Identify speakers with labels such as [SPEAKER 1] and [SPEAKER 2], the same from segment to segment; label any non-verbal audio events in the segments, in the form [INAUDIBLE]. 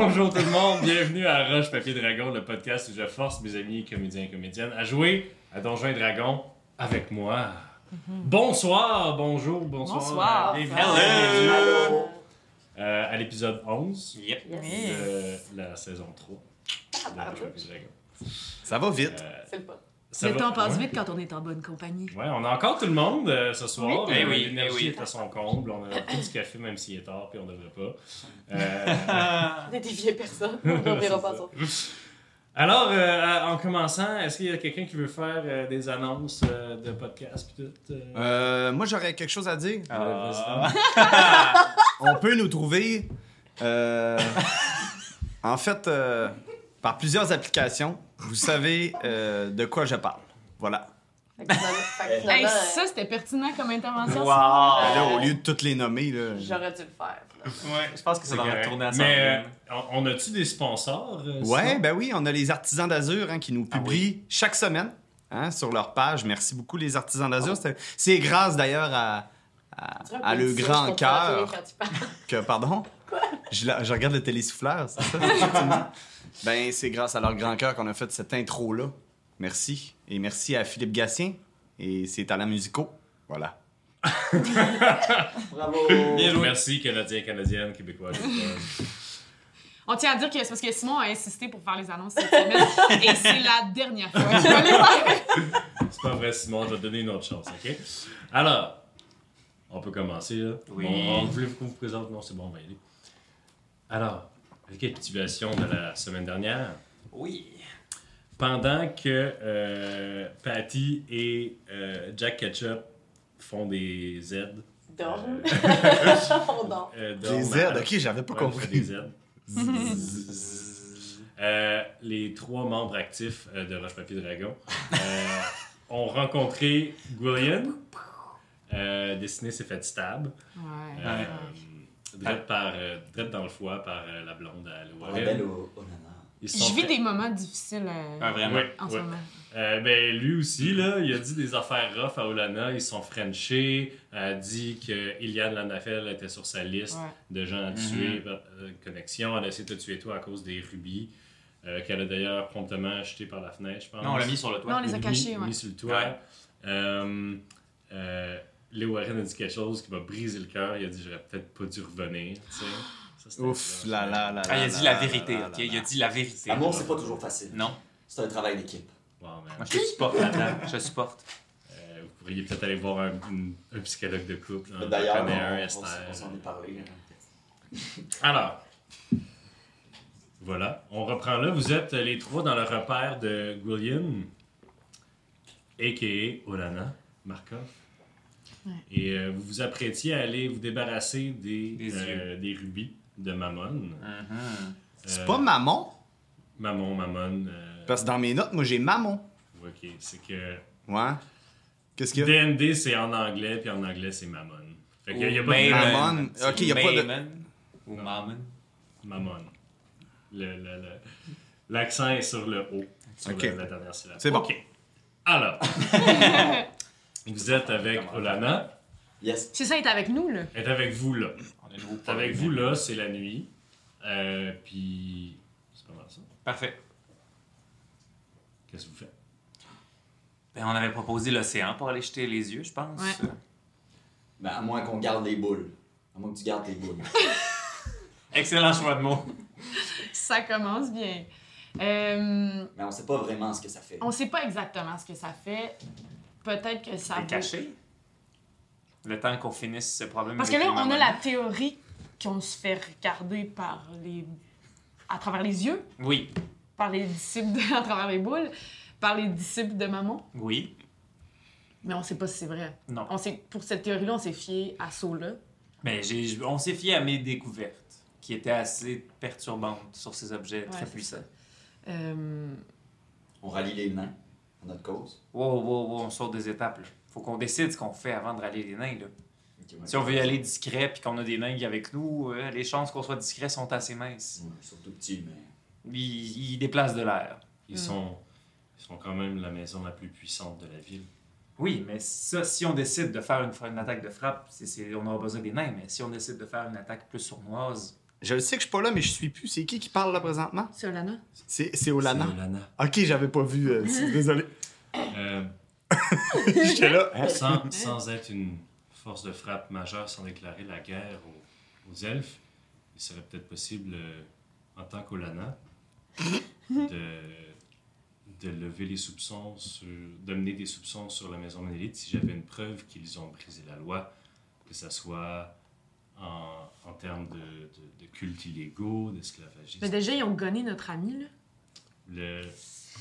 [SPEAKER 1] monde, bienvenue à Roche Papier Dragon, le podcast où je force mes amis comédiens et comédiennes à jouer à Donjons et Dragons avec moi.
[SPEAKER 2] Mhm.
[SPEAKER 1] Bonsoir, bonjour, bonsoir.
[SPEAKER 3] Bonsoir.
[SPEAKER 1] Bienvenue
[SPEAKER 4] Hello.
[SPEAKER 1] euh, à l'épisode 11
[SPEAKER 4] Yep.
[SPEAKER 3] Yes.
[SPEAKER 1] de la saison 3
[SPEAKER 2] Ah,
[SPEAKER 1] de Roche Papier Dragon. Euh,
[SPEAKER 4] Ça va vite.
[SPEAKER 3] Ah, bah, C'est le pas.
[SPEAKER 1] Ça
[SPEAKER 2] le
[SPEAKER 1] va-
[SPEAKER 2] temps passe
[SPEAKER 1] Ouais.
[SPEAKER 2] vite quand on est en bonne compagnie.
[SPEAKER 1] Ouais, on a encore tout le monde euh, ce soir.
[SPEAKER 3] Oui.
[SPEAKER 1] Euh,
[SPEAKER 4] Eh oui,
[SPEAKER 1] L'énergie
[SPEAKER 4] eh oui.
[SPEAKER 1] est à son comble. On a pris du café même s'il est tard, puis on devrait pas. Euh,
[SPEAKER 2] [LAUGHS]
[SPEAKER 3] On a dévié personne.
[SPEAKER 1] [LAUGHS]
[SPEAKER 3] On ne verra pas ça.
[SPEAKER 1] Alors, euh, à- en commençant, est-ce qu'il y a quelqu'un qui veut faire euh, des annonces euh, de podcast puis tout? euh?
[SPEAKER 4] Euh, moi, j'aurais quelque chose à
[SPEAKER 5] Euh,
[SPEAKER 4] dire.
[SPEAKER 1] Ah.
[SPEAKER 4] On peut nous trouver, euh, en fait, euh, par plusieurs applications. Vous savez euh, de quoi je parle. Voilà.
[SPEAKER 3] Fait que finalement- fait que
[SPEAKER 2] Hey,
[SPEAKER 3] finalement, euh,
[SPEAKER 2] ça, c'était pertinent comme intervention.
[SPEAKER 5] Wow.
[SPEAKER 2] ça.
[SPEAKER 4] Ben là, au lieu de toutes les nommer, là,
[SPEAKER 3] J'aurais dû le faire. finalement.
[SPEAKER 5] Ouais, je pense que ça
[SPEAKER 1] C'est
[SPEAKER 5] devrait
[SPEAKER 1] correct.
[SPEAKER 5] retourner à ça.
[SPEAKER 1] Mais euh, on on a-tu des sponsors? euh,
[SPEAKER 4] Ouais,
[SPEAKER 1] sinon?
[SPEAKER 4] ben oui, on a les Artisans d'Azur hein, qui nous
[SPEAKER 5] Ah
[SPEAKER 4] publient chaque semaine hein, sur leur page. Merci beaucoup, les Artisans d'Azur. C'est- C'est grâce d'ailleurs à, à-
[SPEAKER 3] On dirait
[SPEAKER 4] à
[SPEAKER 3] un
[SPEAKER 4] le
[SPEAKER 3] petit
[SPEAKER 4] grand
[SPEAKER 3] silence, je comprends
[SPEAKER 4] cœur
[SPEAKER 3] rien quand tu parles.
[SPEAKER 4] que. Pardon? Je, la- je regarde le télésouffleur, c'est ça? que tu me dis? ben, c'est grâce à leur grand cœur qu'on a fait cette intro-là. Merci. Et merci à Philippe Gatien et ses talents musicaux. Voilà.
[SPEAKER 5] Bravo.
[SPEAKER 1] Bien joué. Merci, Canadiens, Canadiennes, Québécois. Québécoises.
[SPEAKER 2] On tient à dire que c'est parce que Simon a insisté pour faire les annonces cette semaine et c'est la dernière fois qu'il va les faire.
[SPEAKER 1] C'est pas vrai, Simon, je vais te donner une autre chance, OK? Alors, on peut commencer, là.
[SPEAKER 5] Oui.
[SPEAKER 1] Bon, on voulait qu'on vous présente. Non, c'est bon, on va y aller. Alors, récapitulation de la semaine dernière.
[SPEAKER 5] Oui.
[SPEAKER 1] Pendant que euh, Patty et euh, Jack Ketchup font des Z. euh,
[SPEAKER 3] Dorme. On dort.
[SPEAKER 4] Des Z, ok, j'avais pas [LAUGHS]
[SPEAKER 1] Des
[SPEAKER 4] compris.
[SPEAKER 1] Z. Euh, les trois membres actifs euh, de Roche Papier Dragon euh, ont rencontré Gwillian, euh, dessiné ses fêtes stables,
[SPEAKER 2] Ouais.
[SPEAKER 1] euh, drette par, euh, drette dans le foie par euh, la blonde à
[SPEAKER 5] Ah,
[SPEAKER 1] Lou Warren.
[SPEAKER 5] ben,
[SPEAKER 1] Ils se sont
[SPEAKER 2] Je vis
[SPEAKER 1] fait-
[SPEAKER 2] des moments difficiles euh,
[SPEAKER 5] Ah, vraiment.
[SPEAKER 1] Ouais,
[SPEAKER 2] en ce
[SPEAKER 1] ouais.
[SPEAKER 2] moment.
[SPEAKER 1] Euh, ben, lui aussi, là, il a dit des affaires rough à Olana, ils sont frenchés, a dit que Iliane Lanafel était sur sa liste
[SPEAKER 2] Ouais.
[SPEAKER 1] de gens à tuer par euh, connexion, elle a essayé de te tuer toi à cause des rubis, euh, qu'elle a d'ailleurs promptement jeté par la fenêtre, je pense.
[SPEAKER 5] Non, on l'a mis sur le toit.
[SPEAKER 2] Non, on les a
[SPEAKER 1] Mis-
[SPEAKER 2] cachés, ouais.
[SPEAKER 1] mis sur le toit.
[SPEAKER 5] Ouais.
[SPEAKER 1] Euh, euh, Léo Warren a dit quelque chose qui m'a brisé le cœur, il a dit j'aurais peut-être pas dû revenir, tu sais. Ça, c'était-
[SPEAKER 4] Ouf,
[SPEAKER 1] ça,
[SPEAKER 4] là,
[SPEAKER 1] ça-
[SPEAKER 4] là, là.
[SPEAKER 5] Ah, il a
[SPEAKER 4] là,
[SPEAKER 5] dit
[SPEAKER 4] là,
[SPEAKER 5] la
[SPEAKER 4] là,
[SPEAKER 5] vérité,
[SPEAKER 4] là,
[SPEAKER 5] ok?
[SPEAKER 4] là,
[SPEAKER 5] Il a
[SPEAKER 4] là.
[SPEAKER 5] dit la vérité.
[SPEAKER 6] L'amour, c'est pas toujours facile.
[SPEAKER 5] Non.
[SPEAKER 6] C'est un travail d'équipe.
[SPEAKER 1] Wow, man.
[SPEAKER 5] Moi, je te supporte, madame. Je te supporte.
[SPEAKER 1] Euh, vous pourriez peut-être aller voir un, une- un psychologue de couple. hein,
[SPEAKER 6] D'ailleurs,
[SPEAKER 1] j'en connais un,
[SPEAKER 6] on, on,
[SPEAKER 1] Esther.
[SPEAKER 6] s'en- on s'en est parlé. euh.
[SPEAKER 1] Alors, voilà, on reprend là. Vous êtes les trois dans le repère de Gullion, a.k.a. Olana Markov.
[SPEAKER 2] Ouais.
[SPEAKER 1] Et euh, vous vous apprêtiez à aller vous débarrasser des,
[SPEAKER 5] Des
[SPEAKER 1] euh, des rubis de Mammon.
[SPEAKER 4] C'est
[SPEAKER 6] Mm-hmm.
[SPEAKER 1] Euh,
[SPEAKER 4] pas Mammon?
[SPEAKER 1] Mammon, Mammon. euh,
[SPEAKER 4] Parce que dans mes notes, moi, j'ai Mammon.
[SPEAKER 1] ok, c'est que
[SPEAKER 4] Ouais. Qu'est-ce qu'il y a?
[SPEAKER 1] DND c'est en anglais, puis en anglais c'est Mammon. Fait qu'il y a- il y a
[SPEAKER 5] Ou
[SPEAKER 1] pas de
[SPEAKER 5] Mammon.
[SPEAKER 4] Mammon. Ok, il y a pas de.
[SPEAKER 5] euh, Mammon Ou Mammon.
[SPEAKER 1] Mammon. Le- le- le- L'accent est sur le haut, sur
[SPEAKER 4] Ok.
[SPEAKER 1] le- la dernière syllabe.
[SPEAKER 4] C'est bon.
[SPEAKER 1] OK. Alors, vous êtes avec Olana.
[SPEAKER 6] Yes.
[SPEAKER 2] C'est ça, il est avec nous, là.
[SPEAKER 1] Elle est avec vous là.
[SPEAKER 4] Oh,
[SPEAKER 5] On est nouveau
[SPEAKER 1] Elle est avec vous là, c'est la nuit. Euh, puis, c'est pas mal ça.
[SPEAKER 5] Parfait.
[SPEAKER 1] Qu'est-ce que vous faites?
[SPEAKER 5] Ben, on avait proposé l'océan pour aller jeter les yeux, je pense.
[SPEAKER 2] Ouais.
[SPEAKER 6] Mais à moins qu'on garde les boules. À moins que tu gardes les [LAUGHS] boules.
[SPEAKER 5] Excellent choix de mots.
[SPEAKER 2] Ça commence bien. Euh,
[SPEAKER 6] Mais on sait pas vraiment ce que ça fait.
[SPEAKER 2] on sait pas exactement ce que ça fait. Peut-être que ça.
[SPEAKER 5] C'est
[SPEAKER 2] vaut-
[SPEAKER 5] caché. Le temps qu'on finisse ce problème.
[SPEAKER 2] Parce que
[SPEAKER 5] avec
[SPEAKER 2] là,
[SPEAKER 5] les
[SPEAKER 2] on
[SPEAKER 5] mamans.
[SPEAKER 2] a la théorie qu'on se fait regarder par les... à travers les yeux.
[SPEAKER 5] Oui.
[SPEAKER 2] par les disciples de, [LAUGHS] à travers les boules, par les disciples de maman.
[SPEAKER 5] Oui.
[SPEAKER 2] Mais on sait pas si c'est vrai.
[SPEAKER 5] Non.
[SPEAKER 2] On sait, pour cette théorie-là, on s'est fié à Sola.
[SPEAKER 5] Mais j'ai- on s'est fié à mes découvertes, qui étaient assez perturbantes sur ces objets
[SPEAKER 2] Ouais,
[SPEAKER 5] très
[SPEAKER 2] c'est
[SPEAKER 5] puissants.
[SPEAKER 2] Euh,
[SPEAKER 6] On rallie les nains à notre cause.
[SPEAKER 5] Wow, wow, wow, on sort des étapes. Là. Faut qu'on décide ce qu'on fait avant de rallier les nains. Là.
[SPEAKER 6] Ok, ouais.
[SPEAKER 5] Si on veut y aller discret puis qu'on a des nains avec nous, euh, les chances qu'on soit discret sont assez minces.
[SPEAKER 6] Ouais, Surtout petit, mais.
[SPEAKER 5] Ils, ils déplacent de l'air.
[SPEAKER 1] Ils,
[SPEAKER 2] Mm.
[SPEAKER 1] sont, ils sont quand même la maison la plus puissante de la ville.
[SPEAKER 5] Oui, mais ça, si on décide de faire une, fra- une attaque de frappe, c'est- c'est- on aura besoin des nains. Mais si on décide de faire une attaque plus sournoise,
[SPEAKER 4] Je le sais que je suis pas là, mais je suis plus. C'est qui qui parle là présentement?
[SPEAKER 2] Sur Lana.
[SPEAKER 4] C'est c'est Olana.
[SPEAKER 1] C'est Lana.
[SPEAKER 4] Ok, j'avais pas vu. euh, c'est- désolé. [LAUGHS]
[SPEAKER 1] Euh,
[SPEAKER 4] J'étais là.
[SPEAKER 7] Eh,
[SPEAKER 4] hein?
[SPEAKER 1] sans, sans être une force de frappe majeure, sans déclarer la guerre aux, aux elfes, il serait peut-être possible, euh, en tant qu'Olana, de, de lever les soupçons, sur, de mener des soupçons sur la maison Ménélite si j'avais une preuve qu'ils ont brisé la loi, que ce soit en, en termes de, de, de cultes illégaux, d'esclavagisme.
[SPEAKER 2] Mais déjà, ils ont gonné notre ami, là.
[SPEAKER 1] Le...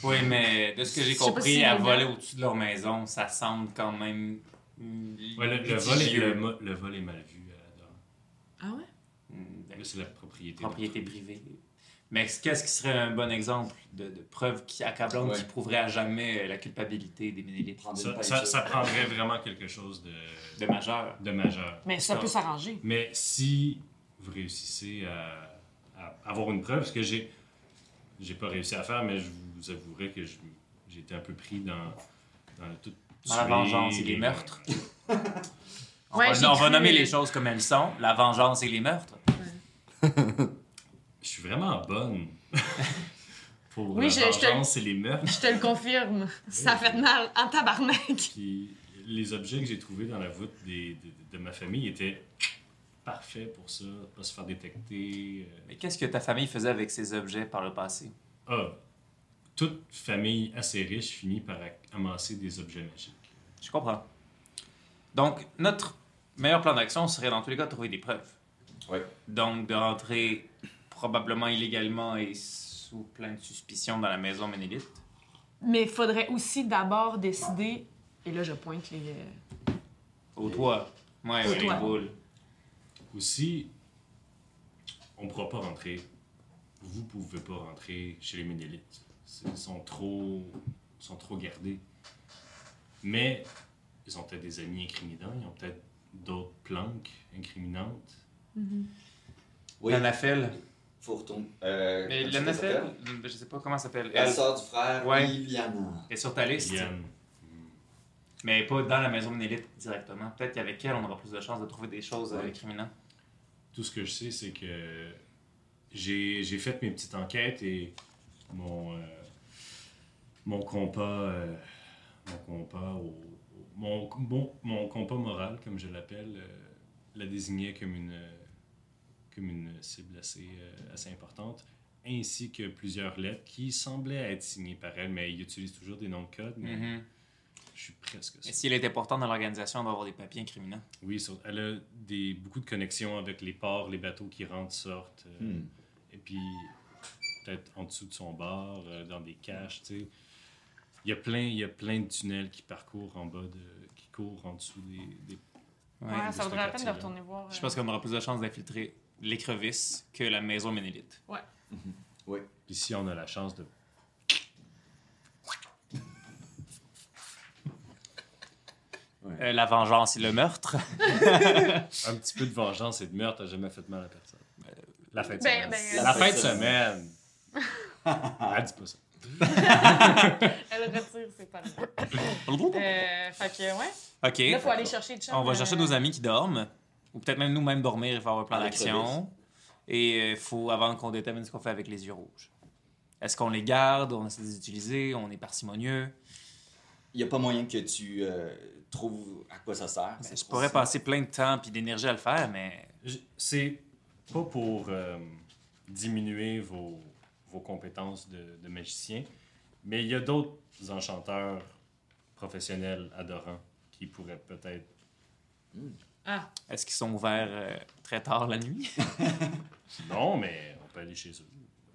[SPEAKER 5] Oui, mais de ce que
[SPEAKER 2] Je
[SPEAKER 5] j'ai
[SPEAKER 2] sais pas si
[SPEAKER 5] compris,
[SPEAKER 2] c'est
[SPEAKER 5] à
[SPEAKER 2] le
[SPEAKER 5] voler
[SPEAKER 2] vol.
[SPEAKER 5] au-dessus de leur maison, ça semble quand même. hum,
[SPEAKER 1] Ouais, le, le vol est,
[SPEAKER 5] litigieux.
[SPEAKER 1] le, mo- le vol est mal vu. euh, dans-
[SPEAKER 2] Ah ouais?
[SPEAKER 5] Hum, ben,
[SPEAKER 1] Là, c'est la propriété.
[SPEAKER 5] propriété
[SPEAKER 1] d'autrui.
[SPEAKER 5] privée. Mais c- qu'est-ce qui serait un bon exemple de, de preuve qui, accablante
[SPEAKER 6] Ouais.
[SPEAKER 5] qui prouverait à jamais euh, la culpabilité des Ménélites
[SPEAKER 6] Prendre une
[SPEAKER 1] Ça,
[SPEAKER 6] pince.
[SPEAKER 1] ça- ça prendrait vraiment quelque chose de,
[SPEAKER 5] de majeur?
[SPEAKER 1] de majeur.
[SPEAKER 2] Mais ça peut s'arranger.
[SPEAKER 1] Mais si vous réussissez à, à avoir une preuve, ce que j'ai j'ai pas réussi à faire, mais je vous avouerai que je- j'ai été un peu pris dans, dans le tout.
[SPEAKER 5] Dans la
[SPEAKER 1] tuer
[SPEAKER 5] vengeance et les meurtres. On,
[SPEAKER 2] Ouais, j'ai
[SPEAKER 5] va, on va
[SPEAKER 2] cru,
[SPEAKER 5] nommer
[SPEAKER 2] euh,
[SPEAKER 5] les choses comme elles sont, la vengeance et les meurtres.
[SPEAKER 1] Je suis vraiment
[SPEAKER 5] [LAUGHS]
[SPEAKER 1] bonne pour
[SPEAKER 2] Oui,
[SPEAKER 1] la
[SPEAKER 2] je- je te-
[SPEAKER 1] vengeance et les meurtres.
[SPEAKER 2] Je te le confirme. Ça fait de mal en tabarnak.
[SPEAKER 1] Puis les objets que j'ai trouvés dans la voûte des- de, de ma famille étaient parfaits pour ça, pas se faire détecter. euh,
[SPEAKER 5] Mais qu'est-ce que ta famille faisait avec ces objets par le passé?
[SPEAKER 1] Ah, toute famille assez riche finit par ac- amasser des objets magiques.
[SPEAKER 5] Je comprends. Donc, notre meilleur plan d'action serait dans tous les cas de trouver des preuves.
[SPEAKER 6] Ouais.
[SPEAKER 5] Donc, de rentrer probablement illégalement et sous plein de suspicion dans la maison Ménélite.
[SPEAKER 2] Mais il faudrait aussi d'abord décider. Et là, je pointe les. euh,
[SPEAKER 5] Au toit. Ouais,
[SPEAKER 2] Au
[SPEAKER 5] ouais, les
[SPEAKER 2] toit.
[SPEAKER 5] boules.
[SPEAKER 1] Aussi, on ne pourra pas rentrer. Vous ne pouvez pas rentrer chez les Ménélites. C'est- Ils sont trop, ils sont trop gardés. Mais ils ont peut-être des amis incriminants, ils ont peut-être d'autres planques incriminantes.
[SPEAKER 6] Oui,
[SPEAKER 5] L'anaphèle.
[SPEAKER 6] faut retourner. Euh,
[SPEAKER 5] Mais
[SPEAKER 6] comment ça
[SPEAKER 5] l'anaphèle,
[SPEAKER 6] s'appelle?
[SPEAKER 5] je sais pas comment ça s'appelle.
[SPEAKER 6] La
[SPEAKER 5] Elle
[SPEAKER 6] sœur du frère,
[SPEAKER 5] Ouais.
[SPEAKER 6] Liliana.
[SPEAKER 5] est sur ta liste,
[SPEAKER 1] Yann,
[SPEAKER 5] mais elle est pas dans la maison Ménélite directement. Peut-être qu'avec elle, on aura plus de chances de trouver des choses euh,
[SPEAKER 6] Ouais.
[SPEAKER 5] criminelles.
[SPEAKER 1] tout ce que je sais, c'est que j'ai j'ai fait mes petites enquêtes et mon, euh, mon compas, euh, mon compas, au- au- mon, mon, mon compas moral, comme je l'appelle, euh, la désignait comme une, comme une cible assez, euh, assez importante, ainsi que plusieurs lettres qui semblaient être signées par elle, mais il utilise toujours des noms de code, mais
[SPEAKER 5] Mhm.
[SPEAKER 1] je suis presque
[SPEAKER 5] Et
[SPEAKER 1] sûr.
[SPEAKER 5] si elle est importante dans l'organisation, on doit avoir des papiers incriminants.
[SPEAKER 1] Oui, sur- elle a des, beaucoup de connexions avec les ports, les bateaux qui rentrent, sortent. euh,
[SPEAKER 6] Hmm.
[SPEAKER 1] Et puis, peut-être en dessous de son bar, euh, dans des caches, tu sais. Il y, a plein, il y a plein de tunnels qui parcourent en bas, de, qui courent en dessous des... des-
[SPEAKER 5] Ouais.
[SPEAKER 2] Ouais, ça
[SPEAKER 1] juste
[SPEAKER 2] vaudrait la
[SPEAKER 1] un
[SPEAKER 2] peine
[SPEAKER 1] quartier,
[SPEAKER 2] de
[SPEAKER 1] là.
[SPEAKER 2] retourner voir. euh,
[SPEAKER 5] Je pense qu'on aura plus de chances d'infiltrer l'écrevisse que la maison Ménélite.
[SPEAKER 1] Puis si on a la chance de...
[SPEAKER 5] Euh, la vengeance et
[SPEAKER 1] [LAUGHS]
[SPEAKER 5] le meurtre.
[SPEAKER 1] Un petit peu de vengeance et de meurtre, t'as jamais fait mal à personne. La fin de
[SPEAKER 2] ben,
[SPEAKER 1] semaine.
[SPEAKER 2] ben,
[SPEAKER 1] la,
[SPEAKER 6] la
[SPEAKER 1] fin
[SPEAKER 6] fin
[SPEAKER 1] de
[SPEAKER 6] de
[SPEAKER 2] [LAUGHS]
[SPEAKER 1] semaine! Elle dit pas ça.
[SPEAKER 2] Elle retire, c'est pas mal. Euh, fait que, ouais.
[SPEAKER 5] OK.
[SPEAKER 2] Là, faut aller chercher euh, Chum.
[SPEAKER 5] On va chercher nos
[SPEAKER 2] amis.
[SPEAKER 5] amis qui dorment. Ou peut-être même nous-mêmes dormir, il faut avoir un plan
[SPEAKER 6] Avec
[SPEAKER 5] d'action. Et il faut, avant qu'on détermine ce qu'on fait avec les yeux rouges. Est-ce qu'on les garde, on essaie de les utiliser, on est parcimonieux?
[SPEAKER 6] Il n'y a pas moyen que tu euh, trouves à quoi ça
[SPEAKER 1] Ah,
[SPEAKER 6] sert.
[SPEAKER 5] Ben, Je pourrais passer plein de temps et d'énergie à le faire, mais
[SPEAKER 1] Je- C'est pas pour euh, diminuer vos, vos compétences de, de magicien, mais il y a d'autres enchanteurs professionnels adorants qui pourraient peut-être.
[SPEAKER 2] Ah,
[SPEAKER 5] est-ce qu'ils sont ouverts euh, très tard la nuit?
[SPEAKER 1] Non, mais on peut aller chez eux.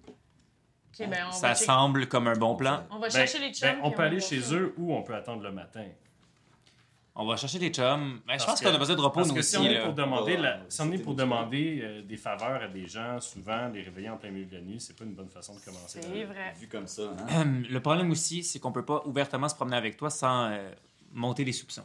[SPEAKER 2] ok, ben, on
[SPEAKER 5] Ça
[SPEAKER 2] va. checker-
[SPEAKER 5] semble comme un bon plan.
[SPEAKER 2] On va
[SPEAKER 1] Ben,
[SPEAKER 2] chercher les chums.
[SPEAKER 1] ben, on
[SPEAKER 2] puis
[SPEAKER 1] peut aller
[SPEAKER 2] va voir
[SPEAKER 1] chez
[SPEAKER 2] ça.
[SPEAKER 1] eux ou on peut attendre le matin.
[SPEAKER 5] On va chercher les chums. Ben,
[SPEAKER 1] Parce
[SPEAKER 5] je pense
[SPEAKER 1] que-
[SPEAKER 5] qu'on a besoin de repos,
[SPEAKER 1] Parce
[SPEAKER 5] nous
[SPEAKER 1] que
[SPEAKER 5] aussi.
[SPEAKER 1] si on est
[SPEAKER 5] là.
[SPEAKER 1] pour demander,
[SPEAKER 6] Bah,
[SPEAKER 1] la- si on est
[SPEAKER 6] c'était
[SPEAKER 1] pour
[SPEAKER 6] une bonne
[SPEAKER 1] demander euh, des faveurs à des gens, souvent les réveiller en plein milieu de la nuit, c'est pas une bonne façon de commencer. la
[SPEAKER 2] C'est
[SPEAKER 1] nuit.
[SPEAKER 2] vrai.
[SPEAKER 6] Vu comme ça, hein?
[SPEAKER 5] Hum, [CLEARS THROAT] Le problème aussi, c'est qu'on peut pas ouvertement se promener avec toi sans euh, monter les soupçons.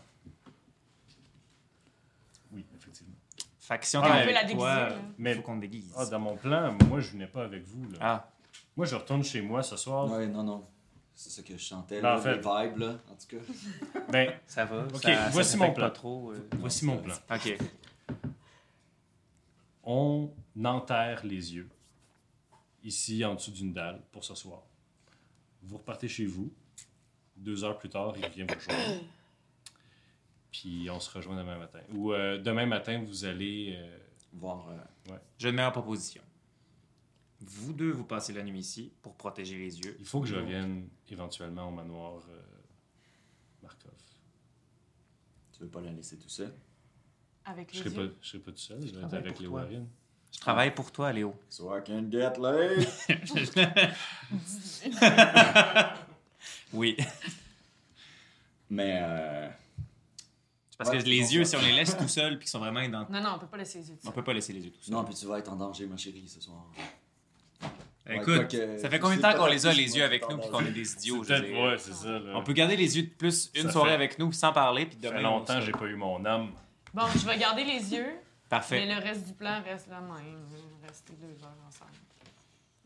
[SPEAKER 1] Oui, effectivement.
[SPEAKER 5] Fait que si on
[SPEAKER 1] Ah,
[SPEAKER 5] t'emmène
[SPEAKER 1] on
[SPEAKER 2] peut
[SPEAKER 5] avec
[SPEAKER 2] la
[SPEAKER 5] toi,
[SPEAKER 2] déguiser, là.
[SPEAKER 1] Mais-
[SPEAKER 5] faut qu'on te déguise.
[SPEAKER 1] Ah, dans mon plan, moi je venais pas avec vous. là.
[SPEAKER 5] Ah,
[SPEAKER 1] Moi je retourne chez moi ce
[SPEAKER 5] Oh.
[SPEAKER 1] soir.
[SPEAKER 6] Ouais, non, non. C'est ça que je chantais,
[SPEAKER 1] Ben,
[SPEAKER 6] là,
[SPEAKER 1] en fait-
[SPEAKER 6] les vibes, là, en tout cas.
[SPEAKER 1] Ben,
[SPEAKER 5] ça va.
[SPEAKER 1] Ok,
[SPEAKER 5] ça- ça
[SPEAKER 1] voici
[SPEAKER 5] t'affecte
[SPEAKER 1] mon plan.
[SPEAKER 5] Pas trop, euh.
[SPEAKER 1] Voici mon plan.
[SPEAKER 5] Ok.
[SPEAKER 1] on enterre les yeux ici en dessous d'une dalle pour ce soir. Vous repartez chez vous. Deux heures plus tard, il vient vous
[SPEAKER 5] [COUGHS]
[SPEAKER 1] rejoindre. Puis on se rejoint demain matin. Ou euh, demain matin, vous allez. euh,
[SPEAKER 6] Voir. euh,
[SPEAKER 5] J'ai une meilleure proposition. Vous deux, vous passez la nuit ici pour protéger les yeux.
[SPEAKER 1] il faut que je revienne éventuellement au manoir euh, Markov.
[SPEAKER 6] tu veux pas la laisser tout seul?
[SPEAKER 2] Avec
[SPEAKER 1] Je
[SPEAKER 2] les
[SPEAKER 1] serai
[SPEAKER 2] yeux.
[SPEAKER 1] pas, je serai pas tout seul. Je vais être
[SPEAKER 5] travaille
[SPEAKER 1] avec
[SPEAKER 5] pour
[SPEAKER 1] les
[SPEAKER 5] toi.
[SPEAKER 1] Warren.
[SPEAKER 5] Je travaille pour toi, Léo.
[SPEAKER 6] So I can get [LAUGHS] laid.
[SPEAKER 5] Oui.
[SPEAKER 6] Mais euh,
[SPEAKER 5] [LAUGHS] C'est parce
[SPEAKER 6] Ouais,
[SPEAKER 5] que les
[SPEAKER 6] c'est
[SPEAKER 5] yeux,
[SPEAKER 6] ça.
[SPEAKER 5] si on les laisse tout seuls puis qu'ils sont vraiment identiques,
[SPEAKER 2] Non, non, on peut pas laisser les yeux.
[SPEAKER 5] on peut pas laisser les yeux tout seuls.
[SPEAKER 6] non, puis tu vas être en danger, ma chérie, ce soir. Ouais, quoi
[SPEAKER 5] Écoute,
[SPEAKER 6] que-
[SPEAKER 5] ça fait combien de
[SPEAKER 6] c'est
[SPEAKER 5] temps qu'on
[SPEAKER 6] peut-être
[SPEAKER 5] les a
[SPEAKER 6] plus
[SPEAKER 5] les yeux avec
[SPEAKER 6] moi,
[SPEAKER 5] nous puis
[SPEAKER 6] je
[SPEAKER 5] qu'on
[SPEAKER 6] pense.
[SPEAKER 5] est des idiots? je veux
[SPEAKER 1] Peut-être,
[SPEAKER 5] dire.
[SPEAKER 1] ouais, c'est ça. là.
[SPEAKER 5] On peut garder les yeux de plus une
[SPEAKER 1] Ça
[SPEAKER 5] soirée
[SPEAKER 1] fait-
[SPEAKER 5] avec nous sans parler puis
[SPEAKER 1] Ça
[SPEAKER 5] demain.
[SPEAKER 1] fait
[SPEAKER 5] on
[SPEAKER 1] longtemps
[SPEAKER 5] se-
[SPEAKER 1] que j'ai pas eu mon âme.
[SPEAKER 2] Bon, je vais garder les yeux, mais
[SPEAKER 5] Parfait.
[SPEAKER 2] le reste du plan reste le même. Rester deux heures ensemble.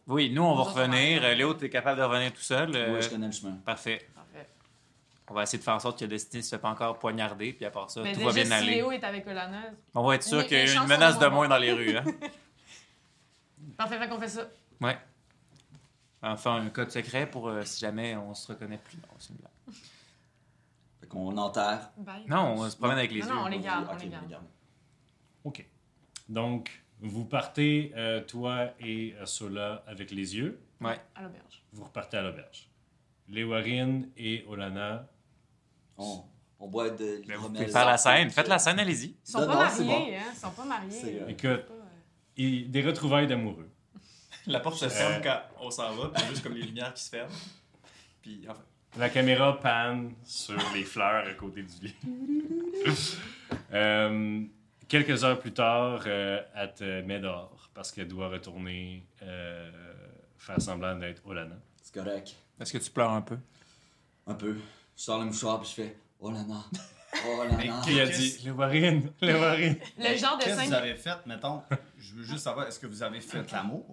[SPEAKER 5] Oui, nous, on va
[SPEAKER 2] Nous autres,
[SPEAKER 5] revenir.
[SPEAKER 2] on va-
[SPEAKER 5] Euh, Léo, t'es capable de revenir tout seul? euh,
[SPEAKER 6] Ouais, je connais le chemin.
[SPEAKER 5] Parfait.
[SPEAKER 2] Parfait.
[SPEAKER 5] On va essayer de faire en sorte que Destiny se fait pas encore poignarder, puis à part ça,
[SPEAKER 2] Mais
[SPEAKER 5] tout
[SPEAKER 2] déjà,
[SPEAKER 5] va bien
[SPEAKER 2] si
[SPEAKER 5] aller.
[SPEAKER 2] Léo est avec Olaneuse.
[SPEAKER 5] On va être sûr
[SPEAKER 2] Les-
[SPEAKER 5] qu'il y a
[SPEAKER 2] les
[SPEAKER 5] une
[SPEAKER 2] chances
[SPEAKER 5] menace
[SPEAKER 2] sont
[SPEAKER 5] de
[SPEAKER 2] moins
[SPEAKER 5] moins dans les rues.
[SPEAKER 2] [LAUGHS]
[SPEAKER 5] Hein?
[SPEAKER 2] Parfait, fait qu'on fait ça.
[SPEAKER 5] ouais. Enfin, un code secret pour euh, si jamais on se reconnaît plus. Non, c'est une blague.
[SPEAKER 6] Fait qu'on enterre.
[SPEAKER 2] Bye.
[SPEAKER 5] Non, on se promène avec les
[SPEAKER 2] Non,
[SPEAKER 5] yeux.
[SPEAKER 2] non, on les garde,
[SPEAKER 6] Ok,
[SPEAKER 2] on les garde.
[SPEAKER 1] OK. Donc, vous partez, euh, toi et euh, Sola, avec les yeux.
[SPEAKER 5] Ouais.
[SPEAKER 2] À l'auberge.
[SPEAKER 1] Vous repartez à l'auberge. Les Warren et Olana.
[SPEAKER 6] On, on boit de l'hydromel.
[SPEAKER 5] Mais vous pouvez faire la scène. Faites la scène, allez-y.
[SPEAKER 2] Ils sont
[SPEAKER 6] Non,
[SPEAKER 2] pas
[SPEAKER 6] non, c'est
[SPEAKER 2] mariés, hein. Ils sont pas
[SPEAKER 6] C'est,
[SPEAKER 2] mariés.
[SPEAKER 6] euh,
[SPEAKER 1] Écoute,
[SPEAKER 2] Pas, euh,
[SPEAKER 1] et des retrouvailles d'amoureux.
[SPEAKER 5] La porte se
[SPEAKER 1] ferme
[SPEAKER 5] quand on s'en va, puis juste comme les lumières qui se ferment. Puis, enfin.
[SPEAKER 1] La caméra panne sur les fleurs à côté du lit. Euh, quelques heures plus tard, euh, elle te met dehors parce qu'elle doit retourner euh, faire semblant d'être Olana.
[SPEAKER 6] C'est correct.
[SPEAKER 5] Est-ce que tu pleures un peu?
[SPEAKER 6] Un peu. Je sors le mouchoir, puis je fais Oh là là. Oh
[SPEAKER 5] [LAUGHS]
[SPEAKER 6] là là.
[SPEAKER 1] Qui a dit Les Warren, les Warren.
[SPEAKER 2] Le genre de
[SPEAKER 7] Qu'est-ce que
[SPEAKER 2] scène.
[SPEAKER 7] vous avez fait, mettons? Je veux juste savoir, est-ce que vous avez fait l'amour?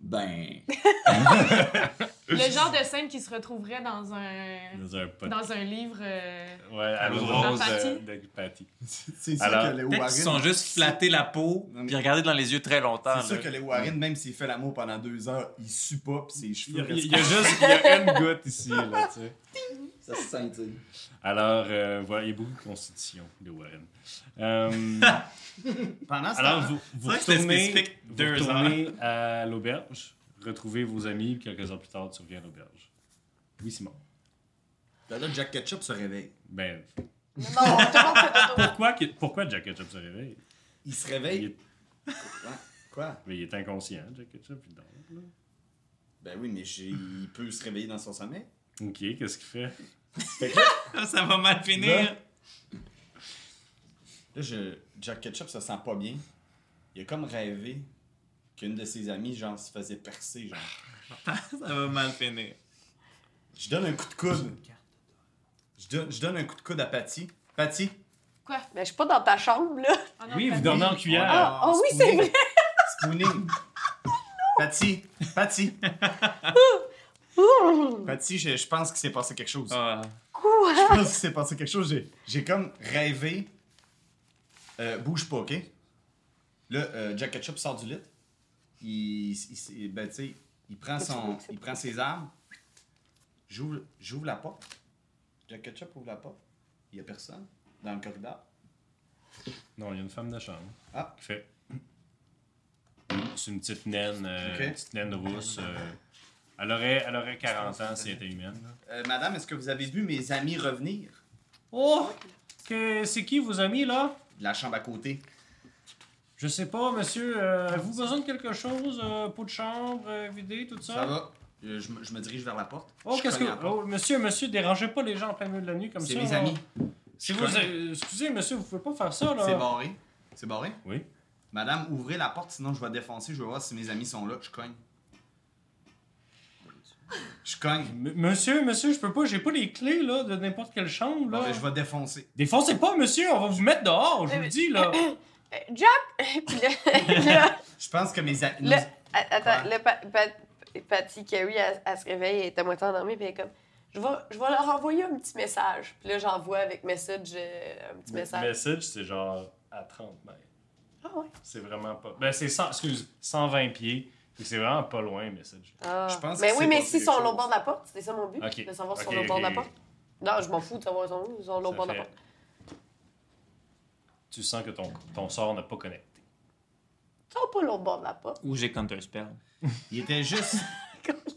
[SPEAKER 6] Ben.
[SPEAKER 2] Le genre de scène qui se retrouverait dans un
[SPEAKER 1] Dans un pot.
[SPEAKER 2] dans un livre. euh,
[SPEAKER 1] Ouais, à l'eau
[SPEAKER 7] Dans
[SPEAKER 1] de
[SPEAKER 2] un
[SPEAKER 1] rose
[SPEAKER 2] party.
[SPEAKER 1] euh, de Patty.
[SPEAKER 7] [LAUGHS] C'est sûr
[SPEAKER 1] Alors,
[SPEAKER 7] que les
[SPEAKER 5] Peut-être
[SPEAKER 7] Warren...
[SPEAKER 5] qu'ils sont juste flattés la peau,
[SPEAKER 7] Non, mais-
[SPEAKER 5] puis regarder dans les yeux très longtemps.
[SPEAKER 7] C'est sûr
[SPEAKER 5] là.
[SPEAKER 7] que les Warren, même s'il fait l'amour pendant deux heures, il sue pas, pis ses
[SPEAKER 1] Il y,
[SPEAKER 7] cheveux
[SPEAKER 1] a- il
[SPEAKER 7] restent...
[SPEAKER 1] y a juste il y a une goutte ici, là, tu sais.
[SPEAKER 6] Ça se scintille.
[SPEAKER 1] Alors, euh, voilà, il y a beaucoup de constitution de Warren. Euh, [LAUGHS]
[SPEAKER 7] Pendant ce
[SPEAKER 1] alors,
[SPEAKER 7] temps,
[SPEAKER 1] vous, vous
[SPEAKER 5] C'est vrai que c'était
[SPEAKER 1] retournez,
[SPEAKER 5] spécifique,
[SPEAKER 1] vous
[SPEAKER 5] deux
[SPEAKER 1] retournez à l'auberge, retrouvez vos amis, puis quelques heures plus tard, tu reviens à l'auberge. Oui, Simon.
[SPEAKER 7] là, là, Jack Ketchup se réveille.
[SPEAKER 1] Ben,
[SPEAKER 3] Non, tout le monde
[SPEAKER 1] [LAUGHS]
[SPEAKER 3] fait dodo.
[SPEAKER 1] pourquoi, que- pourquoi Jack Ketchup se réveille?
[SPEAKER 7] Il se
[SPEAKER 1] Il
[SPEAKER 7] réveille...
[SPEAKER 1] est,
[SPEAKER 7] Quoi?
[SPEAKER 1] mais il est inconscient, Jack Ketchup, il dort. là.
[SPEAKER 7] Ben oui, mais j'ai- il peut se réveiller dans son sommeil.
[SPEAKER 1] Ok, qu'est-ce qu'il fait?
[SPEAKER 5] Ça va mal finir.
[SPEAKER 7] Là, je... Jack Ketchup se sent pas bien. Il a comme rêvé qu'une de ses amies, genre, se faisait percer, genre.
[SPEAKER 5] Ça va mal finir.
[SPEAKER 7] Je donne un coup de coude. Je donne, je donne un coup de coude à Patty. Patty?
[SPEAKER 3] Mais Ben, je suis pas dans ta chambre, [LAUGHS] là.
[SPEAKER 2] oh non,
[SPEAKER 1] Oui,
[SPEAKER 2] pas
[SPEAKER 1] vous
[SPEAKER 2] de-
[SPEAKER 1] dormez en cuillère.
[SPEAKER 3] Ah, oh oui, c'est vrai.
[SPEAKER 7] Spooning. Patty, Patty. Patty, je, je pense qu'il s'est passé quelque chose.
[SPEAKER 5] Ah.
[SPEAKER 7] Je pense qu'il s'est passé quelque chose. J'ai, j'ai comme rêvé. Euh, bouge pas, ok? Là, euh, Jack Ketchup sort du lit. Il, il- il- ben, tu sais, il prend, son, il prend ses armes. J'ouvre, j'ouvre la porte. Jack Ketchup ouvre la porte. Il y a personne dans le corridor.
[SPEAKER 1] Non, il y a une femme de chambre.
[SPEAKER 7] Ah.
[SPEAKER 1] Qui fait. [CLEARS THROAT] C'est une petite naine, euh,
[SPEAKER 7] Ok.
[SPEAKER 1] une petite naine rousse. euh, elle, aurait, elle aurait 40 ans si elle était humaine. là.
[SPEAKER 7] Euh, madame, est-ce que vous avez vu mes amis revenir
[SPEAKER 1] Oh! Que- C'est qui vos amis là?
[SPEAKER 7] de la chambre à côté?
[SPEAKER 1] Je sais pas, monsieur. euh, Avez-vous besoin de quelque chose? Euh, pot de chambre, euh, vidé, tout ça?
[SPEAKER 7] Ça va. Euh, Je, me- je me dirige vers la porte.
[SPEAKER 1] Oh,
[SPEAKER 7] Je
[SPEAKER 1] qu'est-ce que.
[SPEAKER 7] cogne à la porte.
[SPEAKER 1] Oh, monsieur, monsieur, dérangez pas les gens en plein milieu de la nuit comme ça.
[SPEAKER 7] C'est mes
[SPEAKER 1] là.
[SPEAKER 7] amis.
[SPEAKER 1] C'est
[SPEAKER 7] Je
[SPEAKER 1] vos-
[SPEAKER 7] connais.
[SPEAKER 1] euh, excusez, monsieur, vous pouvez pas faire ça là.
[SPEAKER 7] C'est barré. C'est barré?
[SPEAKER 1] Oui.
[SPEAKER 7] Madame, ouvrez la porte, sinon je vais défoncer. Je vais voir si mes amis sont là. Je cogne. Je cogne.
[SPEAKER 1] M- monsieur, monsieur, je peux pas, j'ai pas les clés là de n'importe quelle chambre là.
[SPEAKER 7] Bon, ben, je vais défoncer.
[SPEAKER 1] Défoncez pas, monsieur, on va vous mettre dehors, je
[SPEAKER 3] Mais-
[SPEAKER 1] vous le dis là.
[SPEAKER 3] Euh, Jack! Puis là,
[SPEAKER 7] Je pense que mes amis.
[SPEAKER 3] Le- attends,
[SPEAKER 7] Ouais.
[SPEAKER 3] là, Pa- Pa- Patty Carrie, elle, elle se réveille, elle est à moitié endormie, puis elle est comme. Je vais, je vais leur envoyer un petit [COUGHS] message. Puis là, j'envoie avec message euh, un petit message.
[SPEAKER 1] Message, c'est genre à 30 mètres.
[SPEAKER 3] Ah ouais.
[SPEAKER 1] C'est vraiment pas. Ben, c'est 100, excuse, 120 pieds. Fait que C'est vraiment pas loin, mais ça. je-
[SPEAKER 3] Ah.
[SPEAKER 7] Je pense
[SPEAKER 3] mais
[SPEAKER 7] que
[SPEAKER 3] oui,
[SPEAKER 7] c'est
[SPEAKER 3] mais
[SPEAKER 7] passé
[SPEAKER 3] s'ils
[SPEAKER 7] quelque
[SPEAKER 3] sont au long
[SPEAKER 7] chose.
[SPEAKER 3] bord de la porte, c'est ça mon but.
[SPEAKER 1] Ok.
[SPEAKER 3] De savoir s'ils
[SPEAKER 1] Ok,
[SPEAKER 3] sont au bord de la
[SPEAKER 1] ok.
[SPEAKER 3] porte. Non, je m'en fous de savoir ils sont où, ils sont au long
[SPEAKER 1] Ça
[SPEAKER 3] bord de la
[SPEAKER 1] fait-
[SPEAKER 3] porte.
[SPEAKER 1] Tu sens que ton, ton sort n'a pas connecté.
[SPEAKER 3] Ils sont pas au long bord de la porte.
[SPEAKER 5] Ou j'ai counter spell.
[SPEAKER 7] Il était juste.
[SPEAKER 1] [LAUGHS]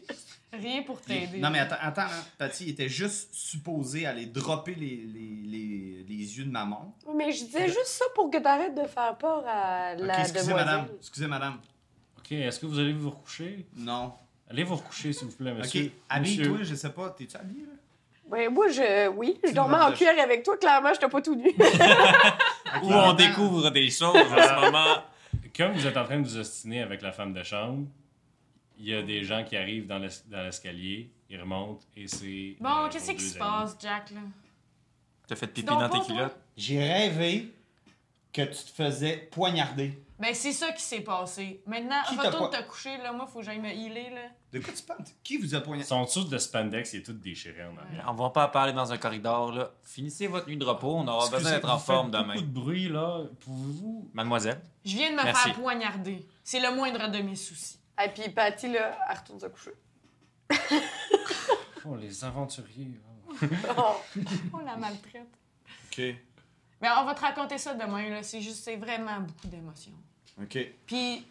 [SPEAKER 2] Rien pour t'aider.
[SPEAKER 7] il- Non, mais attends, attends hein, Patty, il était juste supposé aller dropper les, les, les, les yeux de ma montre.
[SPEAKER 3] Oui, Mais je disais juste ça pour que t'arrêtes de faire peur à
[SPEAKER 7] Ok,
[SPEAKER 3] la
[SPEAKER 7] excusez,
[SPEAKER 3] demoiselle.
[SPEAKER 7] madame. Excusez, madame.
[SPEAKER 1] OK, est-ce que vous allez vous recoucher?
[SPEAKER 7] Non.
[SPEAKER 1] Allez vous recoucher, s'il vous plaît, monsieur.
[SPEAKER 7] Ok, habille-toi, je sais pas. T'es-tu habillé, là?
[SPEAKER 3] Ben, moi, je. Oui, je
[SPEAKER 7] Tu
[SPEAKER 3] dormais
[SPEAKER 7] vas
[SPEAKER 3] en
[SPEAKER 7] te-
[SPEAKER 3] cuir avec toi, clairement, j'étais pas tout nu. [LAUGHS]
[SPEAKER 7] Ok,
[SPEAKER 5] Ou on
[SPEAKER 7] attends.
[SPEAKER 5] découvre des choses en ce moment.
[SPEAKER 1] Monsieur, Comme vous êtes en train de vous ostiner avec la femme de chambre, il y a des gens qui arrivent dans l'es- dans l'escalier, ils remontent et c'est.
[SPEAKER 2] Bon,
[SPEAKER 1] euh,
[SPEAKER 2] qu'est-ce
[SPEAKER 1] vos
[SPEAKER 2] qui
[SPEAKER 1] deux
[SPEAKER 2] se
[SPEAKER 1] amis.
[SPEAKER 2] passe, Jack, là?
[SPEAKER 5] T'as fait pipi
[SPEAKER 2] Donc,
[SPEAKER 5] dans tes
[SPEAKER 2] pas, toi?
[SPEAKER 5] culottes.
[SPEAKER 6] J'ai rêvé que tu te faisais poignarder.
[SPEAKER 2] Ben, c'est ça qui s'est passé. Maintenant,
[SPEAKER 6] Qui t'a
[SPEAKER 2] retourne
[SPEAKER 6] quoi-
[SPEAKER 2] te coucher, là. Moi, faut que j'aille me healer, là.
[SPEAKER 7] De quoi tu parles? Qui vous a poignardé?
[SPEAKER 1] Son dessous de spandex, il est tout déchiré en arrière.
[SPEAKER 5] On va pas parler dans un corridor, là. Finissez votre nuit de repos, on aura besoin d'être en forme demain.
[SPEAKER 1] beaucoup de bruit, là. Pouvez-vous.
[SPEAKER 5] Mademoiselle,
[SPEAKER 2] Je viens de me
[SPEAKER 5] Merci.
[SPEAKER 2] faire poignarder. C'est le moindre de mes soucis.
[SPEAKER 3] Et puis Patty, là, elle retourne se coucher.
[SPEAKER 1] Oh, les aventuriers. oh.
[SPEAKER 3] Oh.
[SPEAKER 2] On la maltraite.
[SPEAKER 7] Ok,
[SPEAKER 2] Mais on va te raconter ça demain, là. C'est juste, c'est vraiment beaucoup d'émotions.
[SPEAKER 7] ok.
[SPEAKER 2] Puis,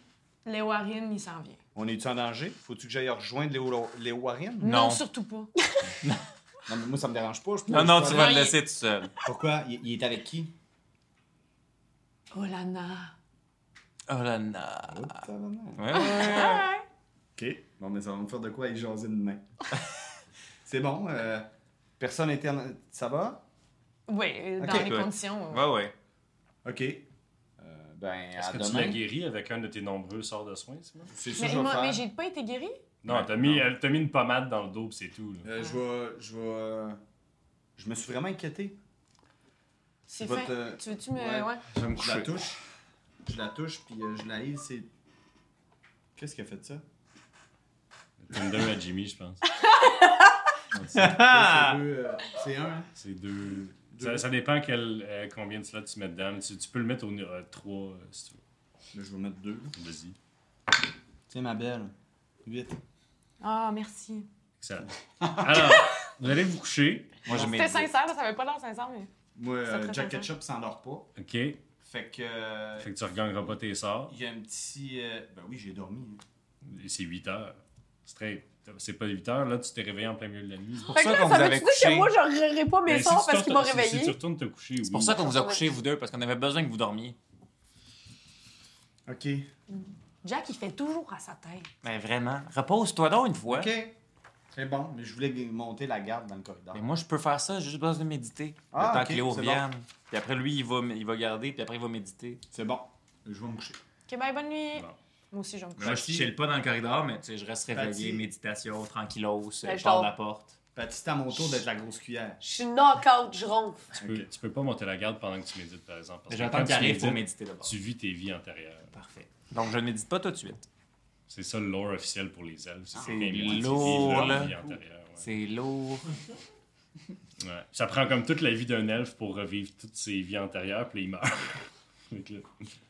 [SPEAKER 2] les Warren, il s'en vient.
[SPEAKER 7] On est-tu en danger? Faut-tu que j'aille rejoindre les, Olo- les Warren?
[SPEAKER 5] Non.
[SPEAKER 2] surtout pas.
[SPEAKER 7] Non, mais moi, ça me dérange pas. Je peux-
[SPEAKER 5] Non, non,
[SPEAKER 7] je
[SPEAKER 5] tu
[SPEAKER 7] peux
[SPEAKER 5] vas
[SPEAKER 7] aller.
[SPEAKER 5] le laisser tout seul.
[SPEAKER 7] Pourquoi? Il, il est avec qui?
[SPEAKER 2] Oh, Lana.
[SPEAKER 5] Oh là là.
[SPEAKER 7] Oh, tabarnak.
[SPEAKER 5] Ouais, ouais, ouais.
[SPEAKER 7] Ok. Bon, mais ça va me faire de quoi aller jaser [LAUGHS] demain. C'est bon. euh, personne était en- Ça va?
[SPEAKER 2] Oui, euh, dans
[SPEAKER 7] Ok,
[SPEAKER 2] les
[SPEAKER 5] ouais.
[SPEAKER 2] conditions. euh,
[SPEAKER 5] Ouais, ouais.
[SPEAKER 7] Ok. Euh, ben,
[SPEAKER 1] Est-ce
[SPEAKER 7] à
[SPEAKER 1] que tu l'as
[SPEAKER 7] demain.
[SPEAKER 1] guéri avec un de tes nombreux sorts de soins, Simon?
[SPEAKER 7] C'est ça
[SPEAKER 2] Mais,
[SPEAKER 7] que je vais
[SPEAKER 2] moi- mais
[SPEAKER 7] faire.
[SPEAKER 2] j'ai pas été guérie?
[SPEAKER 1] Non, t'as mis, elle t'a mis une pommade dans le dos, pis c'est tout. là.
[SPEAKER 7] Euh, je vais... Je vais... euh, Je me suis vraiment inquiété.
[SPEAKER 2] C'est
[SPEAKER 7] Votre,
[SPEAKER 2] fait.
[SPEAKER 7] euh,
[SPEAKER 2] Tu veux-tu me.
[SPEAKER 7] ouais.
[SPEAKER 2] ouais.
[SPEAKER 5] Je vais me
[SPEAKER 7] Je la
[SPEAKER 5] coucher.
[SPEAKER 7] touche. Je la touche, puis euh, je la hisse, c'est... Qu'est-ce qui a fait ça? [LAUGHS]
[SPEAKER 1] Thunder à Jimmy, je pense.
[SPEAKER 7] C'est deux, euh, C'est un, hein?
[SPEAKER 1] C'est deux.
[SPEAKER 7] Deux.
[SPEAKER 1] Ça, ça dépend quel, euh, combien de slots tu mets dedans. mais Tu, tu peux le mettre au 3 euh, si tu veux.
[SPEAKER 7] Là, je vais mettre deux.
[SPEAKER 1] Vas-y.
[SPEAKER 7] Tiens, ma belle. Huit.
[SPEAKER 2] Ah, merci.
[SPEAKER 5] [LAUGHS]
[SPEAKER 1] Excellent. Alors, vous allez vous coucher.
[SPEAKER 5] Moi, je
[SPEAKER 2] C'était
[SPEAKER 5] mets.
[SPEAKER 2] sincère, là, ça avait pas l'air sincère, mais.
[SPEAKER 7] Moi,
[SPEAKER 2] C'est
[SPEAKER 7] euh,
[SPEAKER 2] très
[SPEAKER 7] Jack
[SPEAKER 2] sympa.
[SPEAKER 7] Ketchup s'endort pas.
[SPEAKER 1] OK? Fait
[SPEAKER 7] Fait que. euh,
[SPEAKER 1] que tu regagneras pas tes sorts.
[SPEAKER 7] Il y a un petit. euh, Ben oui, j'ai dormi. hein.
[SPEAKER 1] Et C'est 8 heures. C'est très- C'est pas 8 heures. Là, tu t'es réveillé en plein milieu de la nuit.
[SPEAKER 5] C'est pour
[SPEAKER 3] Fait que
[SPEAKER 5] ça
[SPEAKER 3] là,
[SPEAKER 5] qu'on
[SPEAKER 3] ça
[SPEAKER 5] vous
[SPEAKER 3] veut-tu
[SPEAKER 5] avait
[SPEAKER 3] dire que
[SPEAKER 5] couché.
[SPEAKER 3] moi, je reverrai pas mes
[SPEAKER 1] Ben, si
[SPEAKER 3] sorts
[SPEAKER 1] tu
[SPEAKER 3] Oh, parce qu'il
[SPEAKER 1] retournes- si-
[SPEAKER 3] m'a
[SPEAKER 1] Si tu
[SPEAKER 3] réveillé?
[SPEAKER 1] retournes te coucher,
[SPEAKER 5] C'est pour ça qu'on vous a couché, vous deux, parce qu'on avait besoin que vous dormiez.
[SPEAKER 7] Ok.
[SPEAKER 2] Jack, il fait toujours à sa tête.
[SPEAKER 5] Mais Ben, vraiment, repose-toi donc une fois.
[SPEAKER 7] Ok. C'est bon, mais je voulais monter la garde dans le corridor.
[SPEAKER 5] Mais moi, je peux faire ça, j'ai juste besoin de méditer.
[SPEAKER 7] Ah,
[SPEAKER 5] le temps
[SPEAKER 7] ok,
[SPEAKER 5] que Léo
[SPEAKER 7] c'est
[SPEAKER 5] revienne. Puis après, lui, il va, il va garder, puis après, il va méditer.
[SPEAKER 7] C'est bon. Je vais me coucher.
[SPEAKER 2] Ok, bye, bonne nuit.
[SPEAKER 1] Bon.
[SPEAKER 2] Moi aussi, je vais me coucher.
[SPEAKER 5] Moi, je
[SPEAKER 7] Patty.
[SPEAKER 5] chill pas dans le corridor, mais tu sais, je reste réveillé,
[SPEAKER 7] Patty.
[SPEAKER 5] méditation, tranquillos,
[SPEAKER 3] Ben, je
[SPEAKER 5] je pars de
[SPEAKER 3] dors.
[SPEAKER 5] la porte.
[SPEAKER 7] Patty, c'est à mon tour d'être la grosse cuillère.
[SPEAKER 3] Je suis knock-out, je ronfle. [LAUGHS]
[SPEAKER 1] Tu peux, tu peux pas monter la garde pendant que tu médites, par exemple. Parce que
[SPEAKER 5] J'attends
[SPEAKER 1] quand tu
[SPEAKER 5] qu'il arrive pour
[SPEAKER 1] médites,
[SPEAKER 5] méditer d'abord.
[SPEAKER 1] tu vis tes vies antérieures.
[SPEAKER 5] Parfait. Donc, je ne médite pas tout de suite.
[SPEAKER 1] C'est ça le lore officiel pour les elfes.
[SPEAKER 5] Ah,
[SPEAKER 1] quand
[SPEAKER 5] C'est
[SPEAKER 1] ils méditent, ils vivent
[SPEAKER 5] lourd,
[SPEAKER 1] leur
[SPEAKER 5] là.
[SPEAKER 1] vie antérieure, ouais.
[SPEAKER 5] C'est lourd.
[SPEAKER 1] Ouais. Ça prend comme toute la vie d'un elfe pour revivre toutes ses vies antérieures, puis là, il meurt. [LAUGHS] Fait que là-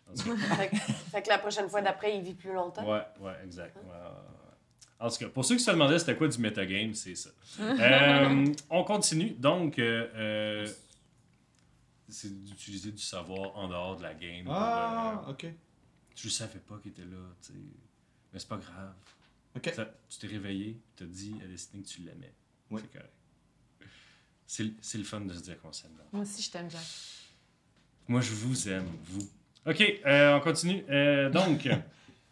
[SPEAKER 1] En tout
[SPEAKER 3] Fait que, fait que la prochaine fois d'après, il vit plus
[SPEAKER 1] cas,
[SPEAKER 3] longtemps.
[SPEAKER 1] ouais, ouais, exact. Ouais, ouais, ouais. En tout cas, pour ceux qui se demandaient c'était quoi du metagame, c'est ça. Euh, on continue. Donc, euh, euh, c'est d'utiliser du savoir en dehors de la game. pour,
[SPEAKER 7] Ah,
[SPEAKER 1] euh,
[SPEAKER 7] ok.
[SPEAKER 1] tu le savais pas qu'il était là, tu sais. Mais c'est pas grave.
[SPEAKER 7] Ok.
[SPEAKER 1] Ça- tu t'es réveillé, tu t'as dit à Destiny que tu l'aimais.
[SPEAKER 7] Ouais.
[SPEAKER 1] C'est correct. C'est le- C'est le fun de se dire qu'on s'aime. dans
[SPEAKER 2] Moi aussi, je t'aime, Jack.
[SPEAKER 1] Moi, je vous aime, vous. OK, euh, on continue. Euh, [LAUGHS] donc,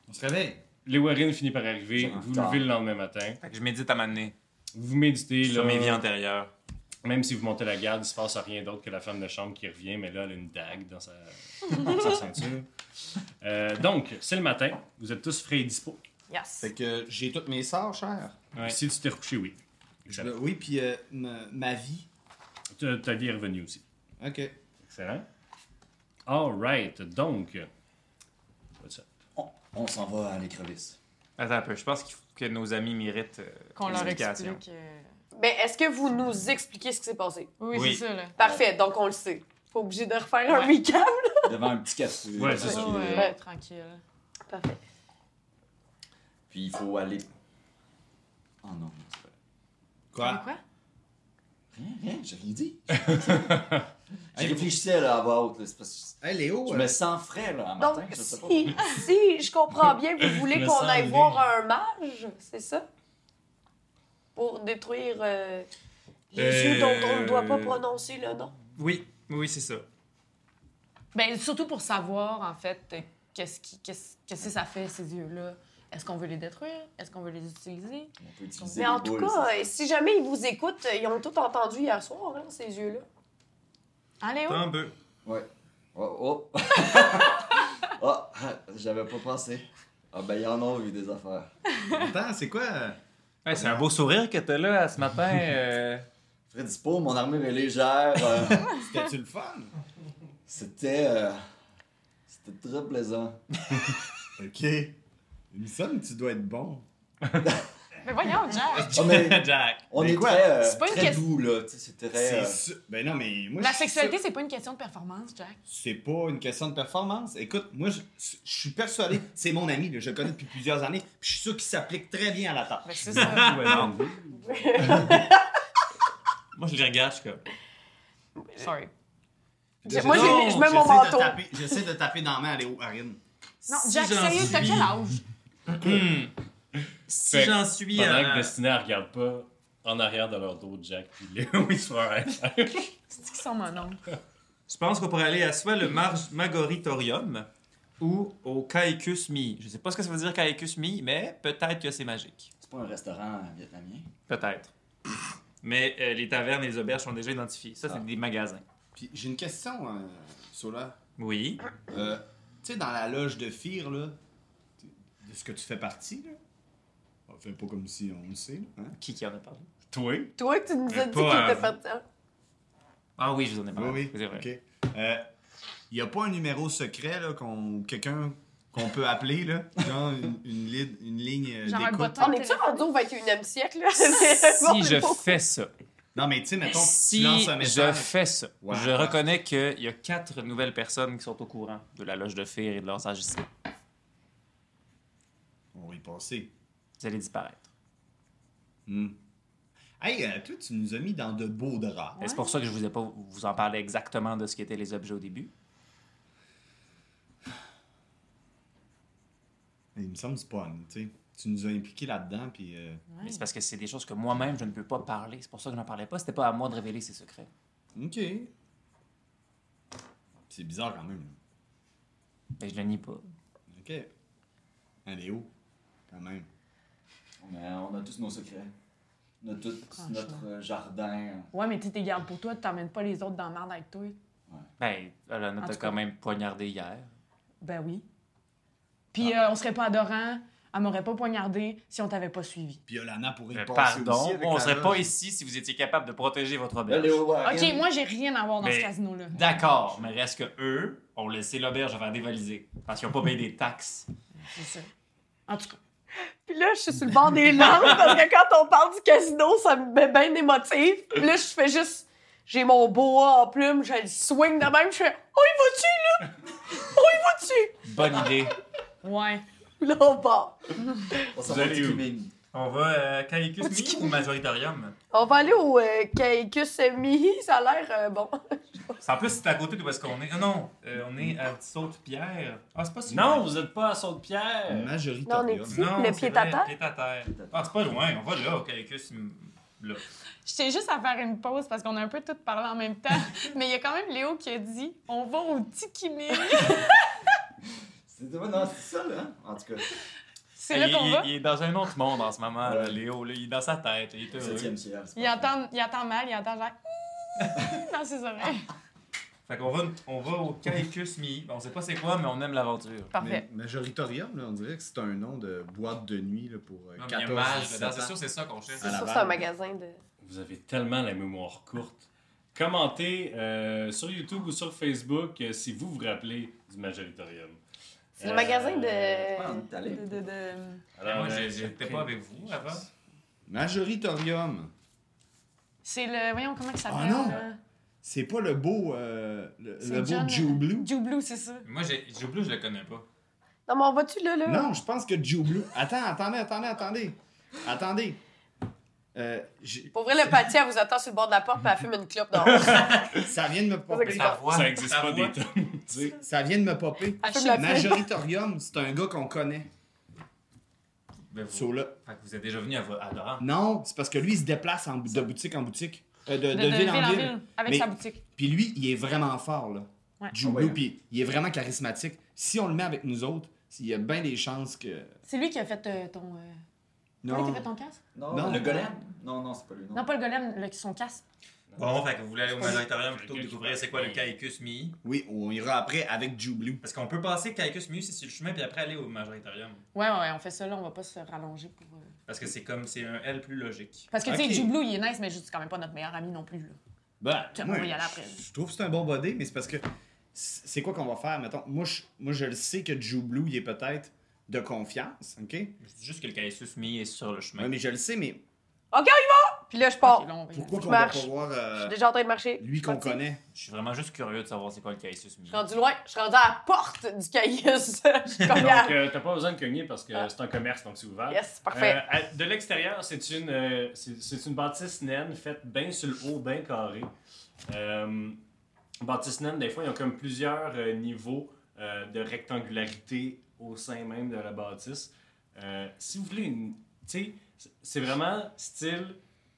[SPEAKER 7] On se réveille.
[SPEAKER 1] les Warren finit par arriver.
[SPEAKER 5] J'ai un
[SPEAKER 1] Vous
[SPEAKER 5] retard.
[SPEAKER 1] levez le lendemain matin.
[SPEAKER 5] Fait que je médite à m'amener
[SPEAKER 1] Vous méditez.
[SPEAKER 5] sur
[SPEAKER 1] Là,
[SPEAKER 5] mes vies antérieures.
[SPEAKER 1] même si vous montez la garde, il se passe rien d'autre que la femme de chambre qui revient, mais là, elle a une dague dans sa, dans sa ceinture. Euh, donc, c'est le matin. Vous êtes tous frais et dispo.
[SPEAKER 2] Yes.
[SPEAKER 7] Fait que j'ai toutes mes sorts, cher.
[SPEAKER 1] Puis Si tu t'es recouché, oui.
[SPEAKER 7] Je
[SPEAKER 1] Excellent.
[SPEAKER 7] veux- Oui, puis euh, ma ma vie.
[SPEAKER 1] Ta ta vie est revenue aussi.
[SPEAKER 7] Ok.
[SPEAKER 1] Excellent. All right. Donc, what's up?
[SPEAKER 6] On, on s'en va à l'écrevisse.
[SPEAKER 5] Attends un peu, je pense qu'il faut que nos amis méritent euh,
[SPEAKER 2] Qu'on
[SPEAKER 5] une
[SPEAKER 2] leur
[SPEAKER 5] explication.
[SPEAKER 2] explique. euh,
[SPEAKER 3] Ben, est-ce que vous nous expliquez ce qui s'est passé?
[SPEAKER 2] Oui,
[SPEAKER 5] Oui.
[SPEAKER 2] c'est ça, là.
[SPEAKER 3] Parfait, donc on le sait. Faut obligé de refaire un
[SPEAKER 2] Ouais.
[SPEAKER 3] recap.
[SPEAKER 6] devant un petit café.
[SPEAKER 1] Ouais, c'est
[SPEAKER 2] Ouais,
[SPEAKER 1] ça.
[SPEAKER 2] ouais,
[SPEAKER 3] Ouais.
[SPEAKER 2] euh, tranquille.
[SPEAKER 3] Parfait.
[SPEAKER 6] Puis il faut aller. Oh non, c'est pas-
[SPEAKER 2] Mais Quoi?
[SPEAKER 6] Rien, rien, Hein, j'ai rien
[SPEAKER 7] [LAUGHS]
[SPEAKER 6] dit. Je réfléchissais là, à voix haute. là, c'est parce
[SPEAKER 7] Hey Léo,
[SPEAKER 6] que je
[SPEAKER 7] euh,
[SPEAKER 6] me sens frais là, un
[SPEAKER 3] Donc,
[SPEAKER 6] matin. Je sais pas.
[SPEAKER 3] si, si je comprends
[SPEAKER 1] [LAUGHS]
[SPEAKER 3] bien, vous
[SPEAKER 1] Je
[SPEAKER 3] voulez
[SPEAKER 1] me
[SPEAKER 3] qu'on
[SPEAKER 1] sens
[SPEAKER 3] aille
[SPEAKER 1] lié.
[SPEAKER 3] voir un mage, c'est ça? Pour détruire euh, les
[SPEAKER 5] Euh,
[SPEAKER 3] yeux dont on ne doit pas prononcer le nom.
[SPEAKER 5] Oui, oui, c'est ça.
[SPEAKER 2] Ben, surtout pour savoir, en fait, euh, qu'est-ce qui, qu'est-ce, qu'est-ce que ça fait, ces yeux-là. Est-ce qu'on veut les détruire? Est-ce qu'on veut les utiliser?
[SPEAKER 6] On peut utiliser
[SPEAKER 3] Mais en
[SPEAKER 6] les
[SPEAKER 3] tout
[SPEAKER 6] boules,
[SPEAKER 3] cas,
[SPEAKER 6] c'est
[SPEAKER 3] euh, si jamais ils vous écoutent, euh, ils ont tout entendu hier soir, hein, ces yeux-là.
[SPEAKER 2] Allez,
[SPEAKER 5] Attends un peu.
[SPEAKER 6] ça. Ouais. Oh, [LAUGHS] oh. oh, j'avais pas pensé. Ah ben, il y en a eu des affaires.
[SPEAKER 7] attends, c'est quoi? euh,
[SPEAKER 5] Ouais, c'est un beau sourire que t'as là ce [LAUGHS] matin. euh.
[SPEAKER 6] Fred Dispo, mon armure est légère.
[SPEAKER 3] [LAUGHS]
[SPEAKER 6] euh,
[SPEAKER 7] C'était-tu le fun?
[SPEAKER 6] C'était. euh, C'était très
[SPEAKER 7] [LAUGHS]
[SPEAKER 6] plaisant.
[SPEAKER 7] Ok. Il me semble que tu dois être bon.
[SPEAKER 2] Mais voyons, Jack!
[SPEAKER 6] Ah, mais
[SPEAKER 5] Jack.
[SPEAKER 6] on
[SPEAKER 7] Mais
[SPEAKER 6] est
[SPEAKER 7] quoi?
[SPEAKER 6] très, euh,
[SPEAKER 2] C'est pas une
[SPEAKER 6] très
[SPEAKER 2] question-
[SPEAKER 6] doux, là. tu sais, C'est très.
[SPEAKER 7] C'est
[SPEAKER 6] euh,
[SPEAKER 7] su- Ben non, mais moi.
[SPEAKER 2] La
[SPEAKER 7] je suis
[SPEAKER 2] sexualité, c'est pas une question de performance, Jack.
[SPEAKER 7] c'est pas une question de performance. Écoute, moi, je, je suis persuadé, c'est mon ami, là, je le connais depuis plusieurs années, puis je suis sûr qu'il s'applique très bien à la table.
[SPEAKER 2] Ben, c'est ça.
[SPEAKER 5] [LAUGHS] Ouais, non. Moi, je les regarde, je suis comme.
[SPEAKER 2] Sorry.
[SPEAKER 3] Moi, j'ai-
[SPEAKER 7] Non,
[SPEAKER 3] je mets
[SPEAKER 7] j'essaie
[SPEAKER 3] mon
[SPEAKER 7] de
[SPEAKER 3] manteau.
[SPEAKER 7] taper- J'essaie de taper dans la main à Léo Arine.
[SPEAKER 2] Non,
[SPEAKER 5] Si
[SPEAKER 2] Jack,
[SPEAKER 5] j'en
[SPEAKER 2] sérieux, t'as
[SPEAKER 5] suis-
[SPEAKER 2] quel âge?
[SPEAKER 5] Si
[SPEAKER 1] Fait
[SPEAKER 5] j'en suis.
[SPEAKER 1] Pendant que
[SPEAKER 5] à-
[SPEAKER 1] Destina ne regarde pas en arrière de leur dos, Jack, puis Léo, [LAUGHS] ils se font arrêter.
[SPEAKER 2] C'est qui sont mon oncle?
[SPEAKER 5] Je pense qu'on pourrait aller à soit le Mar- Magoritorium ou au Caicus Mi. Je sais pas ce que ça veut dire Caicus Mi, mais peut-être que c'est magique.
[SPEAKER 6] C'est pas un restaurant vietnamien.
[SPEAKER 5] Peut-être. Mais euh, les tavernes et les auberges sont déjà identifiées. Ça, c'est
[SPEAKER 6] Ah.
[SPEAKER 5] des magasins.
[SPEAKER 7] Puis j'ai une question, euh, Sola.
[SPEAKER 5] Oui.
[SPEAKER 7] Euh, tu sais, dans la loge de Fire, là, de ce que tu fais partie, là. On fait pas comme si on le sait, là. hein?
[SPEAKER 5] Qui qui en a parlé?
[SPEAKER 1] Toi?
[SPEAKER 3] Toi, tu nous as dit
[SPEAKER 5] pas,
[SPEAKER 3] qu'il était
[SPEAKER 1] hein.
[SPEAKER 5] euh,
[SPEAKER 3] parti.
[SPEAKER 5] Ah oui, je vous en ai parlé.
[SPEAKER 7] Oui, oui.
[SPEAKER 5] C'est vrai. [LAUGHS]
[SPEAKER 7] OK. Euh, y a pas un numéro secret, là, qu'on, ou quelqu'un qu'on peut appeler, là? Genre une, une, li- une ligne euh,
[SPEAKER 2] Genre un
[SPEAKER 7] d'écoute.
[SPEAKER 2] botton.
[SPEAKER 3] On est-tu rendu au 21e siècle? là?
[SPEAKER 5] [LAUGHS] Si je
[SPEAKER 3] [LAUGHS] Bon,
[SPEAKER 5] fais ça,
[SPEAKER 7] Non, mais tu sais, mettons, tu
[SPEAKER 5] si
[SPEAKER 7] lances un
[SPEAKER 5] je
[SPEAKER 7] message.
[SPEAKER 5] fais ça,
[SPEAKER 7] Ouais.
[SPEAKER 5] je reconnais qu'il y a quatre nouvelles personnes qui sont au courant de la loge de Fire et de leurs agissements.
[SPEAKER 7] On va y passer.
[SPEAKER 5] Vous allez disparaître.
[SPEAKER 7] Hmm. Hey, euh, toi, tu nous as mis dans de beaux draps.
[SPEAKER 5] Et C'est pour ça que je vous ai pas vous en parlé exactement de ce qu'étaient les objets au début.
[SPEAKER 7] Il me semble que c'est pas à nous, tu sais. Tu nous as impliqués là-dedans, puis... euh,
[SPEAKER 5] Mais c'est parce que c'est des choses que moi-même, je ne peux pas parler. C'est pour ça que je n'en parlais pas. C'était pas à moi de révéler ses secrets.
[SPEAKER 7] OK. C'est bizarre quand même. là.
[SPEAKER 5] Mais Ben, je ne nie pas.
[SPEAKER 7] OK. Hein, Léo, quand même.
[SPEAKER 6] Mais on a tous nos secrets. On a tous
[SPEAKER 3] Ah,
[SPEAKER 2] Franchement.
[SPEAKER 6] notre euh, jardin.
[SPEAKER 2] Ouais, mais tu t'es garde pour toi, t'emmènes pas les autres dans la merde avec toi.
[SPEAKER 5] Ben,
[SPEAKER 2] En
[SPEAKER 5] Alana t'a
[SPEAKER 2] tout cas.
[SPEAKER 5] quand même poignardé hier.
[SPEAKER 2] Ben oui. Puis
[SPEAKER 5] Ah.
[SPEAKER 2] euh, on serait pas adorant, elle m'aurait pas poignardé si on t'avait pas suivi.
[SPEAKER 7] Puis Olana pourrait y
[SPEAKER 5] Euh,
[SPEAKER 7] passer aussi
[SPEAKER 5] pardon,
[SPEAKER 7] avec
[SPEAKER 5] on
[SPEAKER 7] la
[SPEAKER 5] serait
[SPEAKER 7] loge.
[SPEAKER 5] pas ici si vous étiez capable de protéger votre auberge.
[SPEAKER 2] Ok, moi j'ai rien à voir dans
[SPEAKER 5] Mais-
[SPEAKER 2] ce casino-là.
[SPEAKER 5] D'accord, mais reste que eux ont laissé l'auberge à faire dévaliser parce qu'ils n'ont pas payé des taxes.
[SPEAKER 2] C'est ça. En tout cas.
[SPEAKER 3] Puis là, je suis sur le bord des larmes parce que quand on parle du casino, ça me met bien émotive. Puis là, je fais juste. J'ai mon boa en plume, je le swing de même, je fais Oh, il va-tu, là
[SPEAKER 5] Bonne idée.
[SPEAKER 2] Ouais.
[SPEAKER 3] Oh, il va-tu Là, on part.
[SPEAKER 6] On s'en
[SPEAKER 1] Vous
[SPEAKER 6] va
[SPEAKER 1] allez où?
[SPEAKER 6] streaming.
[SPEAKER 5] [LAUGHS] On va à Caïcus
[SPEAKER 3] Mi
[SPEAKER 5] ou Majoritorium?
[SPEAKER 3] On va aller au euh, Caicus Mihi, ça a l'air euh, bon.
[SPEAKER 5] En plus, c'est à côté d'où est-ce qu'on est. Ah non, euh, on est à Saute-Pierre. Ah, c'est pas si
[SPEAKER 1] Non,
[SPEAKER 5] loin.
[SPEAKER 1] vous n'êtes pas à Sainte-Pierre.
[SPEAKER 3] Non, on est
[SPEAKER 7] Majoritairement.
[SPEAKER 3] petit.
[SPEAKER 5] Non,
[SPEAKER 3] Le
[SPEAKER 5] c'est
[SPEAKER 3] pied à
[SPEAKER 5] vrai,
[SPEAKER 3] terre?
[SPEAKER 5] pied à terre. Ah, c'est pas loin, on va là, au Caïcus. Là.
[SPEAKER 2] Je tiens juste à faire une pause parce qu'on a un peu tout parlé en même temps. Mais il y a quand même Léo qui a dit on va au Tikimini.
[SPEAKER 6] C'est ouais, non, c'est ça, là. hein? En tout cas,
[SPEAKER 2] C'est
[SPEAKER 5] Il-
[SPEAKER 2] là qu'on
[SPEAKER 5] il,
[SPEAKER 2] va.
[SPEAKER 5] il est dans un autre monde en ce moment, là,
[SPEAKER 6] Ouais.
[SPEAKER 5] Léo. là. il est dans sa tête. Il est heureux.
[SPEAKER 6] 7e ciel. c'est
[SPEAKER 2] Il
[SPEAKER 6] pas
[SPEAKER 2] entend, il entend mal, il entend genre [LAUGHS] Hii dans ses oreilles.
[SPEAKER 5] Fait qu'on va, on va au Caicus Mi. On sait pas c'est quoi, mais on aime l'aventure.
[SPEAKER 2] Parfait.
[SPEAKER 7] Majoritorium, là, on dirait que c'est un nom de boîte de nuit là, pour euh,
[SPEAKER 5] Non, mais il y a
[SPEAKER 7] 14
[SPEAKER 5] mage
[SPEAKER 7] 17
[SPEAKER 5] dedans.
[SPEAKER 7] ans.
[SPEAKER 5] C'est sûr, c'est ça qu'on cherche.
[SPEAKER 3] C'est
[SPEAKER 7] À
[SPEAKER 3] sûr,
[SPEAKER 7] Laval.
[SPEAKER 3] c'est un magasin de.
[SPEAKER 1] Vous avez tellement la mémoire courte. Commentez euh, sur YouTube ou sur Facebook euh, si vous vous rappelez du Majoritorium.
[SPEAKER 3] C'est le
[SPEAKER 1] Euh,
[SPEAKER 3] magasin
[SPEAKER 6] Ah, on est allé.
[SPEAKER 3] de. de- de- de-
[SPEAKER 1] Alors,
[SPEAKER 5] Moi,
[SPEAKER 1] euh,
[SPEAKER 5] j'étais
[SPEAKER 1] j'ai-
[SPEAKER 5] pas avec vous avant.
[SPEAKER 7] Majoritorium.
[SPEAKER 2] C'est le. Voyons comment il
[SPEAKER 7] Oh
[SPEAKER 2] s'appelle.
[SPEAKER 7] non!
[SPEAKER 2] là?
[SPEAKER 7] C'est pas le beau, euh, le,
[SPEAKER 2] C'est
[SPEAKER 7] le beau
[SPEAKER 2] John-
[SPEAKER 7] Jublou.
[SPEAKER 2] Joe Blue, c'est ça.
[SPEAKER 5] Moi, j'ai- Joe Blue, je le connais pas.
[SPEAKER 3] Non, mais on va-tu là, là?
[SPEAKER 7] Non, je pense que Jublou. Attends, attendez, attendez, attendez. Attendez. Euh, j'ai-
[SPEAKER 3] Pour vrai, le pâtier, elle vous attend sur le bord de la porte, puis elle fume une clope dehors. Elle
[SPEAKER 7] ça vient de me popper.
[SPEAKER 3] Sa
[SPEAKER 5] voix.
[SPEAKER 1] Ça n'existe
[SPEAKER 5] Ta
[SPEAKER 1] pas
[SPEAKER 5] voix.
[SPEAKER 1] des
[SPEAKER 3] [LAUGHS]
[SPEAKER 1] tomes. tu sais.
[SPEAKER 7] Ça vient de me popper.
[SPEAKER 3] fume la clope.
[SPEAKER 7] Majoritorium, c'est un gars qu'on connaît.
[SPEAKER 5] Ben, vous,
[SPEAKER 7] So, là.
[SPEAKER 5] fait que vous êtes déjà venu à, vo- à Doran.
[SPEAKER 7] Non, c'est parce que lui, il se déplace en- de boutique en boutique. Euh, de,
[SPEAKER 2] De,
[SPEAKER 7] de
[SPEAKER 2] de
[SPEAKER 7] ville, en ville.
[SPEAKER 2] Avec
[SPEAKER 7] Mais-
[SPEAKER 2] sa boutique.
[SPEAKER 7] Puis lui, il est vraiment fort, là.
[SPEAKER 2] Ouais.
[SPEAKER 7] Jublou,
[SPEAKER 4] Ah ouais, hein.
[SPEAKER 7] puis il est vraiment charismatique. Si on le met avec nous autres, il y a bien des chances que.
[SPEAKER 2] C'est lui qui a fait euh, ton. euh, comment il a fait ton casque
[SPEAKER 6] Non,
[SPEAKER 7] Non.
[SPEAKER 6] le golem? Non, non, c'est pas lui. Non.
[SPEAKER 2] Non, pas le golem, le, son casque.
[SPEAKER 5] Bon, fait que vous voulez aller au majoritorium plutôt que
[SPEAKER 1] Quelqu'un
[SPEAKER 5] découvrir
[SPEAKER 1] qui
[SPEAKER 5] c'est quoi le
[SPEAKER 1] va-
[SPEAKER 5] Caicus Mi.
[SPEAKER 7] Oui, on ira après avec Jublou.
[SPEAKER 5] Parce qu'on peut passer Caicus Mi, c'est sur le chemin, puis après aller au majoritorium.
[SPEAKER 2] Ouais, ouais, ouais, on fait ça là, on va pas se rallonger pour. euh,
[SPEAKER 5] Parce que c'est comme, c'est un L plus logique.
[SPEAKER 2] Parce que, tu
[SPEAKER 7] Ok.
[SPEAKER 2] sais, Joe Blue, il est nice, mais juste, c'est quand même pas notre meilleur ami non plus. Là.
[SPEAKER 7] Ben,
[SPEAKER 2] Tu vas
[SPEAKER 7] moi,
[SPEAKER 2] pas y aller après.
[SPEAKER 7] Je je trouve que c'est un bon body, mais c'est parce que c'est c'est quoi qu'on va faire, mettons. Moi, je, moi, je le sais que Jublou, il est peut-être de confiance, OK?
[SPEAKER 5] Je dis juste que le Caicus Mi est sur le chemin.
[SPEAKER 7] Ouais, mais je le sais, mais
[SPEAKER 3] OK, on y va! Puis là, je pars.
[SPEAKER 2] Ok, là, on va y
[SPEAKER 7] pourquoi
[SPEAKER 3] Je
[SPEAKER 7] qu'on va
[SPEAKER 3] marche.
[SPEAKER 7] pas voir
[SPEAKER 3] Je
[SPEAKER 7] euh,
[SPEAKER 3] suis déjà en train de marcher.
[SPEAKER 7] lui qu'on
[SPEAKER 3] Parti.
[SPEAKER 7] connaît?
[SPEAKER 5] Je suis vraiment juste curieux de savoir c'est quoi le Caicus Mi.
[SPEAKER 3] Je suis rendu loin. Je suis rendu à la porte du Caïus. [LAUGHS] Je suis comme
[SPEAKER 1] Donc,
[SPEAKER 3] là.
[SPEAKER 1] euh, t'as pas besoin de cogner parce que
[SPEAKER 3] Ah.
[SPEAKER 1] c'est un commerce, donc c'est ouvert.
[SPEAKER 3] Yes, parfait.
[SPEAKER 1] Euh, à- de l'extérieur, c'est une, euh, c'est c'est une bâtisse naine faite bien sur le haut, bien carré. Euh, bâtisse naine, des fois, ils ont comme plusieurs euh, niveaux euh, de rectangularité au sein même de la bâtisse. Euh, si vous voulez une. Tu sais, c'est- c'est vraiment style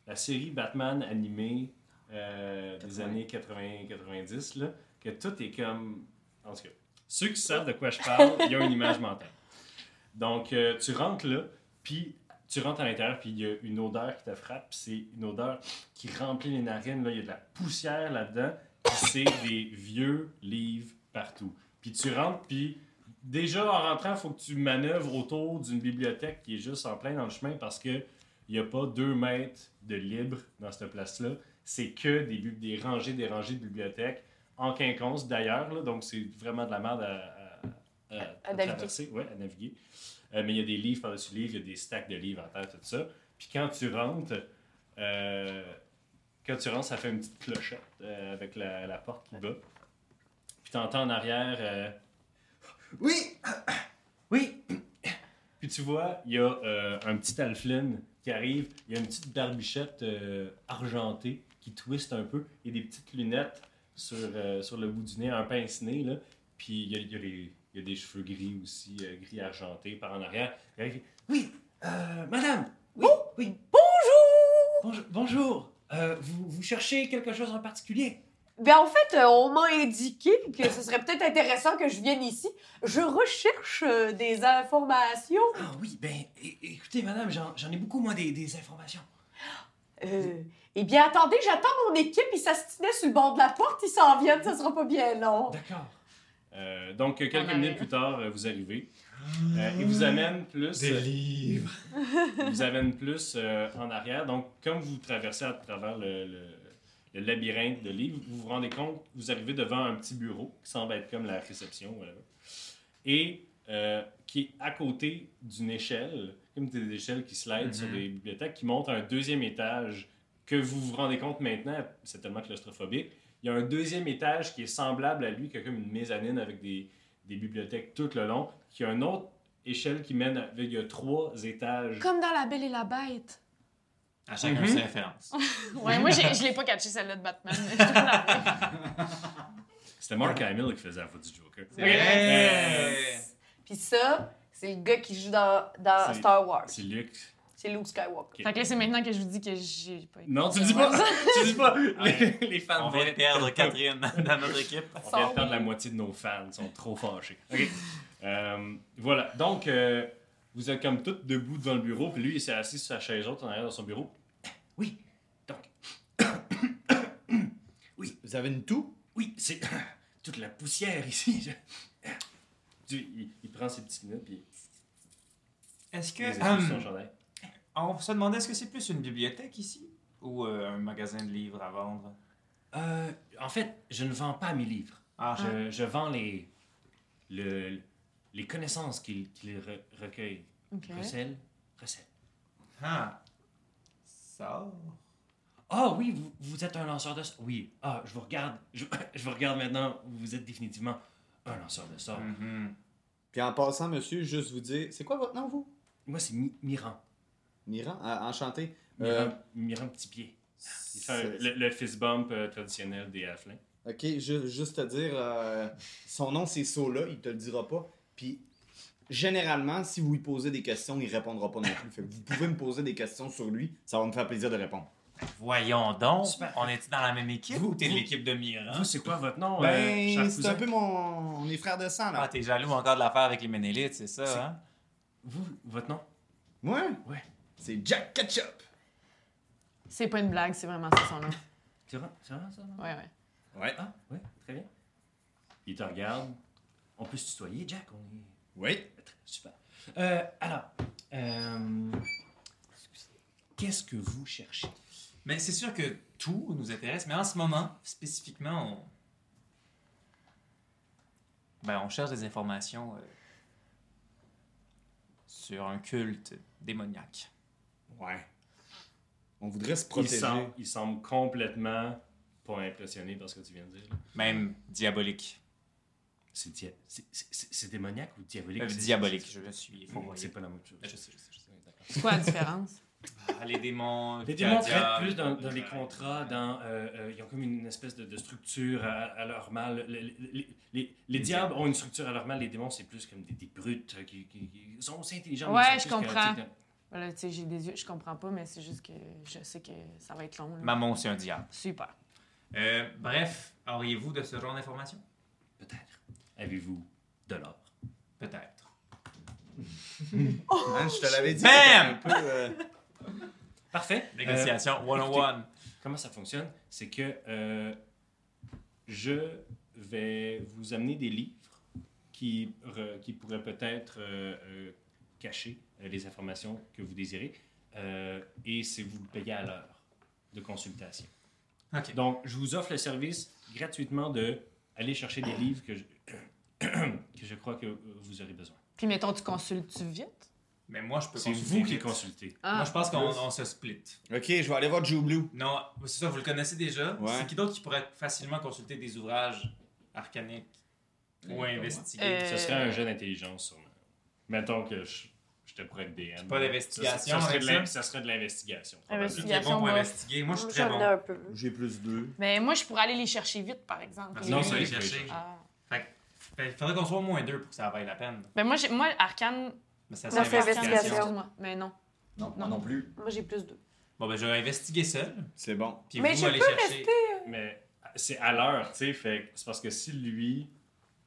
[SPEAKER 1] la série Batman animée euh, des années 80-90, là, que tout est comme. En tout cas, ceux qui savent de quoi je parle, ils ont une image mentale. Donc, euh, tu rentres là, puis tu rentres à l'intérieur, puis il y a une odeur qui te frappe, puis c'est une odeur qui remplit les narines. Là, il y a de la poussière là-dedans, puis c'est des vieux livres partout. Puis tu rentres, puis déjà en rentrant, il faut que tu manœuvres autour d'une bibliothèque qui est juste en plein dans le chemin parce que il n'y a pas deux mètres de libre dans cette place-là. C'est que des, bu- des rangées, des rangées de bibliothèques en quinconce d'ailleurs, là, donc c'est vraiment de la merde à, à- à- à
[SPEAKER 3] naviguer.
[SPEAKER 1] traverser, ouais, à naviguer. Euh, mais il y a des livres par-dessus livres, il y a des stacks de livres en terre, tout ça. Puis quand tu rentres, euh, quand tu rentres, ça fait une petite clochette euh, avec la, la porte qui bat. Puis t'entends en arrière. euh,
[SPEAKER 6] Oui! Oui!
[SPEAKER 1] puis tu vois, il y a euh, un petit Alflin qui arrive. Il y a une petite barbichette euh, argentée qui twiste un peu. Il y a des petites lunettes sur, euh, sur le bout du nez, un pince-nez. là. Puis il y a, il y a les- il y a des cheveux gris aussi, euh, gris argenté par en arrière. Il arrive, oui, euh, madame! Oui, oui. Bonjour! Bonjour! Euh, vous, vous cherchez quelque chose en particulier?
[SPEAKER 3] Ben, en fait, euh, on m'a indiqué que ce serait peut-être intéressant que je vienne ici. Je recherche euh, des informations.
[SPEAKER 1] Ah oui, ben é- écoutez, madame, j'en j'en ai beaucoup, moi, des, des informations.
[SPEAKER 3] Euh, eh bien, attendez, j'attends mon équipe. Ils s'astinaient sur le bord de la porte. Ils s'en viennent. Ça sera pas bien long.
[SPEAKER 1] D'accord. Euh, donc, quelques
[SPEAKER 2] On
[SPEAKER 1] minutes
[SPEAKER 2] arrive.
[SPEAKER 1] plus tard, euh, vous arrivez.
[SPEAKER 7] Ah,
[SPEAKER 1] Euh, il vous amène plus. euh,
[SPEAKER 5] livres.
[SPEAKER 1] il vous amène plus euh, en arrière. Donc, comme vous traversez à travers le, le- le labyrinthe de livres, vous vous rendez compte, vous arrivez devant un petit bureau qui semble être comme la réception, whatever, et euh, qui est à côté d'une échelle, comme des échelles qui slident sur
[SPEAKER 5] Mhm.
[SPEAKER 1] des bibliothèques, qui monte à un deuxième étage que vous vous rendez compte maintenant, c'est tellement claustrophobique. Il y a un deuxième étage qui est semblable à lui, qui a comme une mezzanine avec des, des bibliothèques tout le long, qui a une autre échelle qui mène à, il y a trois étages
[SPEAKER 2] Comme dans La Belle et la Bête.
[SPEAKER 5] À chacun
[SPEAKER 1] Mhm.
[SPEAKER 5] ses références.
[SPEAKER 2] Ouais, moi, j'ai- je l'ai pas catché celle-là de
[SPEAKER 5] [LAUGHS]
[SPEAKER 2] Batman. mais je te la fais.
[SPEAKER 1] C'était Mark Hamill qui faisait la voix du Joker. Euh,
[SPEAKER 5] C'est vrai.
[SPEAKER 3] Puis ça, c'est le gars qui joue dans, dans
[SPEAKER 1] C'est-
[SPEAKER 3] Star Wars.
[SPEAKER 1] C'est Luke.
[SPEAKER 3] C'est Luke Skywalker.
[SPEAKER 2] fait que là, c'est maintenant que je vous dis que j'ai pas
[SPEAKER 1] Non, tu le dis pas. [LAUGHS] tu le dis pas. Les, les fans
[SPEAKER 5] On va
[SPEAKER 1] vont-
[SPEAKER 5] perdre Catherine dans notre équipe.
[SPEAKER 1] On vient de perdre la moitié de nos fans. Ils sont trop fâchés. OK. Euh, voilà. Donc, euh, vous êtes comme toutes debout devant le bureau. Puis lui, il s'est assis sur sa chaise haute en arrière de son bureau. Eh, Oui. Donc,
[SPEAKER 7] Vous avez une toux?
[SPEAKER 1] oui, c'est [LAUGHS] toute la poussière ici. Je- Eh, Tu- Il, il prend ses petites lunettes. Puis
[SPEAKER 5] Est-ce que. hum,
[SPEAKER 1] il les essuie sur son chandail.
[SPEAKER 5] on se demandait est-ce que c'est plus une bibliothèque ici ou euh, un magasin de livres à vendre
[SPEAKER 1] Euh, en fait, je ne vends pas mes livres.
[SPEAKER 5] Ah, je-
[SPEAKER 1] Je, je vends les, le- les connaissances qu'ils qu'ils re- recueillent.
[SPEAKER 2] Ok.
[SPEAKER 1] Recèle, recèle.
[SPEAKER 5] Ah. Ça.
[SPEAKER 1] Ah oui, vous, vous êtes un lanceur de sorts. Oui. Ah, je vous regarde. Je, [LAUGHS] je vous regarde maintenant. Vous êtes définitivement un lanceur de
[SPEAKER 7] Mm.
[SPEAKER 1] sorts.
[SPEAKER 5] Mm-hmm.
[SPEAKER 7] Puis en passant, monsieur, juste vous dire, c'est quoi votre nom, vous
[SPEAKER 1] Moi, c'est Mi- Miran.
[SPEAKER 7] Miran, Ah, enchanté.
[SPEAKER 1] Miran,
[SPEAKER 7] Euh,
[SPEAKER 1] Miran petit pied.
[SPEAKER 8] Il fait un- le, le fist bump euh, traditionnel des halflings.
[SPEAKER 7] Ok, ju- juste te dire, euh, son nom c'est Sola, il te le dira pas. Puis généralement, si vous lui posez des questions, il répondra pas non plus. Fait que vous pouvez me poser des questions sur lui, ça va me faire plaisir de répondre.
[SPEAKER 5] Voyons donc,
[SPEAKER 1] Super.
[SPEAKER 5] on est dans la même équipe
[SPEAKER 1] Vous-
[SPEAKER 5] ou t'es de
[SPEAKER 1] vous-
[SPEAKER 5] l'équipe de Miran?
[SPEAKER 1] Vous, c'est quoi votre nom? euh,
[SPEAKER 7] Ah. Ben,
[SPEAKER 1] cher
[SPEAKER 7] c'est
[SPEAKER 1] cousin?
[SPEAKER 7] un peu mon. On est frères de sang
[SPEAKER 5] Ah,
[SPEAKER 7] là.
[SPEAKER 5] t'es jaloux encore de l'affaire avec les Ménélites, c'est
[SPEAKER 1] C'est-
[SPEAKER 5] ça, hein?
[SPEAKER 1] Vous, votre nom?
[SPEAKER 7] Ouais.
[SPEAKER 1] Ouais.
[SPEAKER 7] C'est Jack Ketchup.
[SPEAKER 2] C'est pas une blague, c'est vraiment ça son nom.
[SPEAKER 1] C'est vrai, c'est vrai ça? non?
[SPEAKER 2] Ouais, ouais.
[SPEAKER 7] Ouais.
[SPEAKER 1] Ah, oui, très bien. Il te regarde. On peut se tutoyer, Jack? On est...
[SPEAKER 7] Oui.
[SPEAKER 1] Super. Euh, alors, euh, qu'est-ce que vous cherchez?
[SPEAKER 5] Mais c'est sûr que tout nous intéresse, mais en ce moment, spécifiquement, on. Ben, on cherche des informations euh, sur un culte démoniaque.
[SPEAKER 7] Ouais. On voudrait se
[SPEAKER 8] Il
[SPEAKER 7] protéger.
[SPEAKER 8] semble, il semble complètement pas impressionné par ce que tu viens de dire. là.
[SPEAKER 5] Même diabolique.
[SPEAKER 1] C'est, dia- c'est, c'est- c'est- c'est démoniaque ou diabolique?
[SPEAKER 5] Euh,
[SPEAKER 1] C'est-
[SPEAKER 5] diabolique, je le suis.
[SPEAKER 1] c'est- C'est,
[SPEAKER 5] fourvoyé.
[SPEAKER 1] pas la même chose.
[SPEAKER 5] Je sais, je sais, je sais.
[SPEAKER 2] C'est quoi la différence?
[SPEAKER 5] Ah, les
[SPEAKER 1] [LAUGHS]
[SPEAKER 5] démons.
[SPEAKER 1] Les
[SPEAKER 5] le
[SPEAKER 1] démons traitent
[SPEAKER 5] diable,
[SPEAKER 1] plus dans, dans
[SPEAKER 5] le
[SPEAKER 1] les
[SPEAKER 5] diable.
[SPEAKER 1] contrats, dans, euh, euh, ils ont comme une espèce de, de structure à, à leur mal. Les, les- les- les- les diables ont une structure à leur mal, les démons, c'est plus comme des, des brutes euh, qui, qui- qui sont aussi intelligents. mais
[SPEAKER 2] Ouais,
[SPEAKER 1] ils sont
[SPEAKER 2] je
[SPEAKER 1] plus
[SPEAKER 2] comprends.
[SPEAKER 1] chaotiques hein. dans-
[SPEAKER 2] Voilà, tu sais, j'ai des yeux, je comprends pas, mais c'est juste que je sais que ça va être long. là.
[SPEAKER 5] Mammon, c'est un diable.
[SPEAKER 2] Super.
[SPEAKER 5] Euh, bref, auriez-vous de ce genre d'informations
[SPEAKER 1] Peut-être. Avez-vous de l'or?
[SPEAKER 5] Peut-être.
[SPEAKER 7] Hein, je te l'avais dit.
[SPEAKER 5] Bam!
[SPEAKER 7] c'était un peu, euh,
[SPEAKER 1] Parfait. Euh,
[SPEAKER 5] Négociation 101.
[SPEAKER 1] Comment ça fonctionne? C'est que euh, je vais vous amener des livres qui, re- qui pourraient peut-être euh, euh, cacher euh, les informations que vous désirez. Euh, et c'est vous le payez à l'heure de consultation.
[SPEAKER 5] Ok.
[SPEAKER 1] Donc, je vous offre le service gratuitement de aller chercher des livres que je, [COUGHS] que je crois que vous aurez besoin.
[SPEAKER 2] Puis mettons, tu consultes-tu vite?
[SPEAKER 5] Mais moi, je peux
[SPEAKER 1] C'est
[SPEAKER 5] consulter
[SPEAKER 1] vous qui
[SPEAKER 5] vite.
[SPEAKER 1] consultez.
[SPEAKER 5] Moi,
[SPEAKER 2] Ah,
[SPEAKER 5] je pense qu'on on se split.
[SPEAKER 7] Ok, je vais aller voir Jublou.
[SPEAKER 5] Non, c'est ça, vous le connaissez déjà.
[SPEAKER 7] Ouais.
[SPEAKER 5] C'est qui d'autre qui pourrait facilement consulter des ouvrages arcaniques ou investiguer?
[SPEAKER 2] Euh,
[SPEAKER 1] Ce serait un jeu d'intelligence, sûrement. Mettons que je, je te prête des...
[SPEAKER 5] Pas d'investigation
[SPEAKER 1] Ça, ça serait
[SPEAKER 5] avec
[SPEAKER 1] de
[SPEAKER 5] ça?
[SPEAKER 1] l'in- ça serait de l'investigation. probablement.
[SPEAKER 5] Qui est bon pour
[SPEAKER 2] moi.
[SPEAKER 5] investiguer. Moi, je suis très
[SPEAKER 3] J'en ai
[SPEAKER 5] bon.
[SPEAKER 3] un peu.
[SPEAKER 7] J'ai plus deux.
[SPEAKER 2] mais Ben, moi, je pourrais aller les chercher vite, par exemple.
[SPEAKER 5] Parce que
[SPEAKER 2] Les
[SPEAKER 1] Non,
[SPEAKER 5] lui,
[SPEAKER 1] ça,
[SPEAKER 5] il
[SPEAKER 1] il
[SPEAKER 5] est
[SPEAKER 1] fait
[SPEAKER 5] cherché.
[SPEAKER 2] Ah.
[SPEAKER 5] Fait que- fait- faudrait qu'on soit au moins deux pour que ça vaille la peine.
[SPEAKER 2] Ben moi, j'ai- moi Arcane.
[SPEAKER 5] Mais ça,
[SPEAKER 3] Non, c'est investigation.
[SPEAKER 2] Excuse-moi, mais non.
[SPEAKER 6] Non, moi non plus.
[SPEAKER 3] Moi, j'ai plus deux.
[SPEAKER 5] Bon, ben, je vais investiguer seul.
[SPEAKER 7] C'est bon.
[SPEAKER 5] Puis
[SPEAKER 3] Mais
[SPEAKER 5] vous
[SPEAKER 3] je
[SPEAKER 5] allez
[SPEAKER 3] peux
[SPEAKER 5] chercher.
[SPEAKER 8] Mais c'est à l'heure, tu sais. fait que C'est parce que si lui,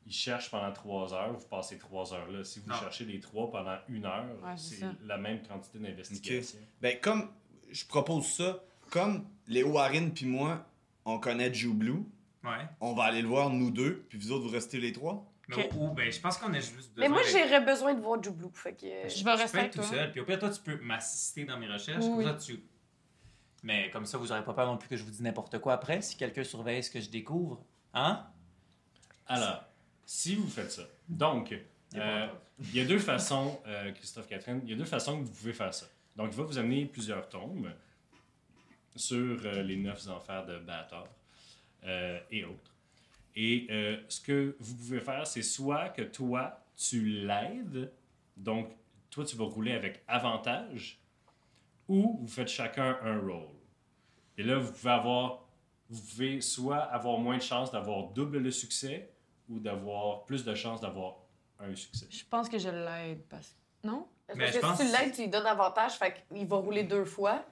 [SPEAKER 8] il cherche pendant trois heures, vous passez trois heures là. Si vous
[SPEAKER 5] Non.
[SPEAKER 8] cherchez les trois pendant une heure,
[SPEAKER 2] Ouais, c'est
[SPEAKER 8] c'est
[SPEAKER 2] ça.
[SPEAKER 8] la même quantité d'investigation.
[SPEAKER 7] Ben, comme je propose ça, comme Léo Harin puis moi, on connaît Jublou,
[SPEAKER 5] Ouais.
[SPEAKER 7] on va aller le voir nous deux, puis vous autres, vous restez les trois.
[SPEAKER 5] Mais
[SPEAKER 3] Ok.
[SPEAKER 5] ou, ben, je pense qu'on a juste besoin
[SPEAKER 3] Mais moi,
[SPEAKER 5] d'être-
[SPEAKER 3] j'aurais besoin de voir Jublou. Fait que. euh,
[SPEAKER 2] Je vais rester
[SPEAKER 5] Je peux être
[SPEAKER 2] avec
[SPEAKER 5] tout
[SPEAKER 2] toi.
[SPEAKER 5] seul. Puis au pire, toi, tu peux m'assister dans mes recherches.
[SPEAKER 2] Oui,
[SPEAKER 5] Comme
[SPEAKER 2] oui.
[SPEAKER 5] ça, tu... Mais comme ça, vous aurez pas peur non plus que je vous dise n'importe quoi après si quelqu'un surveille ce que je découvre. Hein?
[SPEAKER 8] Alors, si vous faites ça, donc, euh, il y a deux façons, euh, Christophe Catherine, il y a deux façons que vous pouvez faire ça. Donc, il va vous amener plusieurs tombes sur euh, les neuf enfers de Bator euh, et autres. Et euh, ce que vous pouvez faire, c'est soit que toi, tu l'aides, donc toi, tu vas rouler avec avantage, ou vous faites chacun un roll. Et là, vous pouvez avoir, vous pouvez soit avoir moins de chances d'avoir double le succès, ou d'avoir plus de chances d'avoir un succès.
[SPEAKER 2] Je pense que je l'aide parce que. Non?
[SPEAKER 3] parce
[SPEAKER 5] mais
[SPEAKER 3] que
[SPEAKER 5] je pense-
[SPEAKER 3] si tu l'aides, tu lui donnes avantage. Fait qu'il va rouler deux fois.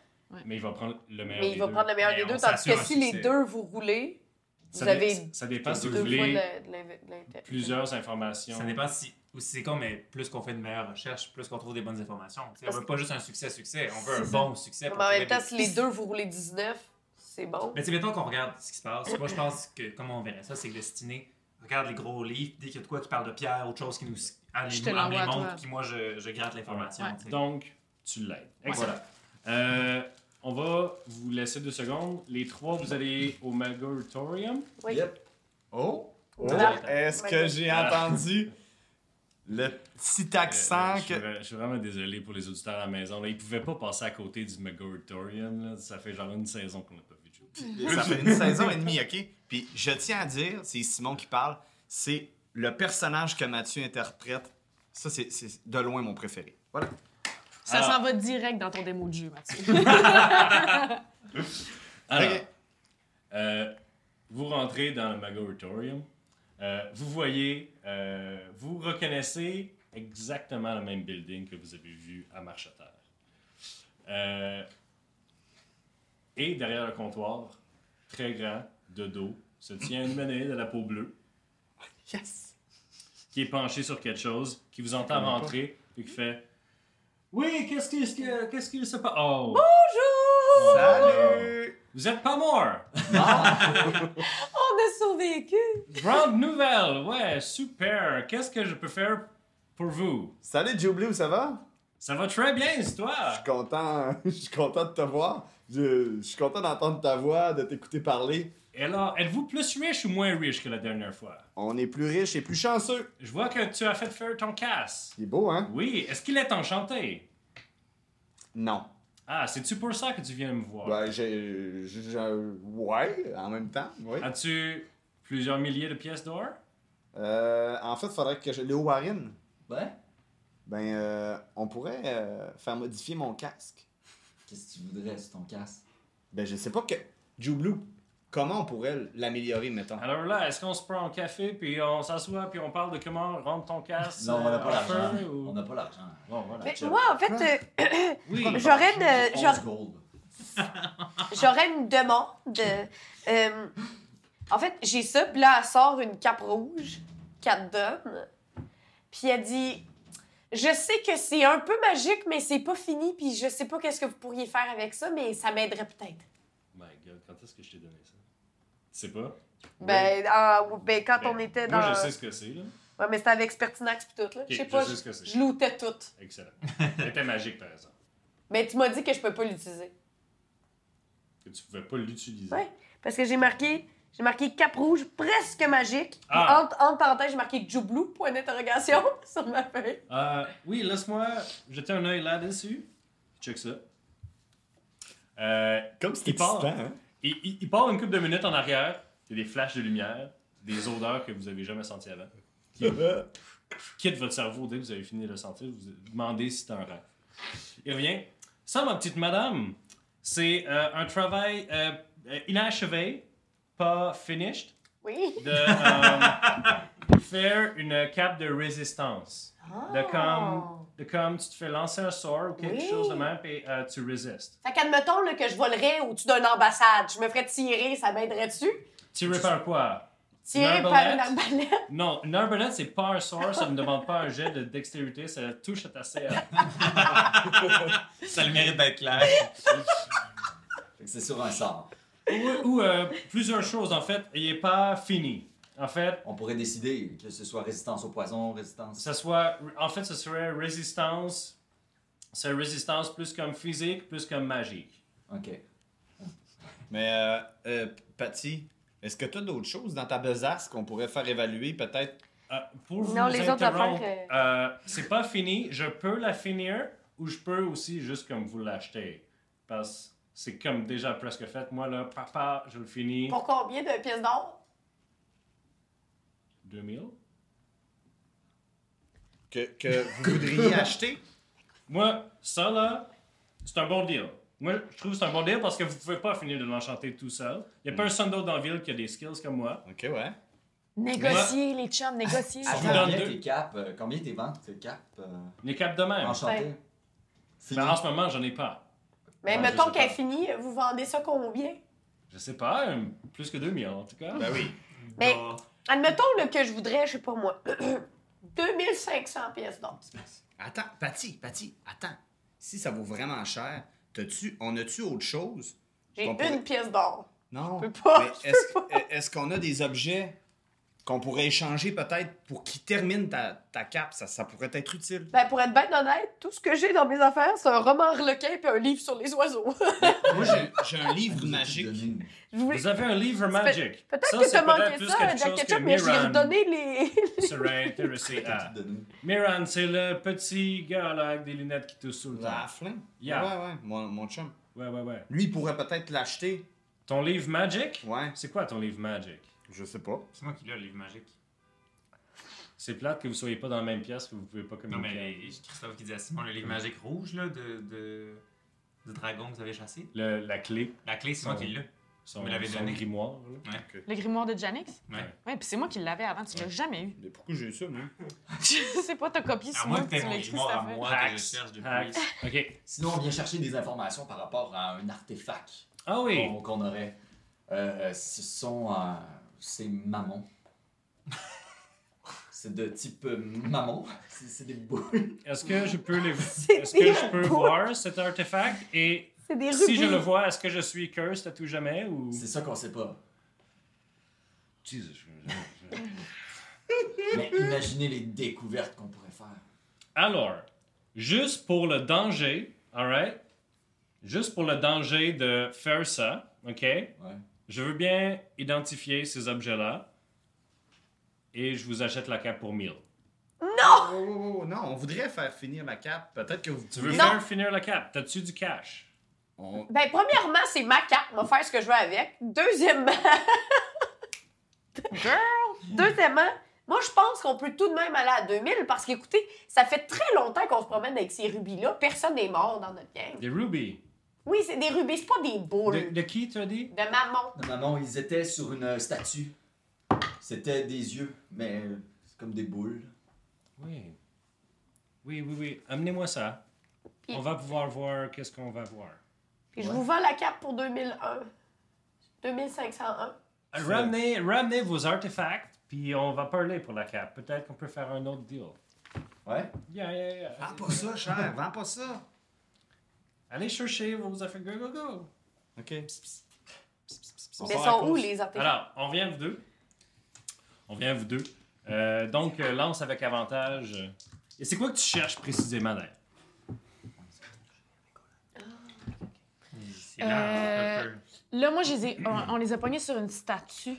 [SPEAKER 8] Mais il va prendre le meilleur.
[SPEAKER 3] Mais il
[SPEAKER 8] des
[SPEAKER 3] va
[SPEAKER 8] deux.
[SPEAKER 3] prendre le meilleur
[SPEAKER 5] Mais
[SPEAKER 3] des
[SPEAKER 5] on
[SPEAKER 3] deux. Tandis
[SPEAKER 5] s'assure
[SPEAKER 3] que
[SPEAKER 5] un
[SPEAKER 3] si les
[SPEAKER 5] succès.
[SPEAKER 3] deux, vous roulez,
[SPEAKER 8] Ça
[SPEAKER 3] vous
[SPEAKER 8] dé-
[SPEAKER 3] avez
[SPEAKER 8] Ça dépend si
[SPEAKER 3] deux
[SPEAKER 8] vous
[SPEAKER 3] fois de
[SPEAKER 8] voulez
[SPEAKER 3] la- de l'in- de l'intérêt.
[SPEAKER 8] plusieurs informations.
[SPEAKER 5] Ça dépend si. Ou si c'est con, mais plus qu'on fait de meilleures recherches, plus qu'on trouve des bonnes informations. Tu sais,
[SPEAKER 3] Parce
[SPEAKER 5] on veut pas juste un succès-succès, on veut un
[SPEAKER 3] C'est
[SPEAKER 5] bon succès.
[SPEAKER 3] Mais
[SPEAKER 5] pour
[SPEAKER 3] en
[SPEAKER 5] trouver
[SPEAKER 3] même temps,
[SPEAKER 5] des-
[SPEAKER 3] si les deux, vous roulez 19, c'est bon.
[SPEAKER 5] Mais tu sais, mettons qu'on regarde ce qui se passe. Moi, je pense que, comment on verrait ça, c'est que Destiné regarde les gros livres, dès qu'il y a de quoi qui parle de Pierre, autre chose qui nous. Allez,
[SPEAKER 2] te l'envoie à toi.
[SPEAKER 5] puis moi, je, je gratte l'information.
[SPEAKER 2] Ouais.
[SPEAKER 5] tu sais.
[SPEAKER 8] Donc, tu l'aides. Excellent.
[SPEAKER 5] Voilà.
[SPEAKER 8] Euh, on va vous laisser deux secondes. Les trois, vous allez au Magoritorium.
[SPEAKER 3] Oui.
[SPEAKER 6] Yep.
[SPEAKER 7] Oh!
[SPEAKER 3] Ouais.
[SPEAKER 7] Est-ce que j'ai
[SPEAKER 8] Ah.
[SPEAKER 7] entendu Le petit accent
[SPEAKER 1] Euh, je, suis
[SPEAKER 7] que.
[SPEAKER 1] vra- je suis vraiment désolé pour les auditeurs à la maison. Là, ils pouvaient pas passer à côté du McGoratorium. là. Ça fait genre une saison qu'on n'a pas vu de jeu.
[SPEAKER 7] Ça fait une saison et demie, OK? Puis je tiens à dire, c'est Simon qui parle, c'est le personnage que Mathieu interprète. Ça, c'est c'est de loin mon préféré. Voilà.
[SPEAKER 2] Ça
[SPEAKER 5] Alors-
[SPEAKER 2] s'en va direct dans ton démo de jeu, Mathieu.
[SPEAKER 1] Alors,
[SPEAKER 7] Ok.
[SPEAKER 1] euh, vous rentrez dans le Magoratorium. Euh, vous voyez, euh, vous reconnaissez exactement le même building que vous avez vu à Marcheterre. Euh, et derrière le comptoir, très grand, de dos, se tient une manée de la peau bleue. Qui est penché sur quelque chose, qui vous entend rentrer et qui fait Oui, qu'est-ce qu'il que, qu'est-ce qu'il se passe Oh
[SPEAKER 3] Bonjour!
[SPEAKER 1] Salut! Vous êtes pas mort!
[SPEAKER 3] On a survécu!
[SPEAKER 1] Grande nouvelle! Ouais, super! Qu'est-ce que je peux faire pour vous?
[SPEAKER 4] Salut, Jublé, où ça va?
[SPEAKER 1] Ça va très bien, c'est
[SPEAKER 4] Je
[SPEAKER 1] toi!
[SPEAKER 4] suis content, [LAUGHS] je suis content de te voir. Je, je suis content d'entendre ta voix, de t'écouter parler.
[SPEAKER 1] Et alors, êtes-vous plus riche ou moins riche que la dernière fois?
[SPEAKER 4] On est plus riches et plus chanceux.
[SPEAKER 1] Je vois que tu as fait faire ton casse.
[SPEAKER 4] Il est beau, hein?
[SPEAKER 1] Oui, est-ce qu'il est enchanté?
[SPEAKER 4] Non.
[SPEAKER 1] Ah, c'est-tu pour ça que tu viens me voir?
[SPEAKER 4] Ben, j'ai. j'ai- j'ai- Ouais, en même temps, oui.
[SPEAKER 1] Ah. As-tu plusieurs milliers de pièces d'or?
[SPEAKER 4] Euh, en fait, faudrait que je. Léo Warren,
[SPEAKER 6] Ben,
[SPEAKER 4] ben, euh, on pourrait euh, faire modifier mon casque.
[SPEAKER 6] qu'est-ce que tu voudrais sur ton casque?
[SPEAKER 4] Ben, je sais pas que. Jublou, comment on pourrait l'améliorer, mettons?
[SPEAKER 1] Alors là, est-ce qu'on se prend un café, puis on s'assoit, puis on parle de comment rendre ton casse?
[SPEAKER 6] Non, on n'a
[SPEAKER 1] euh,
[SPEAKER 6] pas
[SPEAKER 1] à feu,
[SPEAKER 6] l'argent.
[SPEAKER 1] ou-
[SPEAKER 6] On n'a pas l'argent.
[SPEAKER 1] Bon, voilà.
[SPEAKER 3] Mais
[SPEAKER 6] check.
[SPEAKER 3] moi, en fait, euh,
[SPEAKER 1] Oui,
[SPEAKER 3] [COUGHS] j'aurais de-
[SPEAKER 6] 11
[SPEAKER 3] j'aurais-
[SPEAKER 6] gold.
[SPEAKER 3] j'aurais une demande. euh, en fait, j'ai ça, puis là, elle sort une cape rouge qu'elle te donne. Puis elle dit Je sais que c'est un peu magique, mais c'est pas fini, puis je sais pas qu'est-ce que vous pourriez faire avec ça, mais ça m'aiderait peut-être.
[SPEAKER 1] My God, quand est-ce que je t'ai donné ça? Tu sais pas?
[SPEAKER 3] Ben, ah, ou- ben, quand
[SPEAKER 1] Ben,
[SPEAKER 3] on était dans.
[SPEAKER 1] Moi, je sais ce que c'est, là.
[SPEAKER 3] Ouais, mais c'était avec Pertinax puis tout, là. je sais pas,
[SPEAKER 1] je sais
[SPEAKER 3] je,
[SPEAKER 1] ce que c'est.
[SPEAKER 3] je lootais tout.
[SPEAKER 1] [LAUGHS] Excellent. Elle était magique, par exemple.
[SPEAKER 3] Mais tu m'as dit que je peux pas l'utiliser.
[SPEAKER 1] Que tu pouvais pas l'utiliser.
[SPEAKER 3] Ouais. Parce que j'ai marqué, j'ai marqué cap rouge presque magique. Puis
[SPEAKER 1] Ah.
[SPEAKER 3] Entre, entre parenthèses, j'ai marqué Jublou, point d'interrogation, [LAUGHS] sur ma feuille.
[SPEAKER 1] Euh, oui, laisse-moi jeter un œil là-dessus. Check ça. Euh,
[SPEAKER 4] Comme c'était
[SPEAKER 1] Il part.
[SPEAKER 4] excitant, hein?
[SPEAKER 1] il, il- il part une couple de minutes en arrière. Il y a des flashs de lumière, des odeurs que vous avez jamais senties avant. Qui
[SPEAKER 4] [LAUGHS]
[SPEAKER 1] quittent votre cerveau dès que vous avez fini de le sentir. Vous vous demandez si c'est un rêve. Il revient. Ça, ma petite madame, c'est euh, un travail euh, euh, inachevé, pas finished.
[SPEAKER 3] Oui.
[SPEAKER 1] de euh, faire une cape de résistance. De comme, de comme tu te fais lancer un sort ou quelque
[SPEAKER 3] Oh. Oui.
[SPEAKER 1] chose de même et euh, tu résistes.
[SPEAKER 3] Fait qu'admettons là, que je volerais au-dessus d'une ambassade. Je me ferais tirer, ça m'aiderait-tu?
[SPEAKER 1] Tirer par quoi?
[SPEAKER 3] Tirer
[SPEAKER 1] Une
[SPEAKER 3] par une
[SPEAKER 1] arbalète?
[SPEAKER 3] arbalète.
[SPEAKER 1] Non, une arbalète, c'est pas un sort, ça ne demande pas un jet de dextérité, ça touche à ta CA.
[SPEAKER 5] Ça le mérite d'être
[SPEAKER 2] [LAUGHS]
[SPEAKER 5] clair.
[SPEAKER 6] Fait que c'est sur un sort.
[SPEAKER 1] ou ou, euh, plusieurs choses, en fait, il n'est pas fini. En fait,
[SPEAKER 6] On pourrait décider que ce soit résistance au poison, résistance.
[SPEAKER 1] ça soit, en fait, ce serait résistance, c'est résistance plus comme physique, plus comme magique.
[SPEAKER 6] Ok.
[SPEAKER 7] Mais, euh, euh, Patty, est-ce que tu as d'autres choses dans ta besace qu'on pourrait faire évaluer, peut-être?
[SPEAKER 1] Euh, pour vous
[SPEAKER 3] Non, les autres
[SPEAKER 1] interrompre,
[SPEAKER 3] affaires
[SPEAKER 1] euh, c'est pas fini. Je peux la finir ou je peux aussi juste comme vous l'acheter. Parce que c'est comme déjà presque fait. Moi, là, papa, je le finis.
[SPEAKER 3] Pour combien de pièces d'or?
[SPEAKER 1] 2000.
[SPEAKER 7] Que, que vous voudriez acheter?
[SPEAKER 1] Moi, ça, là, c'est un bon deal. Moi, je trouve que c'est un bon deal parce que vous pouvez pas finir de l'enchanter tout seul. Il n'y a pas un seul d'autre dans la ville qui a des skills comme moi.
[SPEAKER 7] OK, ouais.
[SPEAKER 2] négocier, les chums, négocier.
[SPEAKER 1] Ah, vous
[SPEAKER 6] Attends,
[SPEAKER 1] donne
[SPEAKER 6] combien
[SPEAKER 1] deux.
[SPEAKER 6] tes capes, euh, combien tes ventes, tes capes euh,
[SPEAKER 1] Les capes de même.
[SPEAKER 6] enchantées?
[SPEAKER 1] Mais en ce moment, j'en ai pas.
[SPEAKER 3] Mais
[SPEAKER 1] Ouais, ah, je
[SPEAKER 3] mettons
[SPEAKER 1] sais
[SPEAKER 3] qu'elle
[SPEAKER 1] pas.
[SPEAKER 3] finit, vous vendez ça combien?
[SPEAKER 1] Je sais pas, euh, plus que 2000 en tout cas.
[SPEAKER 7] Ben oui.
[SPEAKER 3] Mais admettons là, que je voudrais, je sais pas moi, [CLEARS THROAT] 2500 pièces d'or.
[SPEAKER 7] Attends, Patty, Patty, attends. Si ça vaut vraiment cher, t'as-tu, on a-tu autre chose?
[SPEAKER 3] J'ai
[SPEAKER 7] On pourrait-
[SPEAKER 3] une pièce d'or.
[SPEAKER 7] Non.
[SPEAKER 3] Je peux pas,
[SPEAKER 7] Mais
[SPEAKER 3] je
[SPEAKER 7] est-ce, est-ce qu'on a des objets qu'on pourrait échanger peut-être pour qu'il termine ta, ta cape. Ça, ça pourrait être utile.
[SPEAKER 3] Ben, pour être bien honnête, tout ce que j'ai dans mes affaires, c'est un roman reloquin et un livre sur les oiseaux. [LAUGHS]
[SPEAKER 7] Moi, j'ai- j'ai un livre magique.
[SPEAKER 3] Je voulais-
[SPEAKER 1] Vous avez un livre magic.
[SPEAKER 3] Peut-être
[SPEAKER 1] Ça,
[SPEAKER 3] que
[SPEAKER 1] c'est
[SPEAKER 3] t'as
[SPEAKER 1] peut-être
[SPEAKER 3] manqué
[SPEAKER 1] plus
[SPEAKER 3] ça,
[SPEAKER 1] quelque
[SPEAKER 3] à Jack
[SPEAKER 1] chose que
[SPEAKER 3] Ketchup, mais j'ai
[SPEAKER 1] Miran
[SPEAKER 3] redonné les. [LAUGHS]
[SPEAKER 1] serait intéressé à. Miran, c'est le petit gars là avec des lunettes qui tousse sous le
[SPEAKER 7] La
[SPEAKER 1] temps.
[SPEAKER 7] Flynn?
[SPEAKER 1] Yeah.
[SPEAKER 7] Ouais, ouais, mon, mon chum.
[SPEAKER 1] Ouais, ouais, ouais.
[SPEAKER 7] Lui, il pourrait peut-être l'acheter.
[SPEAKER 1] Ton livre magic?
[SPEAKER 7] Ouais.
[SPEAKER 1] C'est quoi ton livre magic?
[SPEAKER 7] Je sais pas.
[SPEAKER 5] C'est moi qui l'ai, le livre magique.
[SPEAKER 1] C'est plate que vous soyez pas dans la même pièce, que vous pouvez pas
[SPEAKER 5] Non, mais
[SPEAKER 1] communiquer.
[SPEAKER 5] les- Christophe qui disait à Simon, le livre magique rouge là, de, de, du dragon que vous avez chassé.
[SPEAKER 1] Le- la clé,
[SPEAKER 5] La clé, c'est moi
[SPEAKER 1] Non.
[SPEAKER 5] qui l'ai.
[SPEAKER 1] son,
[SPEAKER 5] Vous l'avez
[SPEAKER 1] son
[SPEAKER 5] donné.
[SPEAKER 1] grimoire. là.
[SPEAKER 2] Le grimoire de Janix?
[SPEAKER 5] Ouais.
[SPEAKER 2] Ouais, puis c'est moi qui l'avais avant, tu l'as jamais eu.
[SPEAKER 7] Mais pourquoi j'ai eu ça, moi?
[SPEAKER 2] [LAUGHS] Je sais pas, t'as copié
[SPEAKER 5] À
[SPEAKER 2] sur moi,
[SPEAKER 5] moins que
[SPEAKER 2] puis
[SPEAKER 5] t'aies
[SPEAKER 2] tu
[SPEAKER 5] mon
[SPEAKER 2] l'as écrit,
[SPEAKER 5] grimoire à
[SPEAKER 2] Christophe.
[SPEAKER 5] moi que je
[SPEAKER 1] Hacks.
[SPEAKER 5] cherche depuis.
[SPEAKER 1] Hacks. Ok.
[SPEAKER 6] Sinon, on vient chercher des informations par rapport à un artefact
[SPEAKER 1] Ah oui.
[SPEAKER 5] Oh.
[SPEAKER 6] qu'on qu'on aurait. Euh, ce sont euh, ces mammons. C'est de type euh, mammon. C'est c'est des boules.
[SPEAKER 1] Est-ce que je peux les
[SPEAKER 3] [LAUGHS] C'est
[SPEAKER 1] Est-ce que
[SPEAKER 3] des
[SPEAKER 1] je peux
[SPEAKER 3] boules.
[SPEAKER 1] voir cet artefact et
[SPEAKER 3] C'est des rubis.
[SPEAKER 1] si je le vois, est-ce que je suis cursed à tout jamais ou
[SPEAKER 6] C'est ça qu'on sait pas.
[SPEAKER 1] Jesus.
[SPEAKER 6] Mais imaginez les découvertes qu'on pourrait faire.
[SPEAKER 1] Alors, juste pour le danger, alright? Juste pour le danger de faire ça, ok? Je veux bien identifier ces objets-là et je vous achète la cape pour 1000.
[SPEAKER 3] Ah!
[SPEAKER 7] Oh, oh, oh, oh, non, on voudrait faire finir la cape. Peut-être que vous
[SPEAKER 1] Tu veux
[SPEAKER 7] pourriez-
[SPEAKER 1] faire finir la cape? T'as-tu du cash?
[SPEAKER 7] On-
[SPEAKER 3] Ben, premièrement, c'est ma carte, je vais faire ce que je veux avec. Deuxièmement. Girl! Deuxièmement, moi, je pense qu'on peut tout de même aller à 2000 parce qu'écoutez, ça fait très longtemps qu'on se promène avec ces rubis-là. Personne n'est mort dans notre gang.
[SPEAKER 1] Des rubies.
[SPEAKER 3] Oui, c'est des rubis, c'est pas des boules.
[SPEAKER 1] De, de qui t'as dit?
[SPEAKER 3] De maman.
[SPEAKER 6] Non, maman, ils étaient sur une euh, statue. C'était des yeux, mais euh, c'est comme des boules.
[SPEAKER 1] Oui. Oui, oui, oui. Amenez-moi ça.
[SPEAKER 3] Puis-
[SPEAKER 1] On va pouvoir voir qu'est-ce qu'on va voir.
[SPEAKER 3] Puis je vous vends la carte pour 2001. 2501.
[SPEAKER 1] Ramenez, ramenez vos artefacts, puis on va parler pour la cape. Peut-être qu'on peut faire un autre deal.
[SPEAKER 6] Ouais?
[SPEAKER 1] Yeah, yeah, yeah.
[SPEAKER 7] Vends pas ça, cher. Vends pas ça.
[SPEAKER 1] Allez chercher vos affaires. Go, go, go.
[SPEAKER 7] OK.
[SPEAKER 3] Mais sont où les artefacts?
[SPEAKER 1] Alors, on vient vous deux. On vient vous deux. Euh, donc, euh, lance avec avantage. Et c'est quoi que tu cherches précisément, d'ailleurs?
[SPEAKER 5] C'est là,
[SPEAKER 2] Euh,
[SPEAKER 5] un peu.
[SPEAKER 2] Là, moi, je les ai- on, on les a pognés sur une statue.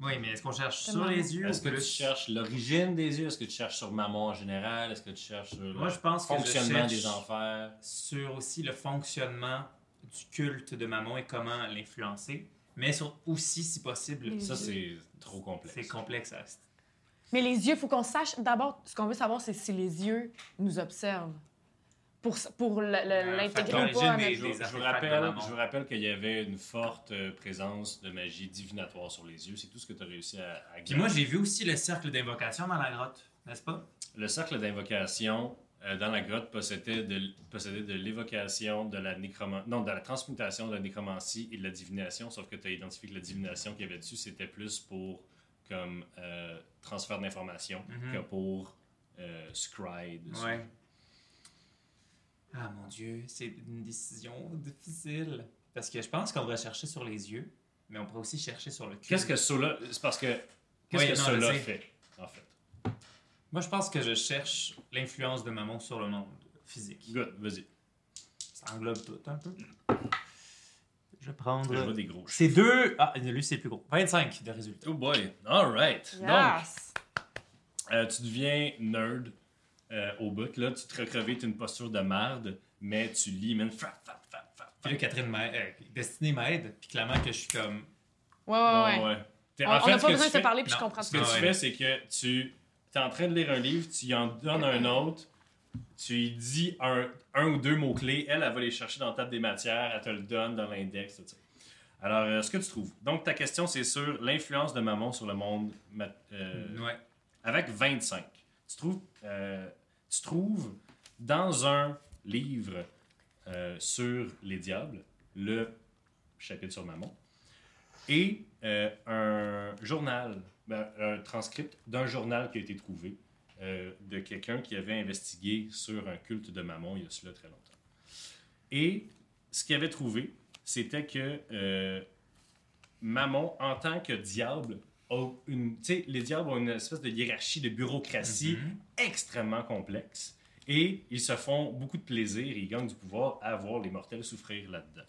[SPEAKER 5] Oui, mais est-ce qu'on cherche
[SPEAKER 2] C'est
[SPEAKER 5] sur
[SPEAKER 2] marrant.
[SPEAKER 5] les yeux
[SPEAKER 1] Est-ce
[SPEAKER 5] ou
[SPEAKER 1] que tu
[SPEAKER 5] plus?
[SPEAKER 1] cherches l'origine des yeux? Est-ce que tu cherches sur maman en général? Est-ce que tu cherches sur le
[SPEAKER 5] Moi, je pense que je
[SPEAKER 1] fonctionnement
[SPEAKER 5] cherche
[SPEAKER 1] des enfers?
[SPEAKER 5] sur aussi le fonctionnement du culte de Mammon et comment l'influencer, mais sur aussi, si possible,
[SPEAKER 1] Ça, c'est trop complexe.
[SPEAKER 5] c'est complexe. à-
[SPEAKER 2] Mais les yeux, faut qu'on sache. D'abord, ce qu'on veut savoir, c'est si les yeux nous observent. Pour, s- pour le- le-
[SPEAKER 5] Euh,
[SPEAKER 2] l'intégrer
[SPEAKER 5] fait
[SPEAKER 2] ou
[SPEAKER 5] que
[SPEAKER 2] pas. à
[SPEAKER 5] l'origine
[SPEAKER 2] notre-
[SPEAKER 1] Je,
[SPEAKER 5] des
[SPEAKER 1] je vous
[SPEAKER 5] artefacts de
[SPEAKER 1] rappelle,
[SPEAKER 5] maman.
[SPEAKER 1] je vous rappelle qu'il y avait une forte euh, présence de magie divinatoire sur les yeux. C'est tout ce que tu as réussi à, à
[SPEAKER 5] Puis moi,
[SPEAKER 1] gagner.
[SPEAKER 5] j'ai vu aussi le cercle d'invocation dans la grotte, n'est-ce pas?
[SPEAKER 1] Le cercle d'invocation euh, dans la grotte possédait de, l- possédait de l'évocation, de la nécroman... non, de la transmutation, de la nécromancie et de la divination, sauf que tu as identifié que la divination qu'il y avait dessus, c'était plus pour comme euh, transfert d'information
[SPEAKER 5] Mhm.
[SPEAKER 1] que pour euh, scribe.
[SPEAKER 5] Ouais. Ah mon Dieu, c'est une décision difficile. Parce que je pense qu'on va chercher sur les yeux, mais on pourrait aussi chercher sur le cul.
[SPEAKER 1] Qu'est-ce que cela... C'est parce que... Qu'est-ce
[SPEAKER 5] Oui,
[SPEAKER 1] que
[SPEAKER 5] non, je
[SPEAKER 1] cela
[SPEAKER 5] sais.
[SPEAKER 1] fait, en fait?
[SPEAKER 5] Moi, je pense que je cherche l'influence de Mammon sur le monde physique.
[SPEAKER 1] Good, vas-y.
[SPEAKER 5] Ça englobe tout un peu. Je vais prendre.
[SPEAKER 1] Je vois des gros
[SPEAKER 5] C'est deux. Ah, lui, c'est plus gros. 25 de résultat.
[SPEAKER 1] Oh boy. All right. Donc,
[SPEAKER 2] Yes!
[SPEAKER 1] euh, tu deviens nerd euh, au bout. Là, tu te recrevites une posture de merde, mais tu lis, man. Frap, frap, frap, frap,
[SPEAKER 5] Puis
[SPEAKER 1] frap.
[SPEAKER 5] là, Catherine m'aide. euh, Destinée m'aide. Puis clairement que je suis comme.
[SPEAKER 2] Ouais, ouais, ouais.
[SPEAKER 1] Bon, ouais. T'es-
[SPEAKER 2] On
[SPEAKER 1] en
[SPEAKER 2] on
[SPEAKER 1] fait,
[SPEAKER 2] n'a
[SPEAKER 1] ce
[SPEAKER 2] pas
[SPEAKER 1] que
[SPEAKER 2] besoin
[SPEAKER 1] tu
[SPEAKER 2] de se
[SPEAKER 1] fais-
[SPEAKER 2] parler, puis je
[SPEAKER 5] Non,
[SPEAKER 2] comprends
[SPEAKER 1] Ce que
[SPEAKER 5] Ah
[SPEAKER 1] tu
[SPEAKER 5] ouais.
[SPEAKER 1] fais, c'est que tu es en train de lire un livre, tu y en donnes un autre, tu y dis un, un ou deux mots-clés, elle, elle va les chercher dans la table des matières, elle te le donne dans l'index, tout ça. Alors, euh, ce que tu trouves. Donc, ta question, c'est sur l'influence de Mammon sur le monde mat- euh,
[SPEAKER 5] Ouais.
[SPEAKER 1] avec 25. Tu trouves, euh, tu trouves dans un livre euh, sur les diables, le chapitre sur Mammon, et euh, un journal, ben, un transcript d'un journal qui a été trouvé euh, de quelqu'un qui avait investigué sur un culte de Mammon il y a cela très longtemps. Et ce qu'il avait trouvé, c'était que euh, Mammon, en tant que diable, ont une. Tu sais, les diables ont une espèce de hiérarchie, de bureaucratie extrêmement complexe. Et ils se font beaucoup de plaisir, et ils gagnent du pouvoir à voir les mortels souffrir là-dedans.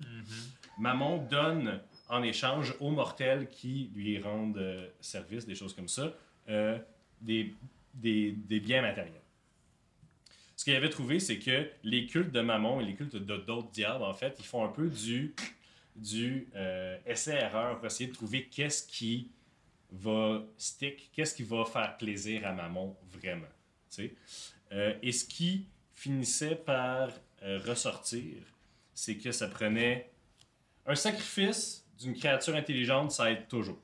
[SPEAKER 1] Mammon donne en échange aux mortels qui lui rendent euh, service, des choses comme ça, euh, des, des, des biens matériels. Ce qu'il avait trouvé, c'est que les cultes de Mammon et les cultes de d'autres diables, en fait, ils font un peu du, du euh, essai-erreur pour essayer de trouver qu'est-ce qui va stick, qu'est-ce qui va faire plaisir à Mammon vraiment. tu sais. Euh, et ce qui finissait par euh, ressortir, c'est que ça prenait un sacrifice d'une créature intelligente, ça aide toujours.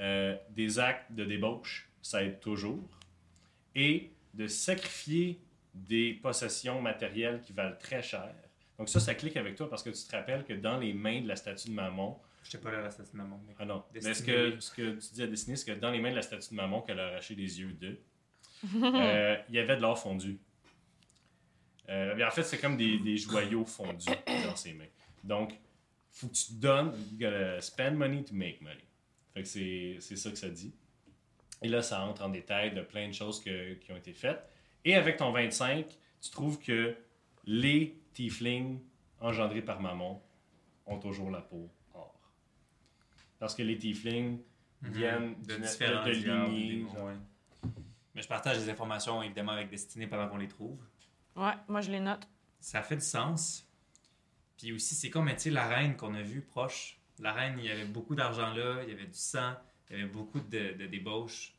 [SPEAKER 1] Euh, des actes de débauche, ça aide toujours. Et de sacrifier des possessions matérielles qui valent très cher. Donc ça, ça clique avec toi parce que tu te rappelles que dans les mains de la statue de Mammon,
[SPEAKER 5] J'étais pas là à la station de maman. mais-
[SPEAKER 1] ah non, mais
[SPEAKER 5] Destiné.
[SPEAKER 1] ce que, ce que tu dis à Destiny, c'est que dans les mains de la statue de Mammon qu'elle a arraché les yeux d'eux, euh, il y avait de l'or fondu. Euh, mais en fait, c'est comme des, des joyaux fondus dans ses mains. Donc, faut que tu te donnes, you gotta spend money to make money. Fait que c'est c'est ça que ça dit. Et là, ça entre en détail de plein de choses que- qui ont été faites. Et avec ton 25, tu trouves que les tieflings engendrés par Mammon ont toujours la peau or. Parce que les tieflings viennent
[SPEAKER 5] Mhm. de
[SPEAKER 1] d'une
[SPEAKER 5] différents
[SPEAKER 1] espèce de
[SPEAKER 5] diables,
[SPEAKER 1] lignée,
[SPEAKER 5] des-
[SPEAKER 1] genre.
[SPEAKER 5] ouais. Mais je partage les informations évidemment avec Destinée pendant qu'on les trouve.
[SPEAKER 2] Ouais, moi je les note.
[SPEAKER 5] Ça fait du sens. Puis aussi, c'est comme, tu sais, la reine qu'on a vue proche. La reine, il y avait beaucoup d'argent là, il y avait du sang, il y avait beaucoup de, de débauches.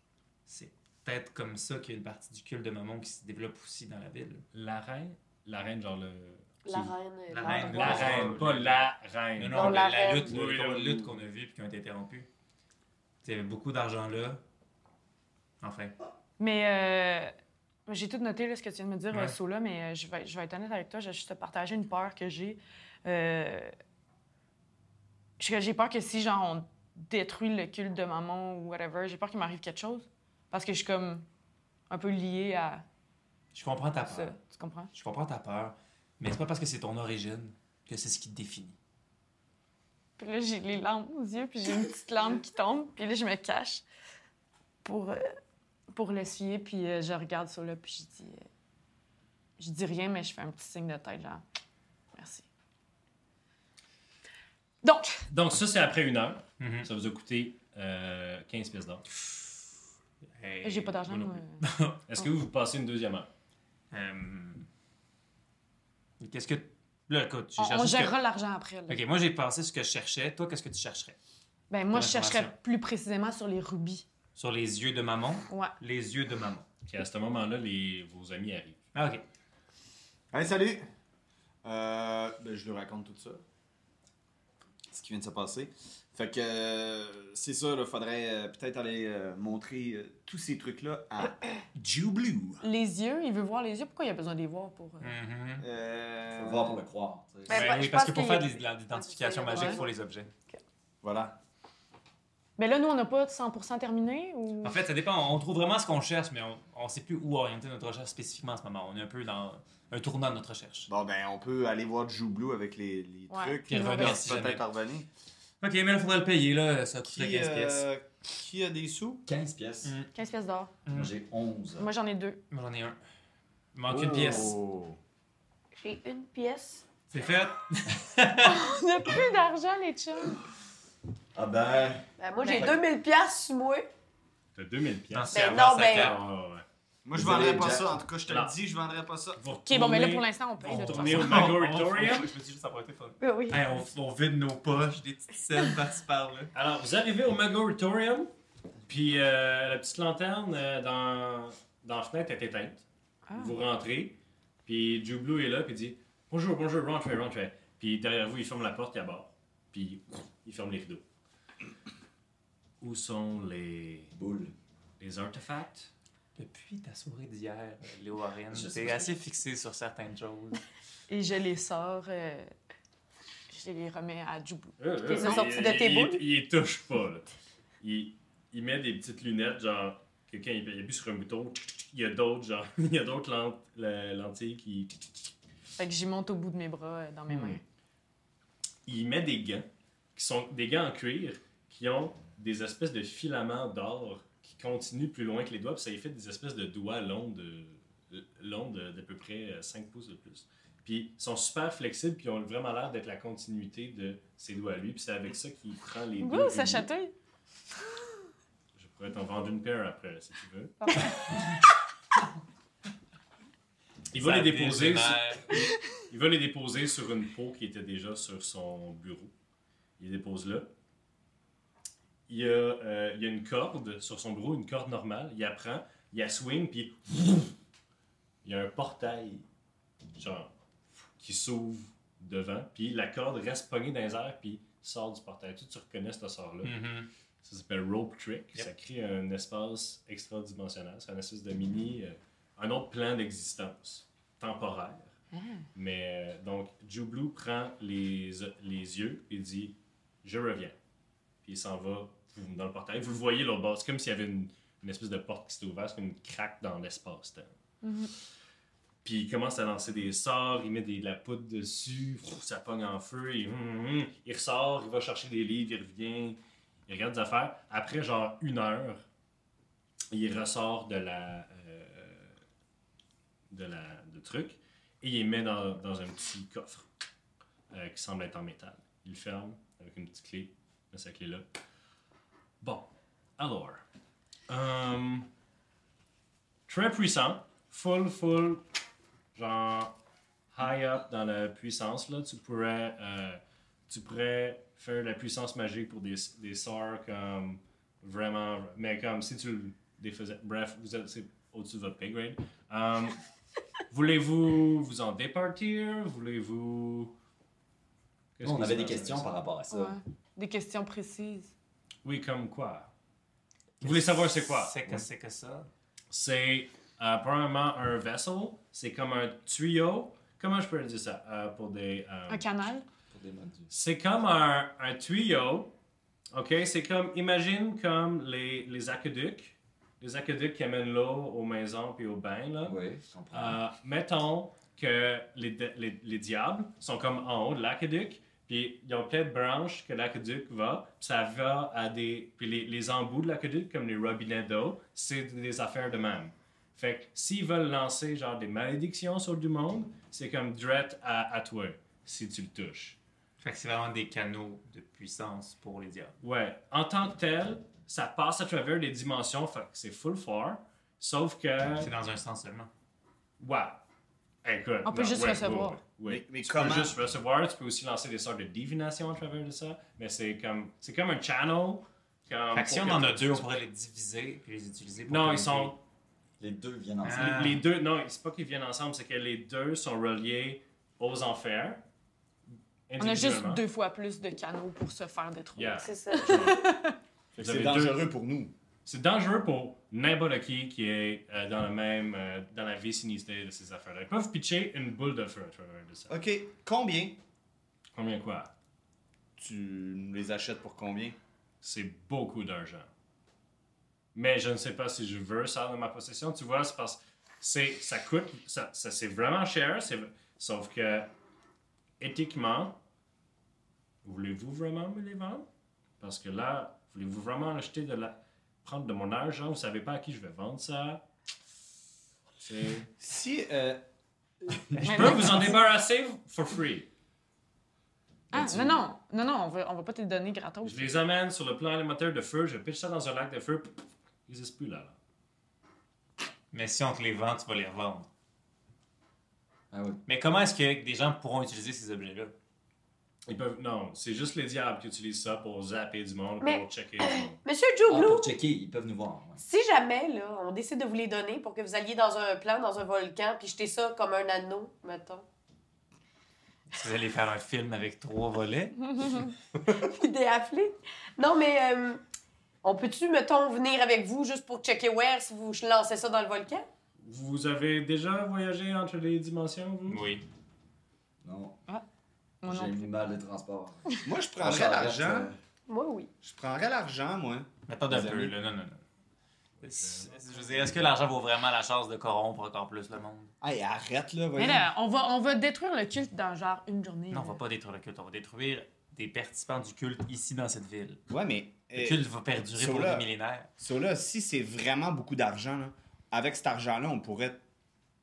[SPEAKER 5] C'est peut-être comme ça qu'il y a une partie du culte de maman qui se développe aussi dans la ville.
[SPEAKER 1] La reine La reine, genre le.
[SPEAKER 2] La
[SPEAKER 1] qui-
[SPEAKER 2] reine.
[SPEAKER 5] La reine,
[SPEAKER 1] La reine, pas la reine.
[SPEAKER 5] Non,
[SPEAKER 2] Non,
[SPEAKER 5] non, mais
[SPEAKER 2] la
[SPEAKER 5] la,
[SPEAKER 2] reine.
[SPEAKER 5] lutte, là,
[SPEAKER 1] Oui,
[SPEAKER 5] la
[SPEAKER 1] oui.
[SPEAKER 5] lutte qu'on a vue puis qui a été interrompue. Il y avait beaucoup d'argent là. Enfin.
[SPEAKER 2] Mais euh, j'ai tout noté là, ce que tu viens de me dire,
[SPEAKER 5] Ouais.
[SPEAKER 2] euh, Sola, mais euh, je, vais, je vais être honnête avec toi. Je vais juste te partager une peur que j'ai. Euh, j'ai j'ai peur que si, genre, on détruit le culte de maman ou whatever, j'ai peur qu'il m'arrive quelque chose. Parce que je suis comme un peu liée à
[SPEAKER 5] Je comprends ta
[SPEAKER 2] ça.
[SPEAKER 5] peur.
[SPEAKER 2] Tu comprends?
[SPEAKER 5] Je comprends ta peur. Mais c'est pas parce que c'est ton origine que c'est ce qui te définit.
[SPEAKER 2] Puis là, j'ai les lampes aux yeux, puis j'ai une petite lampe qui tombe, puis là, je me cache pour, euh, pour l'essuyer, puis euh, je regarde sur là, puis je dis. euh, je dis rien, mais je fais un petit signe de tête, genre. Merci. Donc,
[SPEAKER 1] Donc, ça, c'est après une heure. Ça vous a coûté euh, 15 pièces d'or.
[SPEAKER 2] j'ai pas d'argent,
[SPEAKER 1] moi non
[SPEAKER 2] moi.
[SPEAKER 1] Est-ce que vous passez une deuxième heure
[SPEAKER 5] Euh, Qu'est-ce que. Là, écoute, j'ai
[SPEAKER 2] On,
[SPEAKER 5] cherché
[SPEAKER 2] on
[SPEAKER 5] ce que-
[SPEAKER 2] gérera l'argent après. là.
[SPEAKER 5] Ok, moi j'ai pensé ce que je cherchais. Toi, qu'est-ce que tu chercherais
[SPEAKER 2] Ben, moi,
[SPEAKER 5] Quelle
[SPEAKER 2] je chercherais
[SPEAKER 5] information?
[SPEAKER 2] plus précisément sur les rubis.
[SPEAKER 5] Sur les yeux de maman
[SPEAKER 2] Ouais.
[SPEAKER 5] Les yeux de maman.
[SPEAKER 1] Ok, à ce moment-là, les- vos amis arrivent.
[SPEAKER 5] Ah, ok.
[SPEAKER 9] Hey, salut!
[SPEAKER 7] Euh, ben, je lui raconte tout ça. Ce qui vient de se passer. Fait que euh, c'est ça, il faudrait euh, peut-être aller euh, montrer euh, tous ces trucs-là [COUGHS] à Jew Blue.
[SPEAKER 2] Les yeux, il veut voir les yeux. Pourquoi il a besoin de les voir pour.
[SPEAKER 1] Mm-hmm.
[SPEAKER 2] euh,
[SPEAKER 5] Mhm.
[SPEAKER 7] Euh,
[SPEAKER 6] Faut le voir pour le croire. tu sais.
[SPEAKER 2] Ben,
[SPEAKER 5] Ben
[SPEAKER 2] bah,
[SPEAKER 5] oui,
[SPEAKER 2] je
[SPEAKER 5] parce que
[SPEAKER 2] pense
[SPEAKER 5] pour
[SPEAKER 2] qu'il y a-
[SPEAKER 5] faire des- de l'identification magique, il faut les objets.
[SPEAKER 7] Voilà.
[SPEAKER 2] Mais là, nous, on n'a pas 100 terminé ou.
[SPEAKER 5] En fait, ça dépend. On trouve vraiment ce qu'on cherche, mais on, on sait plus où orienter notre recherche spécifiquement en ce moment. On est un peu dans un tournant de notre recherche.
[SPEAKER 7] Bon, ben, on peut aller voir Jew Blue avec les, les
[SPEAKER 2] Ouais.
[SPEAKER 7] trucs.
[SPEAKER 5] Puis
[SPEAKER 7] On va
[SPEAKER 5] revenir si jamais.
[SPEAKER 7] peut-être revenir.
[SPEAKER 5] Ok, mais il faudrait le payer, là. Ça coûte 15
[SPEAKER 7] Qui, euh,
[SPEAKER 5] pièces.
[SPEAKER 7] qui a des sous
[SPEAKER 6] 15 pièces.
[SPEAKER 5] Mm.
[SPEAKER 2] 15 pièces d'or.
[SPEAKER 6] Moi, J'ai 11.
[SPEAKER 2] Moi, j'en ai deux. [LAUGHS]
[SPEAKER 5] Moi, j'en ai un. Il manque une pièce.
[SPEAKER 7] Oh.
[SPEAKER 2] J'ai une pièce.
[SPEAKER 5] C'est fait.
[SPEAKER 2] On n'a plus d'argent, les chums.
[SPEAKER 6] Ah ben,
[SPEAKER 2] Ben, moi,
[SPEAKER 6] j'ai
[SPEAKER 2] 2000 pièces sur moi.
[SPEAKER 1] T'as 2000 pièces.
[SPEAKER 5] Non, c'est
[SPEAKER 2] Ben
[SPEAKER 5] avant
[SPEAKER 2] non,
[SPEAKER 5] ça
[SPEAKER 2] ben-
[SPEAKER 5] claque.
[SPEAKER 1] Ah, ouais.
[SPEAKER 7] Moi, je
[SPEAKER 6] Vous allez,
[SPEAKER 7] vendrais pas
[SPEAKER 6] Jack?
[SPEAKER 7] ça. En tout cas, je te
[SPEAKER 1] Non.
[SPEAKER 7] le dis, je vendrais pas ça.
[SPEAKER 1] Vous
[SPEAKER 2] OK, bon, mais là, pour
[SPEAKER 1] retournez-
[SPEAKER 2] l'instant, on paye de toute
[SPEAKER 1] retournez
[SPEAKER 5] [LAUGHS]
[SPEAKER 1] au
[SPEAKER 2] façon.
[SPEAKER 1] Magoritorium.
[SPEAKER 5] Je me suis juste emprunté ça.
[SPEAKER 3] Ben
[SPEAKER 2] Oui, oui.
[SPEAKER 5] Hey, on, on vide nos poches, des petites scènes par-ci par-là.
[SPEAKER 1] Alors, vous arrivez au Magoritorium, puis euh, la petite lanterne euh, dans, dans la fenêtre est éteinte.
[SPEAKER 2] Ah.
[SPEAKER 1] Vous rentrez, puis Joe Blue est là, puis dit Bonjour, bonjour, rentrez, rentrez. Puis derrière vous, il ferme la porte, il abord. Puis il ferme les rideaux. Où sont les,
[SPEAKER 6] boule.
[SPEAKER 1] les artefacts
[SPEAKER 5] Depuis ta soirée d'hier, Léo Warren,
[SPEAKER 6] Je sais
[SPEAKER 5] t'es
[SPEAKER 6] pas.
[SPEAKER 5] assez fixé sur certaines choses.
[SPEAKER 2] Ah. Et je les sors. euh, je les remets à Djoubou.
[SPEAKER 1] Euh, euh,
[SPEAKER 2] Ils sont sortis de
[SPEAKER 1] il-
[SPEAKER 2] tes
[SPEAKER 1] il-
[SPEAKER 2] boules?
[SPEAKER 1] Il, il les touche pas, là. Il, il met des petites lunettes, genre, que quand il, il appuie sur un bouton, il y a d'autres, genre, [LAUGHS] il y a d'autres lant- la- lentilles qui.
[SPEAKER 2] Fait que j'y monte au bout de mes bras euh, dans
[SPEAKER 1] Hmm.
[SPEAKER 2] mes mains.
[SPEAKER 1] Il met des gants, qui sont des gants en cuir, qui ont des espèces de filaments d'or qui continuent plus loin que les doigts, puis ça y fait des espèces de doigts longs de longs de- d'à peu près euh, 5 pouces de plus. Puis ils sont super flexibles, puis ils ont vraiment l'air d'être la continuité de ses doigts à lui, puis c'est avec ça qu'il prend les deux.
[SPEAKER 2] Ouh, ça
[SPEAKER 1] roues.
[SPEAKER 2] chatouille.
[SPEAKER 1] Je pourrais t'en vendre une paire après, si tu veux. Il va,
[SPEAKER 10] Ça
[SPEAKER 1] les déposer sur,
[SPEAKER 10] dégénère.
[SPEAKER 1] il va les déposer sur une peau qui était déjà sur son bureau. Il les dépose là. Il y a, euh, il y a une corde sur son bureau, une corde normale. Il apprend, il la swing, puis il y a un portail, genre, qui s'ouvre devant, puis la corde reste pognée dans les airs, puis sort du portail. Tu, tu reconnais ce sort-là.
[SPEAKER 10] Mhm.
[SPEAKER 1] Ça s'appelle Rope Trick.
[SPEAKER 10] Yep.
[SPEAKER 1] Ça crée un espace extradimensionnel. C'est un espèce de mini. euh, un autre plan d'existence temporaire. Mais euh, donc, Joe Blue prend les, les yeux et dit Je reviens. Puis il s'en va boum, dans le portail. Vous le voyez l'autre bord. C'est comme s'il y avait une, une espèce de porte qui s'était ouverte, c'est comme une craque dans l'espace-temps. Puis il commence à lancer des sorts, il met des- de la poudre dessus, pff, ça pogne en feu, il, hum, hum, hum. il ressort, il va chercher des livres, il revient, il regarde des affaires. Après genre une heure, il ressort de la. euh, de la de truc et il les met dans, dans un petit coffre euh, qui semble être en métal. Il le ferme avec une petite clé, il met sa clé là. Bon, alors. euh, très puissant, full, full, genre high up dans la puissance, là, tu pourrais, euh, tu pourrais faire de la puissance magique pour des, des sorts comme vraiment, mais comme si tu le défaisais. Bref, vous êtes c'est au-dessus de votre pay grade. Um, Voulez-vous vous en départir Voulez-vous. Qu'est-ce
[SPEAKER 11] On
[SPEAKER 1] que
[SPEAKER 11] avait
[SPEAKER 1] ça-
[SPEAKER 11] des questions par rapport à ça.
[SPEAKER 2] Ouais. Des questions précises.
[SPEAKER 1] Oui, comme quoi Vous voulez savoir c'est quoi
[SPEAKER 10] C'est que c'est que ça.
[SPEAKER 1] C'est euh, premièrement un vessel, c'est comme un tuyau. Comment je peux dire ça Euh, pour des. euh,
[SPEAKER 2] Un canal.
[SPEAKER 11] Pour des modes du-
[SPEAKER 1] C'est comme un, un tuyau. OK? C'est comme, imagine comme les, les aqueducs. Les aqueducs qui amènent l'eau aux maisons puis aux bains, là.
[SPEAKER 11] Oui, je comprends.
[SPEAKER 1] Euh, mettons que les, de- les, les diables sont comme en haut de l'aqueduc, puis ils ont plein de branches que l'aqueduc va, puis ça va à des. Puis les, les embouts de l'aqueduc, comme les robinets d'eau, c'est des affaires de même. Fait que s'ils veulent lancer genre des malédictions sur du monde, c'est comme direct à, à toi, si tu le touches.
[SPEAKER 10] Fait que c'est vraiment des canaux de puissance pour les diables.
[SPEAKER 1] Ouais. En tant que tel, ça passe à travers les dimensions, fait que c'est full fort. Sauf que.
[SPEAKER 10] C'est dans un sens seulement.
[SPEAKER 1] Ouais. Écoute,
[SPEAKER 2] On peut juste
[SPEAKER 1] ouais,
[SPEAKER 2] recevoir.
[SPEAKER 1] ouais, ouais.
[SPEAKER 4] Mais- mais
[SPEAKER 1] tu
[SPEAKER 4] comment-
[SPEAKER 1] peux juste recevoir, tu peux aussi lancer des sortes de divination à travers de ça, mais c'est comme c'est comme un channel. Comme
[SPEAKER 10] Fait que si
[SPEAKER 1] Ah, pour
[SPEAKER 10] on
[SPEAKER 1] que
[SPEAKER 10] en
[SPEAKER 1] tu-
[SPEAKER 10] a deux, on
[SPEAKER 1] tu-
[SPEAKER 10] pourrait les diviser puis les utiliser pour.
[SPEAKER 1] Non,
[SPEAKER 10] communiquer.
[SPEAKER 1] ils sont
[SPEAKER 11] Les deux viennent
[SPEAKER 1] les-
[SPEAKER 11] ensemble.
[SPEAKER 10] Ah.
[SPEAKER 1] les deux non, c'est pas qu'ils viennent ensemble, c'est que les deux sont reliés aux enfers.
[SPEAKER 2] On a juste
[SPEAKER 1] individuellement.
[SPEAKER 2] deux fois plus de canaux pour se faire détruire.
[SPEAKER 1] Yeah.
[SPEAKER 3] C'est ça.
[SPEAKER 1] Vous
[SPEAKER 7] C'est
[SPEAKER 1] avez
[SPEAKER 7] dangereux pour nous.
[SPEAKER 1] C'est dangereux pour n'importe qui qui est euh, dans, le même, euh, dans la vicinité de ces affaires-là. Ils peuvent pitcher une boule de feu à travers de ça.
[SPEAKER 7] OK, combien
[SPEAKER 1] Combien quoi?
[SPEAKER 7] Tu nous les achètes pour combien
[SPEAKER 1] C'est beaucoup d'argent. Mais je ne sais pas si je veux ça dans ma possession. Tu vois, c'est parce que c'est- ça coûte, ça, ça- c'est vraiment cher. c'est- Sauf que, éthiquement, voulez-vous vraiment me les vendre? Parce que là, voulez-vous vraiment acheter de la... prendre de mon argent? Vous savez pas à qui je vais vendre ça? C'est...
[SPEAKER 7] Si euh,
[SPEAKER 1] Je peux vous en débarrasser for free.
[SPEAKER 2] Ah, non, non, non, non, on va, on va pas te le donner gratos.
[SPEAKER 1] Je les amène sur le plan alimentaire de feu, je pitche ça dans un lac de feu, ils existent plus là. là.
[SPEAKER 10] Mais si on te les vend, tu vas les revendre.
[SPEAKER 11] Ah oui.
[SPEAKER 10] Mais comment est-ce que des gens pourront utiliser ces objets-là?
[SPEAKER 1] Ils peuvent. Non, c'est juste les diables qui utilisent ça pour zapper du monde,
[SPEAKER 3] Mais-
[SPEAKER 1] pour checker du monde.
[SPEAKER 3] Monsieur
[SPEAKER 11] Ah,
[SPEAKER 3] Joe Blue,
[SPEAKER 11] pour checker, ils peuvent nous voir. ouais.
[SPEAKER 3] si jamais là, on décide de vous les donner pour que vous alliez dans un plan, dans un volcan, puis jeter ça comme un anneau, mettons, [LAUGHS]
[SPEAKER 10] Si vous allez faire un film avec trois volets,
[SPEAKER 3] puis déaffeler. Non, mais euh, on peut-tu, mettons, venir avec vous juste pour checker where si vous lancez ça dans le volcan?
[SPEAKER 1] Vous avez déjà voyagé entre les dimensions, vous
[SPEAKER 10] oui.
[SPEAKER 11] Non,
[SPEAKER 2] Moi
[SPEAKER 11] j'ai
[SPEAKER 2] non plus.
[SPEAKER 11] mis mal de transport.
[SPEAKER 7] moi je
[SPEAKER 11] Franchement,
[SPEAKER 7] prendrais l'argent,
[SPEAKER 11] reste,
[SPEAKER 3] Moi, oui.
[SPEAKER 7] je prendrais l'argent moi.
[SPEAKER 10] Attends un
[SPEAKER 11] Les
[SPEAKER 10] peu,
[SPEAKER 11] amis.
[SPEAKER 10] là. Non, non, non. C'est- Je veux dire, est-ce que l'argent vaut vraiment la chance de corrompre encore plus le monde?
[SPEAKER 7] Hey, arrête là,
[SPEAKER 2] Mais
[SPEAKER 7] voyons.
[SPEAKER 2] là, on va, on va détruire le culte dans genre une journée.
[SPEAKER 10] Non, on
[SPEAKER 2] là.
[SPEAKER 10] va pas détruire le culte, on va détruire
[SPEAKER 5] des participants du culte ici dans cette ville.
[SPEAKER 7] Ouais, mais.
[SPEAKER 5] Le
[SPEAKER 7] euh,
[SPEAKER 5] culte va perdurer
[SPEAKER 7] so
[SPEAKER 5] pour
[SPEAKER 7] là-
[SPEAKER 5] des millénaires.
[SPEAKER 7] so là, si c'est vraiment beaucoup d'argent, là, avec cet argent-là, on pourrait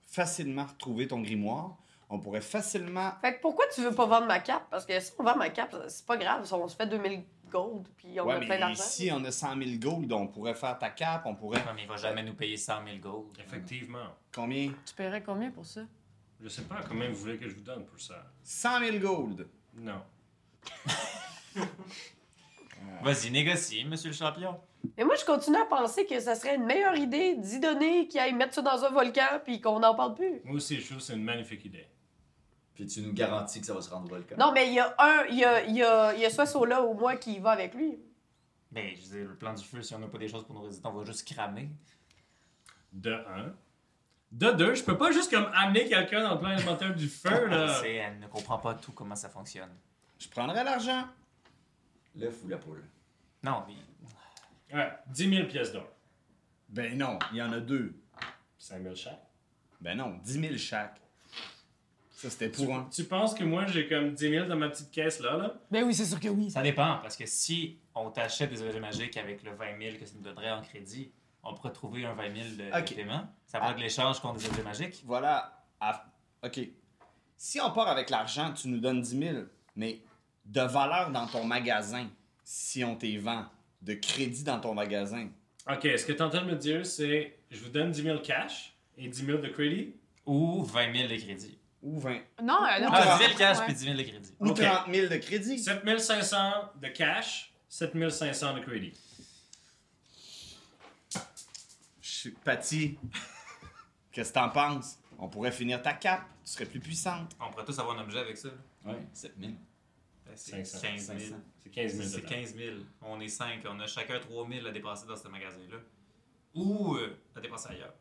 [SPEAKER 7] facilement retrouver ton grimoire. On pourrait facilement.
[SPEAKER 3] Fait que pourquoi tu veux pas vendre ma cape? Parce que si on vend ma cape, c'est pas grave. On se fait 2000 gold, puis on
[SPEAKER 7] ouais,
[SPEAKER 3] a plein
[SPEAKER 7] mais
[SPEAKER 3] d'argent.
[SPEAKER 7] si on a 100 000 gold, on pourrait faire ta cape, on pourrait.
[SPEAKER 5] Non, mais il va jamais nous payer 100 000 gold.
[SPEAKER 1] Effectivement.
[SPEAKER 7] Combien
[SPEAKER 2] Tu paierais combien pour ça?
[SPEAKER 1] Je sais pas combien vous voulez que je vous donne pour ça.
[SPEAKER 7] 100 000 gold
[SPEAKER 1] Non.
[SPEAKER 5] Vas-y, négocie, monsieur le champion.
[SPEAKER 3] Mais moi, je continue à penser que ça serait une meilleure idée d'y donner, qu'ils aillent mettre ça dans un volcan, puis qu'on n'en parle plus.
[SPEAKER 1] Moi aussi, je trouve que c'est une magnifique idée.
[SPEAKER 11] Puis tu nous garantis que ça va se rendre volcan.
[SPEAKER 3] Non, mais il y a un, il y a, il y a, il y a soit Sola ou moi qui y va avec lui.
[SPEAKER 5] Mais je veux dire, le plan du feu, si on n'a pas des choses pour nous résister, on va juste cramer.
[SPEAKER 1] De un. De deux, je peux pas juste comme amener quelqu'un dans le plan alimentaire du feu, là.
[SPEAKER 5] [LAUGHS] C'est- Elle ne comprend pas tout comment ça fonctionne.
[SPEAKER 7] Je prendrais l'argent.
[SPEAKER 11] L'œuf ou la poule.
[SPEAKER 5] Non, mais
[SPEAKER 1] Ouais, 10 000 pièces d'or.
[SPEAKER 7] Ben non, il y en a deux.
[SPEAKER 1] 5 000 chaque.
[SPEAKER 7] Ben non, 10 000 chaque. Ça, c'était pour un.
[SPEAKER 1] Tu penses que moi, j'ai comme 10 000 dans ma petite caisse, là, là?
[SPEAKER 2] Ben oui, c'est sûr que oui.
[SPEAKER 5] ça dépend, parce que si on t'achète des objets magiques avec le 20 000 que ça nous donnerait en crédit, on pourrait trouver un 20 000 de, de
[SPEAKER 7] Ok.
[SPEAKER 5] paiement. Ça va être l'échange contre des objets magiques.
[SPEAKER 7] Voilà. à- OK. Si on part avec l'argent, tu nous donnes 10 000, mais de valeur dans ton magasin, si on t'y vend, de crédit dans ton magasin.
[SPEAKER 1] Ok, ce que t'es en train de me dire, c'est je vous donne 10 000 cash et 10 000 de crédit.
[SPEAKER 5] Ou 20 000 de crédit.
[SPEAKER 7] Ou 20.
[SPEAKER 2] Non, elle a-
[SPEAKER 5] Ah, 10 000 cash
[SPEAKER 2] Ouais.
[SPEAKER 5] puis 10 000 de crédit.
[SPEAKER 7] Ou
[SPEAKER 1] Ok.
[SPEAKER 7] 30 000 de crédit.
[SPEAKER 1] 7 500 de cash, 7 500 de crédit.
[SPEAKER 7] Je suis- Patty, [LAUGHS] qu'est-ce que t'en penses? On pourrait finir ta cape. Tu serais plus puissante.
[SPEAKER 5] On pourrait tous avoir un objet avec ça. là.
[SPEAKER 11] Ouais, 7000.
[SPEAKER 5] Ben, C'est
[SPEAKER 1] 500,
[SPEAKER 5] 15 000.
[SPEAKER 11] 500.
[SPEAKER 1] C'est 15 000
[SPEAKER 5] C'est
[SPEAKER 1] dedans.
[SPEAKER 5] 15 000. On est 5. On a chacun 3 000 à dépenser dans ce magasin-là. Ou euh, à dépenser ailleurs.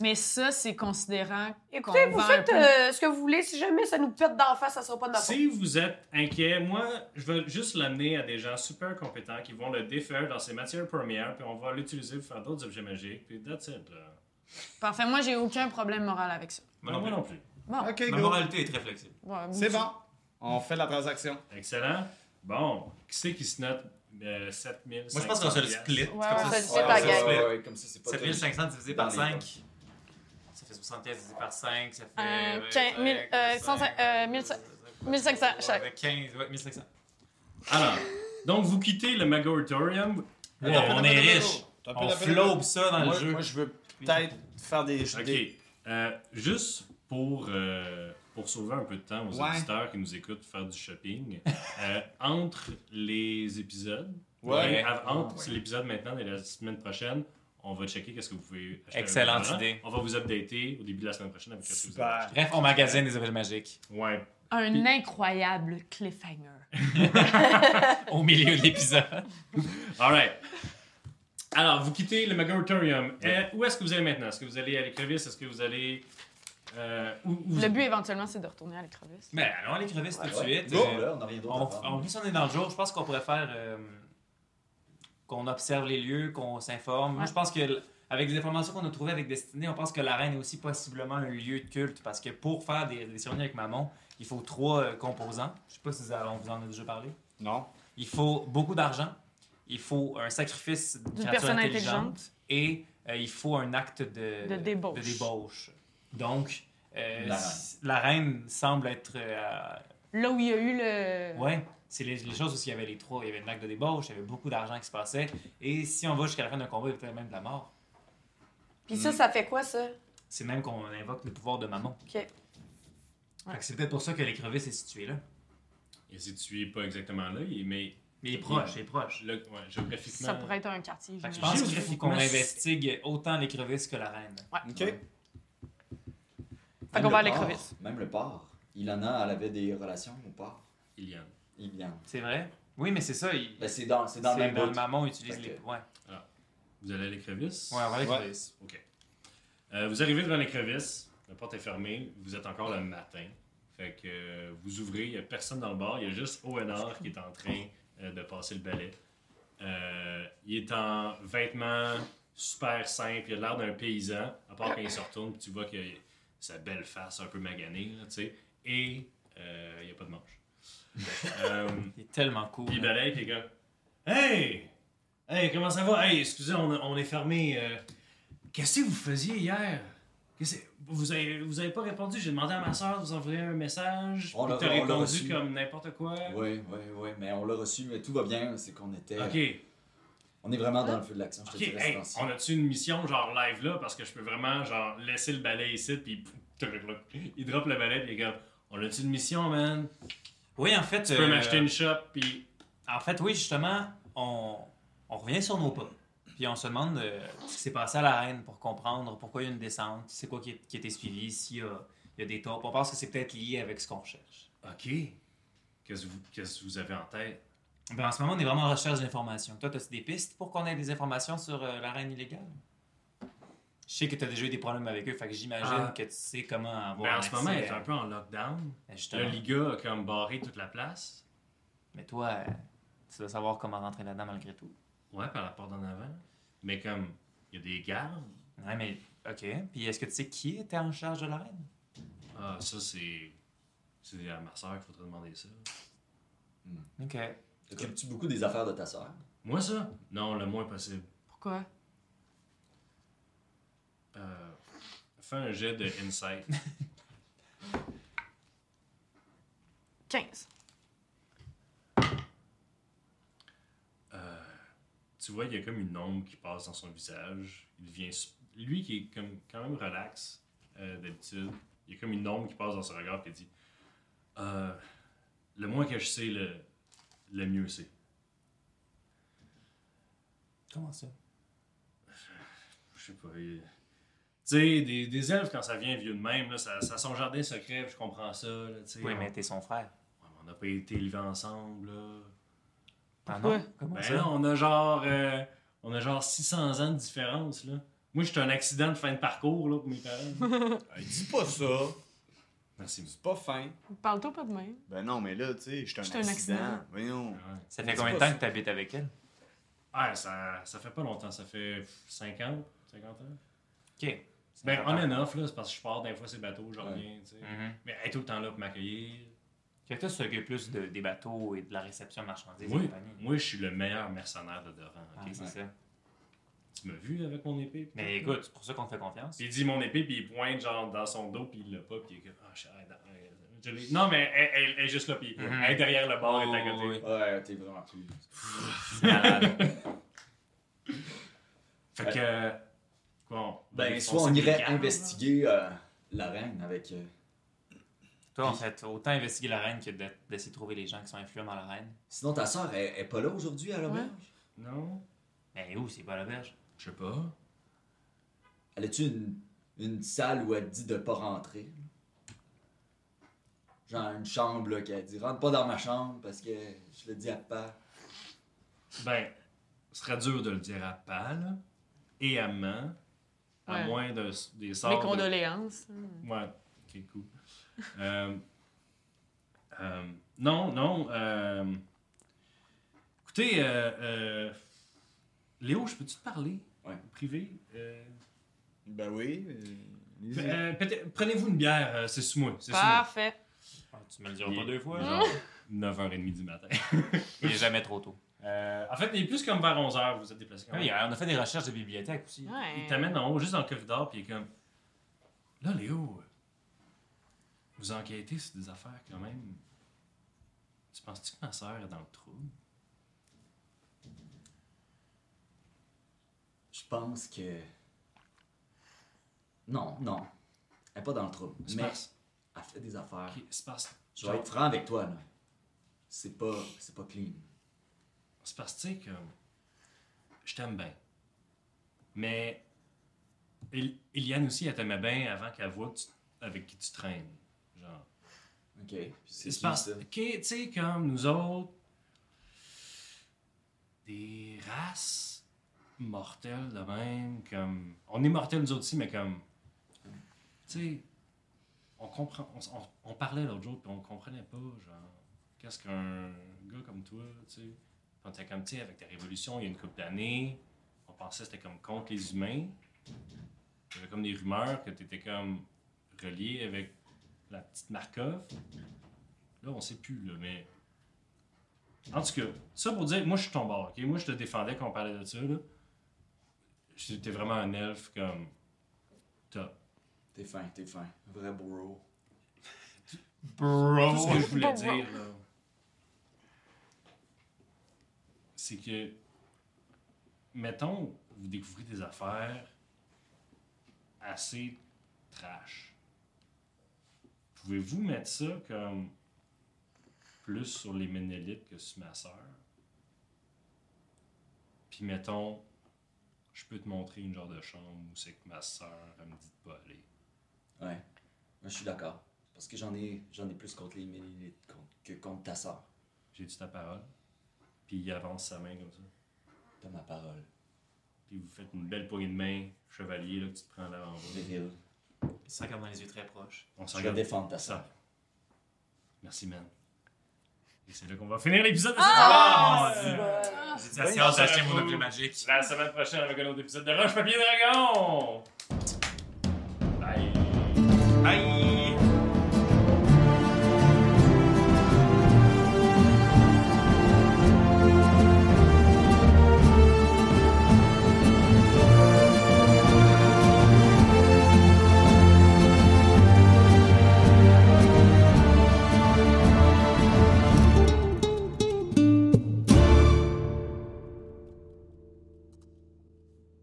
[SPEAKER 2] Mais ça, c'est considérant.
[SPEAKER 3] Écoutez,
[SPEAKER 2] qu'on
[SPEAKER 3] vous
[SPEAKER 2] vend
[SPEAKER 3] faites
[SPEAKER 2] un peu.
[SPEAKER 3] euh, ce que vous voulez. Si jamais ça nous pète d'en face, ça sera pas de ma faute.
[SPEAKER 1] Si vous êtes inquiet, moi, je vais juste l'amener à des gens super compétents qui vont le défaire dans ses matières premières, puis on va l'utiliser pour faire d'autres objets magiques, puis that's it. Là.
[SPEAKER 2] Parfait, moi, j'ai aucun problème moral avec ça.
[SPEAKER 5] Moi
[SPEAKER 1] Non,
[SPEAKER 5] non
[SPEAKER 1] moi
[SPEAKER 5] plus.
[SPEAKER 1] non plus.
[SPEAKER 2] Bon,
[SPEAKER 7] Ah. OK,
[SPEAKER 5] Ma
[SPEAKER 7] go.
[SPEAKER 5] moralité est très flexible.
[SPEAKER 2] ouais,
[SPEAKER 7] C'est bon. On fait la transaction.
[SPEAKER 1] Excellent. Bon, qui c'est qui se note euh, 7 500
[SPEAKER 5] Moi, je pense qu'on se le split.
[SPEAKER 2] Ouais, on se le split
[SPEAKER 11] Ouais,
[SPEAKER 2] C'est pas
[SPEAKER 11] ouais,
[SPEAKER 5] se
[SPEAKER 3] gay.
[SPEAKER 11] ouais,
[SPEAKER 5] split.
[SPEAKER 11] ouais, comme ça, c'est pas
[SPEAKER 5] 7500 divisé
[SPEAKER 11] Dans
[SPEAKER 5] par
[SPEAKER 11] les
[SPEAKER 5] 5. Ça fait 75 divisé par 5. Ça fait.
[SPEAKER 2] Euh,
[SPEAKER 5] ouais,
[SPEAKER 2] quin-
[SPEAKER 5] ouais,
[SPEAKER 2] mille- euh,
[SPEAKER 5] 500,
[SPEAKER 2] cent- euh, mille-
[SPEAKER 5] ouais,
[SPEAKER 2] 1500
[SPEAKER 5] ouais,
[SPEAKER 2] chaque.
[SPEAKER 5] ouais, 15, ouais, 1500.
[SPEAKER 1] Alors, donc vous quittez le Magoritorium.
[SPEAKER 5] Wow, on est riche.
[SPEAKER 7] T'as un peu
[SPEAKER 5] On
[SPEAKER 7] la-
[SPEAKER 5] flobe ça dans
[SPEAKER 7] Moi,
[SPEAKER 5] le jeu.
[SPEAKER 7] moi, je veux peut-être faire des.
[SPEAKER 1] Ok.
[SPEAKER 7] des-
[SPEAKER 1] Euh, juste pour, euh, pour sauver un peu de temps aux
[SPEAKER 7] Ouais.
[SPEAKER 1] auditeurs qui nous écoutent faire du shopping, euh, entre les épisodes,
[SPEAKER 7] Ouais.
[SPEAKER 1] ben, av- entre l'épisode maintenant et la semaine prochaine, on va checker qu'est-ce que vous pouvez acheter.
[SPEAKER 5] Excellente
[SPEAKER 1] avant.
[SPEAKER 5] idée.
[SPEAKER 1] On va vous updater au début de la semaine prochaine avec ce que vous avez
[SPEAKER 7] Super.
[SPEAKER 1] acheté.
[SPEAKER 5] Bref, on magasine des objets magiques.
[SPEAKER 1] Ouais.
[SPEAKER 2] Un incroyable cliffhanger.
[SPEAKER 5] Au milieu de l'épisode.
[SPEAKER 1] Alright. Alors, vous quittez le Magoritorium. Euh, où est-ce que vous allez maintenant? Est-ce que vous allez à l'écrevisse? Est-ce que vous allez... euh, où, où-
[SPEAKER 2] Le but, éventuellement, c'est de retourner à l'écrevisse.
[SPEAKER 5] [LAUGHS] Mais allons les crevisses tout de suite.
[SPEAKER 11] Go!
[SPEAKER 5] Euh,
[SPEAKER 11] Là, on n'a rien d'autre
[SPEAKER 5] On,
[SPEAKER 11] à
[SPEAKER 5] on,
[SPEAKER 11] prendre.
[SPEAKER 5] si on est dans le jour, je pense qu'on pourrait faire euh, qu'on observe les lieux, qu'on s'informe. Moi, je pense que l- avec les informations qu'on a trouvées avec Destinée, on pense que l'arène est aussi possiblement un lieu de culte parce que pour faire des, des cérémonies avec Mammon, il faut trois euh, composants. Je sais pas si vous en- on vous en a déjà parlé.
[SPEAKER 7] Non.
[SPEAKER 5] Il faut beaucoup d'argent, il faut un sacrifice d'une
[SPEAKER 2] D'une
[SPEAKER 5] créature
[SPEAKER 2] personne
[SPEAKER 5] intelligente,
[SPEAKER 2] intelligente.
[SPEAKER 5] et euh, il faut un acte de,
[SPEAKER 2] De débauche.
[SPEAKER 5] de débauche. Donc, euh,
[SPEAKER 11] La reine.
[SPEAKER 5] s- la reine semble être euh,
[SPEAKER 2] Là où il y a eu le.
[SPEAKER 5] Ouais, c'est les, les choses où il y avait les trois. Il y avait une acte de débauche, il y avait beaucoup d'argent qui se passait. Et si on va jusqu'à la fin d'un combat, il y a peut-être même de la mort.
[SPEAKER 3] Puis ça, ça fait quoi, ça?
[SPEAKER 5] C'est même qu'on invoque le pouvoir de Mammon.
[SPEAKER 3] OK.
[SPEAKER 5] Fait que C'est peut-être pour ça que l'écrevisse est située là.
[SPEAKER 1] Et si tu es pas exactement là, mais...
[SPEAKER 5] Mais il est proche, il est proche.
[SPEAKER 1] Là, ouais, géographiquement...
[SPEAKER 2] Ça pourrait être un quartier.
[SPEAKER 5] Fait que je
[SPEAKER 2] j'imagine.
[SPEAKER 5] pense qu'il faut qu'on
[SPEAKER 1] Géographiquement, c'est-
[SPEAKER 5] investigue autant l'écrevisse que la reine.
[SPEAKER 7] OK.
[SPEAKER 2] Fait
[SPEAKER 11] Même
[SPEAKER 2] qu'on va à
[SPEAKER 11] le porc,
[SPEAKER 2] l'écrevisse.
[SPEAKER 11] Même le porc. Ilana, elle avait des relations au porc.
[SPEAKER 1] Il y en a.
[SPEAKER 11] Il y en a.
[SPEAKER 5] C'est vrai? Oui, mais c'est ça. Il...
[SPEAKER 11] Ben, c'est dans, c'est dans le
[SPEAKER 5] c'est
[SPEAKER 11] même
[SPEAKER 5] dans le
[SPEAKER 11] bout.
[SPEAKER 5] Mammon utilise
[SPEAKER 11] Fait
[SPEAKER 5] les.
[SPEAKER 11] que-
[SPEAKER 5] Ouais.
[SPEAKER 1] Vous allez à l'écrevisse?
[SPEAKER 5] Ouais, on va à l'écrevisse.
[SPEAKER 1] OK. Euh, vous arrivez devant l'écrevisse, la porte est fermée, vous êtes encore le matin. Fait que euh, vous ouvrez, il n'y a personne dans le bar, il y a juste Owenor qui est en train euh, de passer le balai. Euh, il est en vêtements super simples, il a l'air d'un paysan, à part quand il se retourne, puis tu vois que sa belle face un peu maganée, là, tu sais, et euh, il n'y a pas de manche. Euh,
[SPEAKER 5] Il est tellement cool.
[SPEAKER 1] Puis ben, il balaye, puis il est comme, Hey! Hey, comment ça va? Hey, excusez, on, on est fermé. euh, Qu'est-ce que vous faisiez hier? Qu'est-ce que- Vous avez, vous avez pas répondu. J'ai demandé à ma soeur de vous envoyer un message.
[SPEAKER 11] On l'a-
[SPEAKER 1] Puis t'as
[SPEAKER 11] on l'a
[SPEAKER 1] répondu
[SPEAKER 11] reçu.
[SPEAKER 1] comme n'importe quoi.
[SPEAKER 11] Oui, oui, oui, mais on l'a reçu, mais tout va bien. C'est qu'on était.
[SPEAKER 1] Ok,
[SPEAKER 11] On est vraiment dans le feu de l'action, je te
[SPEAKER 1] ok.
[SPEAKER 11] dirais,
[SPEAKER 1] Hey,
[SPEAKER 11] c'est ainsi.
[SPEAKER 1] on a-tu une mission genre live là? Parce que je peux vraiment genre laisser le balai ici, puis [LAUGHS] pff, t'as le- il drop le balai, puis il est comme, on a-tu une mission, man?
[SPEAKER 5] Oui, en fait.
[SPEAKER 1] Tu peux
[SPEAKER 5] euh,
[SPEAKER 1] m'acheter une shop, puis
[SPEAKER 5] En fait, oui, justement, on, on revient sur nos pas. Puis on se demande euh, ce qui s'est passé à la reine pour comprendre pourquoi il y a une descente, c'est quoi qui, est- qui était suivi, s'il y a, il y a des torpes. On pense que c'est peut-être lié avec ce qu'on recherche.
[SPEAKER 1] OK. Qu'est-ce que vous, qu'est-ce que vous avez en tête?
[SPEAKER 5] Ben, en ce moment, on est vraiment en recherche d'informations. Toi, as des pistes pour qu'on ait des informations sur euh, la reine illégale? Je sais que tu as déjà eu des problèmes avec eux, fait que j'imagine
[SPEAKER 1] Ah.
[SPEAKER 5] que tu sais comment avoir.
[SPEAKER 1] Ben, en
[SPEAKER 5] accès
[SPEAKER 1] ce moment, elle est
[SPEAKER 11] hein.
[SPEAKER 5] à-
[SPEAKER 1] un peu en lockdown.
[SPEAKER 5] Ben,
[SPEAKER 1] Le
[SPEAKER 5] justement.
[SPEAKER 1] Liga a comme barré toute la place.
[SPEAKER 5] Mais toi, euh, tu dois savoir comment rentrer là-dedans malgré tout.
[SPEAKER 1] Ouais, par la porte en avant. Mais comme, il y a des gardes.
[SPEAKER 5] Ouais, mais. Ok. Puis est-ce que tu sais qui était en charge de la reine?
[SPEAKER 1] Ah, ça, c'est. C'est à ma soeur qu'il faudrait demander ça.
[SPEAKER 5] Ok.
[SPEAKER 11] T'occupes-tu beaucoup des affaires de ta sœur?
[SPEAKER 1] Moi, ça? Non, le moins possible.
[SPEAKER 2] Pourquoi?
[SPEAKER 1] Euh, fais un jet de insight.
[SPEAKER 3] 15.
[SPEAKER 1] Euh, tu vois, il y a comme une ombre qui passe dans son visage. Il devient. s- Lui qui est comme, quand même relax euh, d'habitude, il y a comme une ombre qui passe dans son regard et dit Euh, Le moins que je sais, le, le mieux c'est.
[SPEAKER 5] Comment ça?
[SPEAKER 1] Je sais pas. il- Tu sais, des, des elfes, quand ça vient vieux de même, là, ça, ça a son jardin secret, puis je comprends ça. Là, tu sais.
[SPEAKER 5] Oui,
[SPEAKER 1] on,
[SPEAKER 5] mais t'es son frère.
[SPEAKER 1] ouais, mais on a pas été élevés ensemble. Là.
[SPEAKER 5] Ah
[SPEAKER 3] Pourquoi?
[SPEAKER 5] non? Comment
[SPEAKER 1] Ben
[SPEAKER 5] ça?
[SPEAKER 1] là, on a genre euh, on a genre 600 ans de différence. Là. Moi, j'étais un accident de fin de parcours là, pour mes
[SPEAKER 5] [LAUGHS]
[SPEAKER 1] parents.
[SPEAKER 7] Hey, dis pas ça.
[SPEAKER 1] Merci, monsieur.
[SPEAKER 7] C'est pas fin.
[SPEAKER 3] Parle-toi pas de même.
[SPEAKER 4] Ben non, mais là, tu sais, je
[SPEAKER 3] J'suis
[SPEAKER 4] suis
[SPEAKER 3] un
[SPEAKER 4] un accident.
[SPEAKER 3] accident.
[SPEAKER 4] Voyons.
[SPEAKER 1] Ouais.
[SPEAKER 5] Ben, Ça fait combien de temps que t'habites avec elle?
[SPEAKER 1] Ah, ça, ça fait pas longtemps, ça fait 50, 50 ans.
[SPEAKER 5] Ok.
[SPEAKER 1] Ben,
[SPEAKER 5] Cinquante
[SPEAKER 1] on
[SPEAKER 5] ans.
[SPEAKER 1] and off, là, c'est parce que je pars des fois ces bateaux, je reviens, tu sais.
[SPEAKER 5] Mhm.
[SPEAKER 1] Mais elle est tout le temps là pour m'accueillir.
[SPEAKER 5] Fait que toi, tu t'occupes plus de, des bateaux et de la réception de marchandises et
[SPEAKER 1] Oui,
[SPEAKER 5] compagnie.
[SPEAKER 1] moi, je suis le meilleur mercenaire de Doran,
[SPEAKER 5] Ah,
[SPEAKER 1] ok?
[SPEAKER 5] c'est ça.
[SPEAKER 1] Tu m'as vu avec mon épée? putain?
[SPEAKER 5] Mais écoute, c'est pour ça qu'on te fait confiance.
[SPEAKER 1] Puis il dit mon épée, puis il pointe genre dans son dos, puis il l'a pas, puis il est comme, ah, je- ah, non, euh, je l'ai- Non, mais elle, elle- elle est juste là, puis
[SPEAKER 5] Mhm.
[SPEAKER 1] elle est derrière le bord, elle est à
[SPEAKER 5] Oh,
[SPEAKER 1] côté.
[SPEAKER 5] oui.
[SPEAKER 11] Ouais, t'es vraiment cool.
[SPEAKER 5] C'est malade.
[SPEAKER 1] Fait que. euh, Quoi, on-
[SPEAKER 11] Ben,
[SPEAKER 1] on
[SPEAKER 11] soit
[SPEAKER 1] sait
[SPEAKER 11] on
[SPEAKER 1] des
[SPEAKER 11] irait
[SPEAKER 1] gardes,
[SPEAKER 11] investiguer euh, la reine avec. euh,
[SPEAKER 5] toi, en fait, autant investiguer la reine que de- d'essayer de trouver les gens qui sont influents dans la reine.
[SPEAKER 11] Sinon, ta sœur, elle, elle est pas là aujourd'hui à l'auberge?
[SPEAKER 1] là. Non?
[SPEAKER 5] Mais Ben, où? C'est pas la berge.
[SPEAKER 1] Je sais pas.
[SPEAKER 11] Elle a-tu une, une salle où elle dit de pas rentrer? Genre une chambre là, qu'elle dit rentre pas dans ma chambre parce que je le dis à pas.
[SPEAKER 1] Ben, ce serait dur de le dire à Pal et à Man, à
[SPEAKER 3] Ouais.
[SPEAKER 1] moins de, des sorts.
[SPEAKER 3] Mes
[SPEAKER 1] de-
[SPEAKER 3] condoléances.
[SPEAKER 1] Ouais, ok, cool. Euh, euh, non, non. euh, écoutez, euh, euh, Léo, je peux-tu te parler?
[SPEAKER 11] Ouais.
[SPEAKER 1] Privé? Euh,
[SPEAKER 4] Ben oui. euh, allez-y.
[SPEAKER 1] euh, peut-être- Prenez-vous une bière, euh, c'est sous moi. C'est sous moi.
[SPEAKER 3] Parfait.
[SPEAKER 5] Ah, Tu me le diras
[SPEAKER 1] Il-
[SPEAKER 5] pas deux fois.
[SPEAKER 1] il-
[SPEAKER 5] Genre,
[SPEAKER 1] 9h30 du matin. [LAUGHS]
[SPEAKER 5] il est jamais trop tôt.
[SPEAKER 1] Euh, en fait, il est plus comme vers 11h, vous vous êtes déplacé quand
[SPEAKER 5] Oui, on a fait des recherches de bibliothèque aussi.
[SPEAKER 1] Il
[SPEAKER 3] Ouais.
[SPEAKER 1] t'amène en haut, juste dans le corridor, puis il est comme Là, Léo, vous enquêtez sur des affaires quand même. Tu penses-tu que ma soeur est dans le trou?
[SPEAKER 11] Je pense que. Non, non. Elle est pas dans le trouble.
[SPEAKER 1] C'est
[SPEAKER 11] Mais
[SPEAKER 1] parce-
[SPEAKER 11] elle fait des affaires.
[SPEAKER 1] ok, C'est parce
[SPEAKER 11] Je vais être franc avec toi, là. C'est pas. c'est pas clean.
[SPEAKER 1] C'est parce que, tu sais, comme. Je t'aime bien. Mais. Il- Eliane aussi, elle t'aimait bien avant qu'elle voit que tu- avec qui tu traînes. Genre.
[SPEAKER 11] OK.
[SPEAKER 1] C'est
[SPEAKER 11] qui,
[SPEAKER 1] parce
[SPEAKER 11] ça?
[SPEAKER 1] que, tu sais, comme nous autres, des races mortelles de même, comme. On est mortels nous autres aussi, mais comme. Tu sais, on comprend. On, s- on- on parlait l'autre jour, puis on comprenait pas, genre, qu'est-ce qu'un gars comme toi, tu sais. Quand t'es comme, tu sais, avec ta révolution, il y a une couple d'années, on pensait que c'était comme contre les humains. Il y avait comme des rumeurs que t'étais comme relié avec la petite Markov. Là, on sait plus, là, mais En tout cas, ça pour dire, moi je suis ton bord, ok? Moi je te défendais quand on parlait de ça, là. J'étais vraiment un elfe comme. Top.
[SPEAKER 6] T'es fin, t'es fin. Vrai bro.
[SPEAKER 1] Bro! Tout ce que je voulais dire, euh, là. C'est que. Mettons, vous découvrez des affaires assez trash. Pouvez-vous mettre ça comme plus sur les Ménélites que sur ma sœur? Puis mettons, je peux te montrer une genre de chambre où c'est que ma sœur, elle me dit de pas aller.
[SPEAKER 6] Ouais. Moi, je suis d'accord. Parce que j'en ai, j'en ai plus contre les Ménélites contre- que contre ta sœur.
[SPEAKER 1] J'ai dit ta parole. Puis il avance sa main comme ça.
[SPEAKER 6] T'as ma parole.
[SPEAKER 1] Puis vous faites une belle poignée de main, chevalier, là, que tu te prends l'avant
[SPEAKER 6] Viril,
[SPEAKER 5] Ça regarde dans les yeux très proches.
[SPEAKER 1] On se
[SPEAKER 6] je vais
[SPEAKER 1] regarde.
[SPEAKER 6] défendre ta sœur.
[SPEAKER 1] Ça. Merci, man. Et c'est là qu'on va finir l'épisode de cette semaine!
[SPEAKER 5] J'ai dit assez hâte d'acheter mon objet magique.
[SPEAKER 1] La semaine prochaine, avec un autre épisode de Roche Papier Dragon! Bye!
[SPEAKER 5] Bye!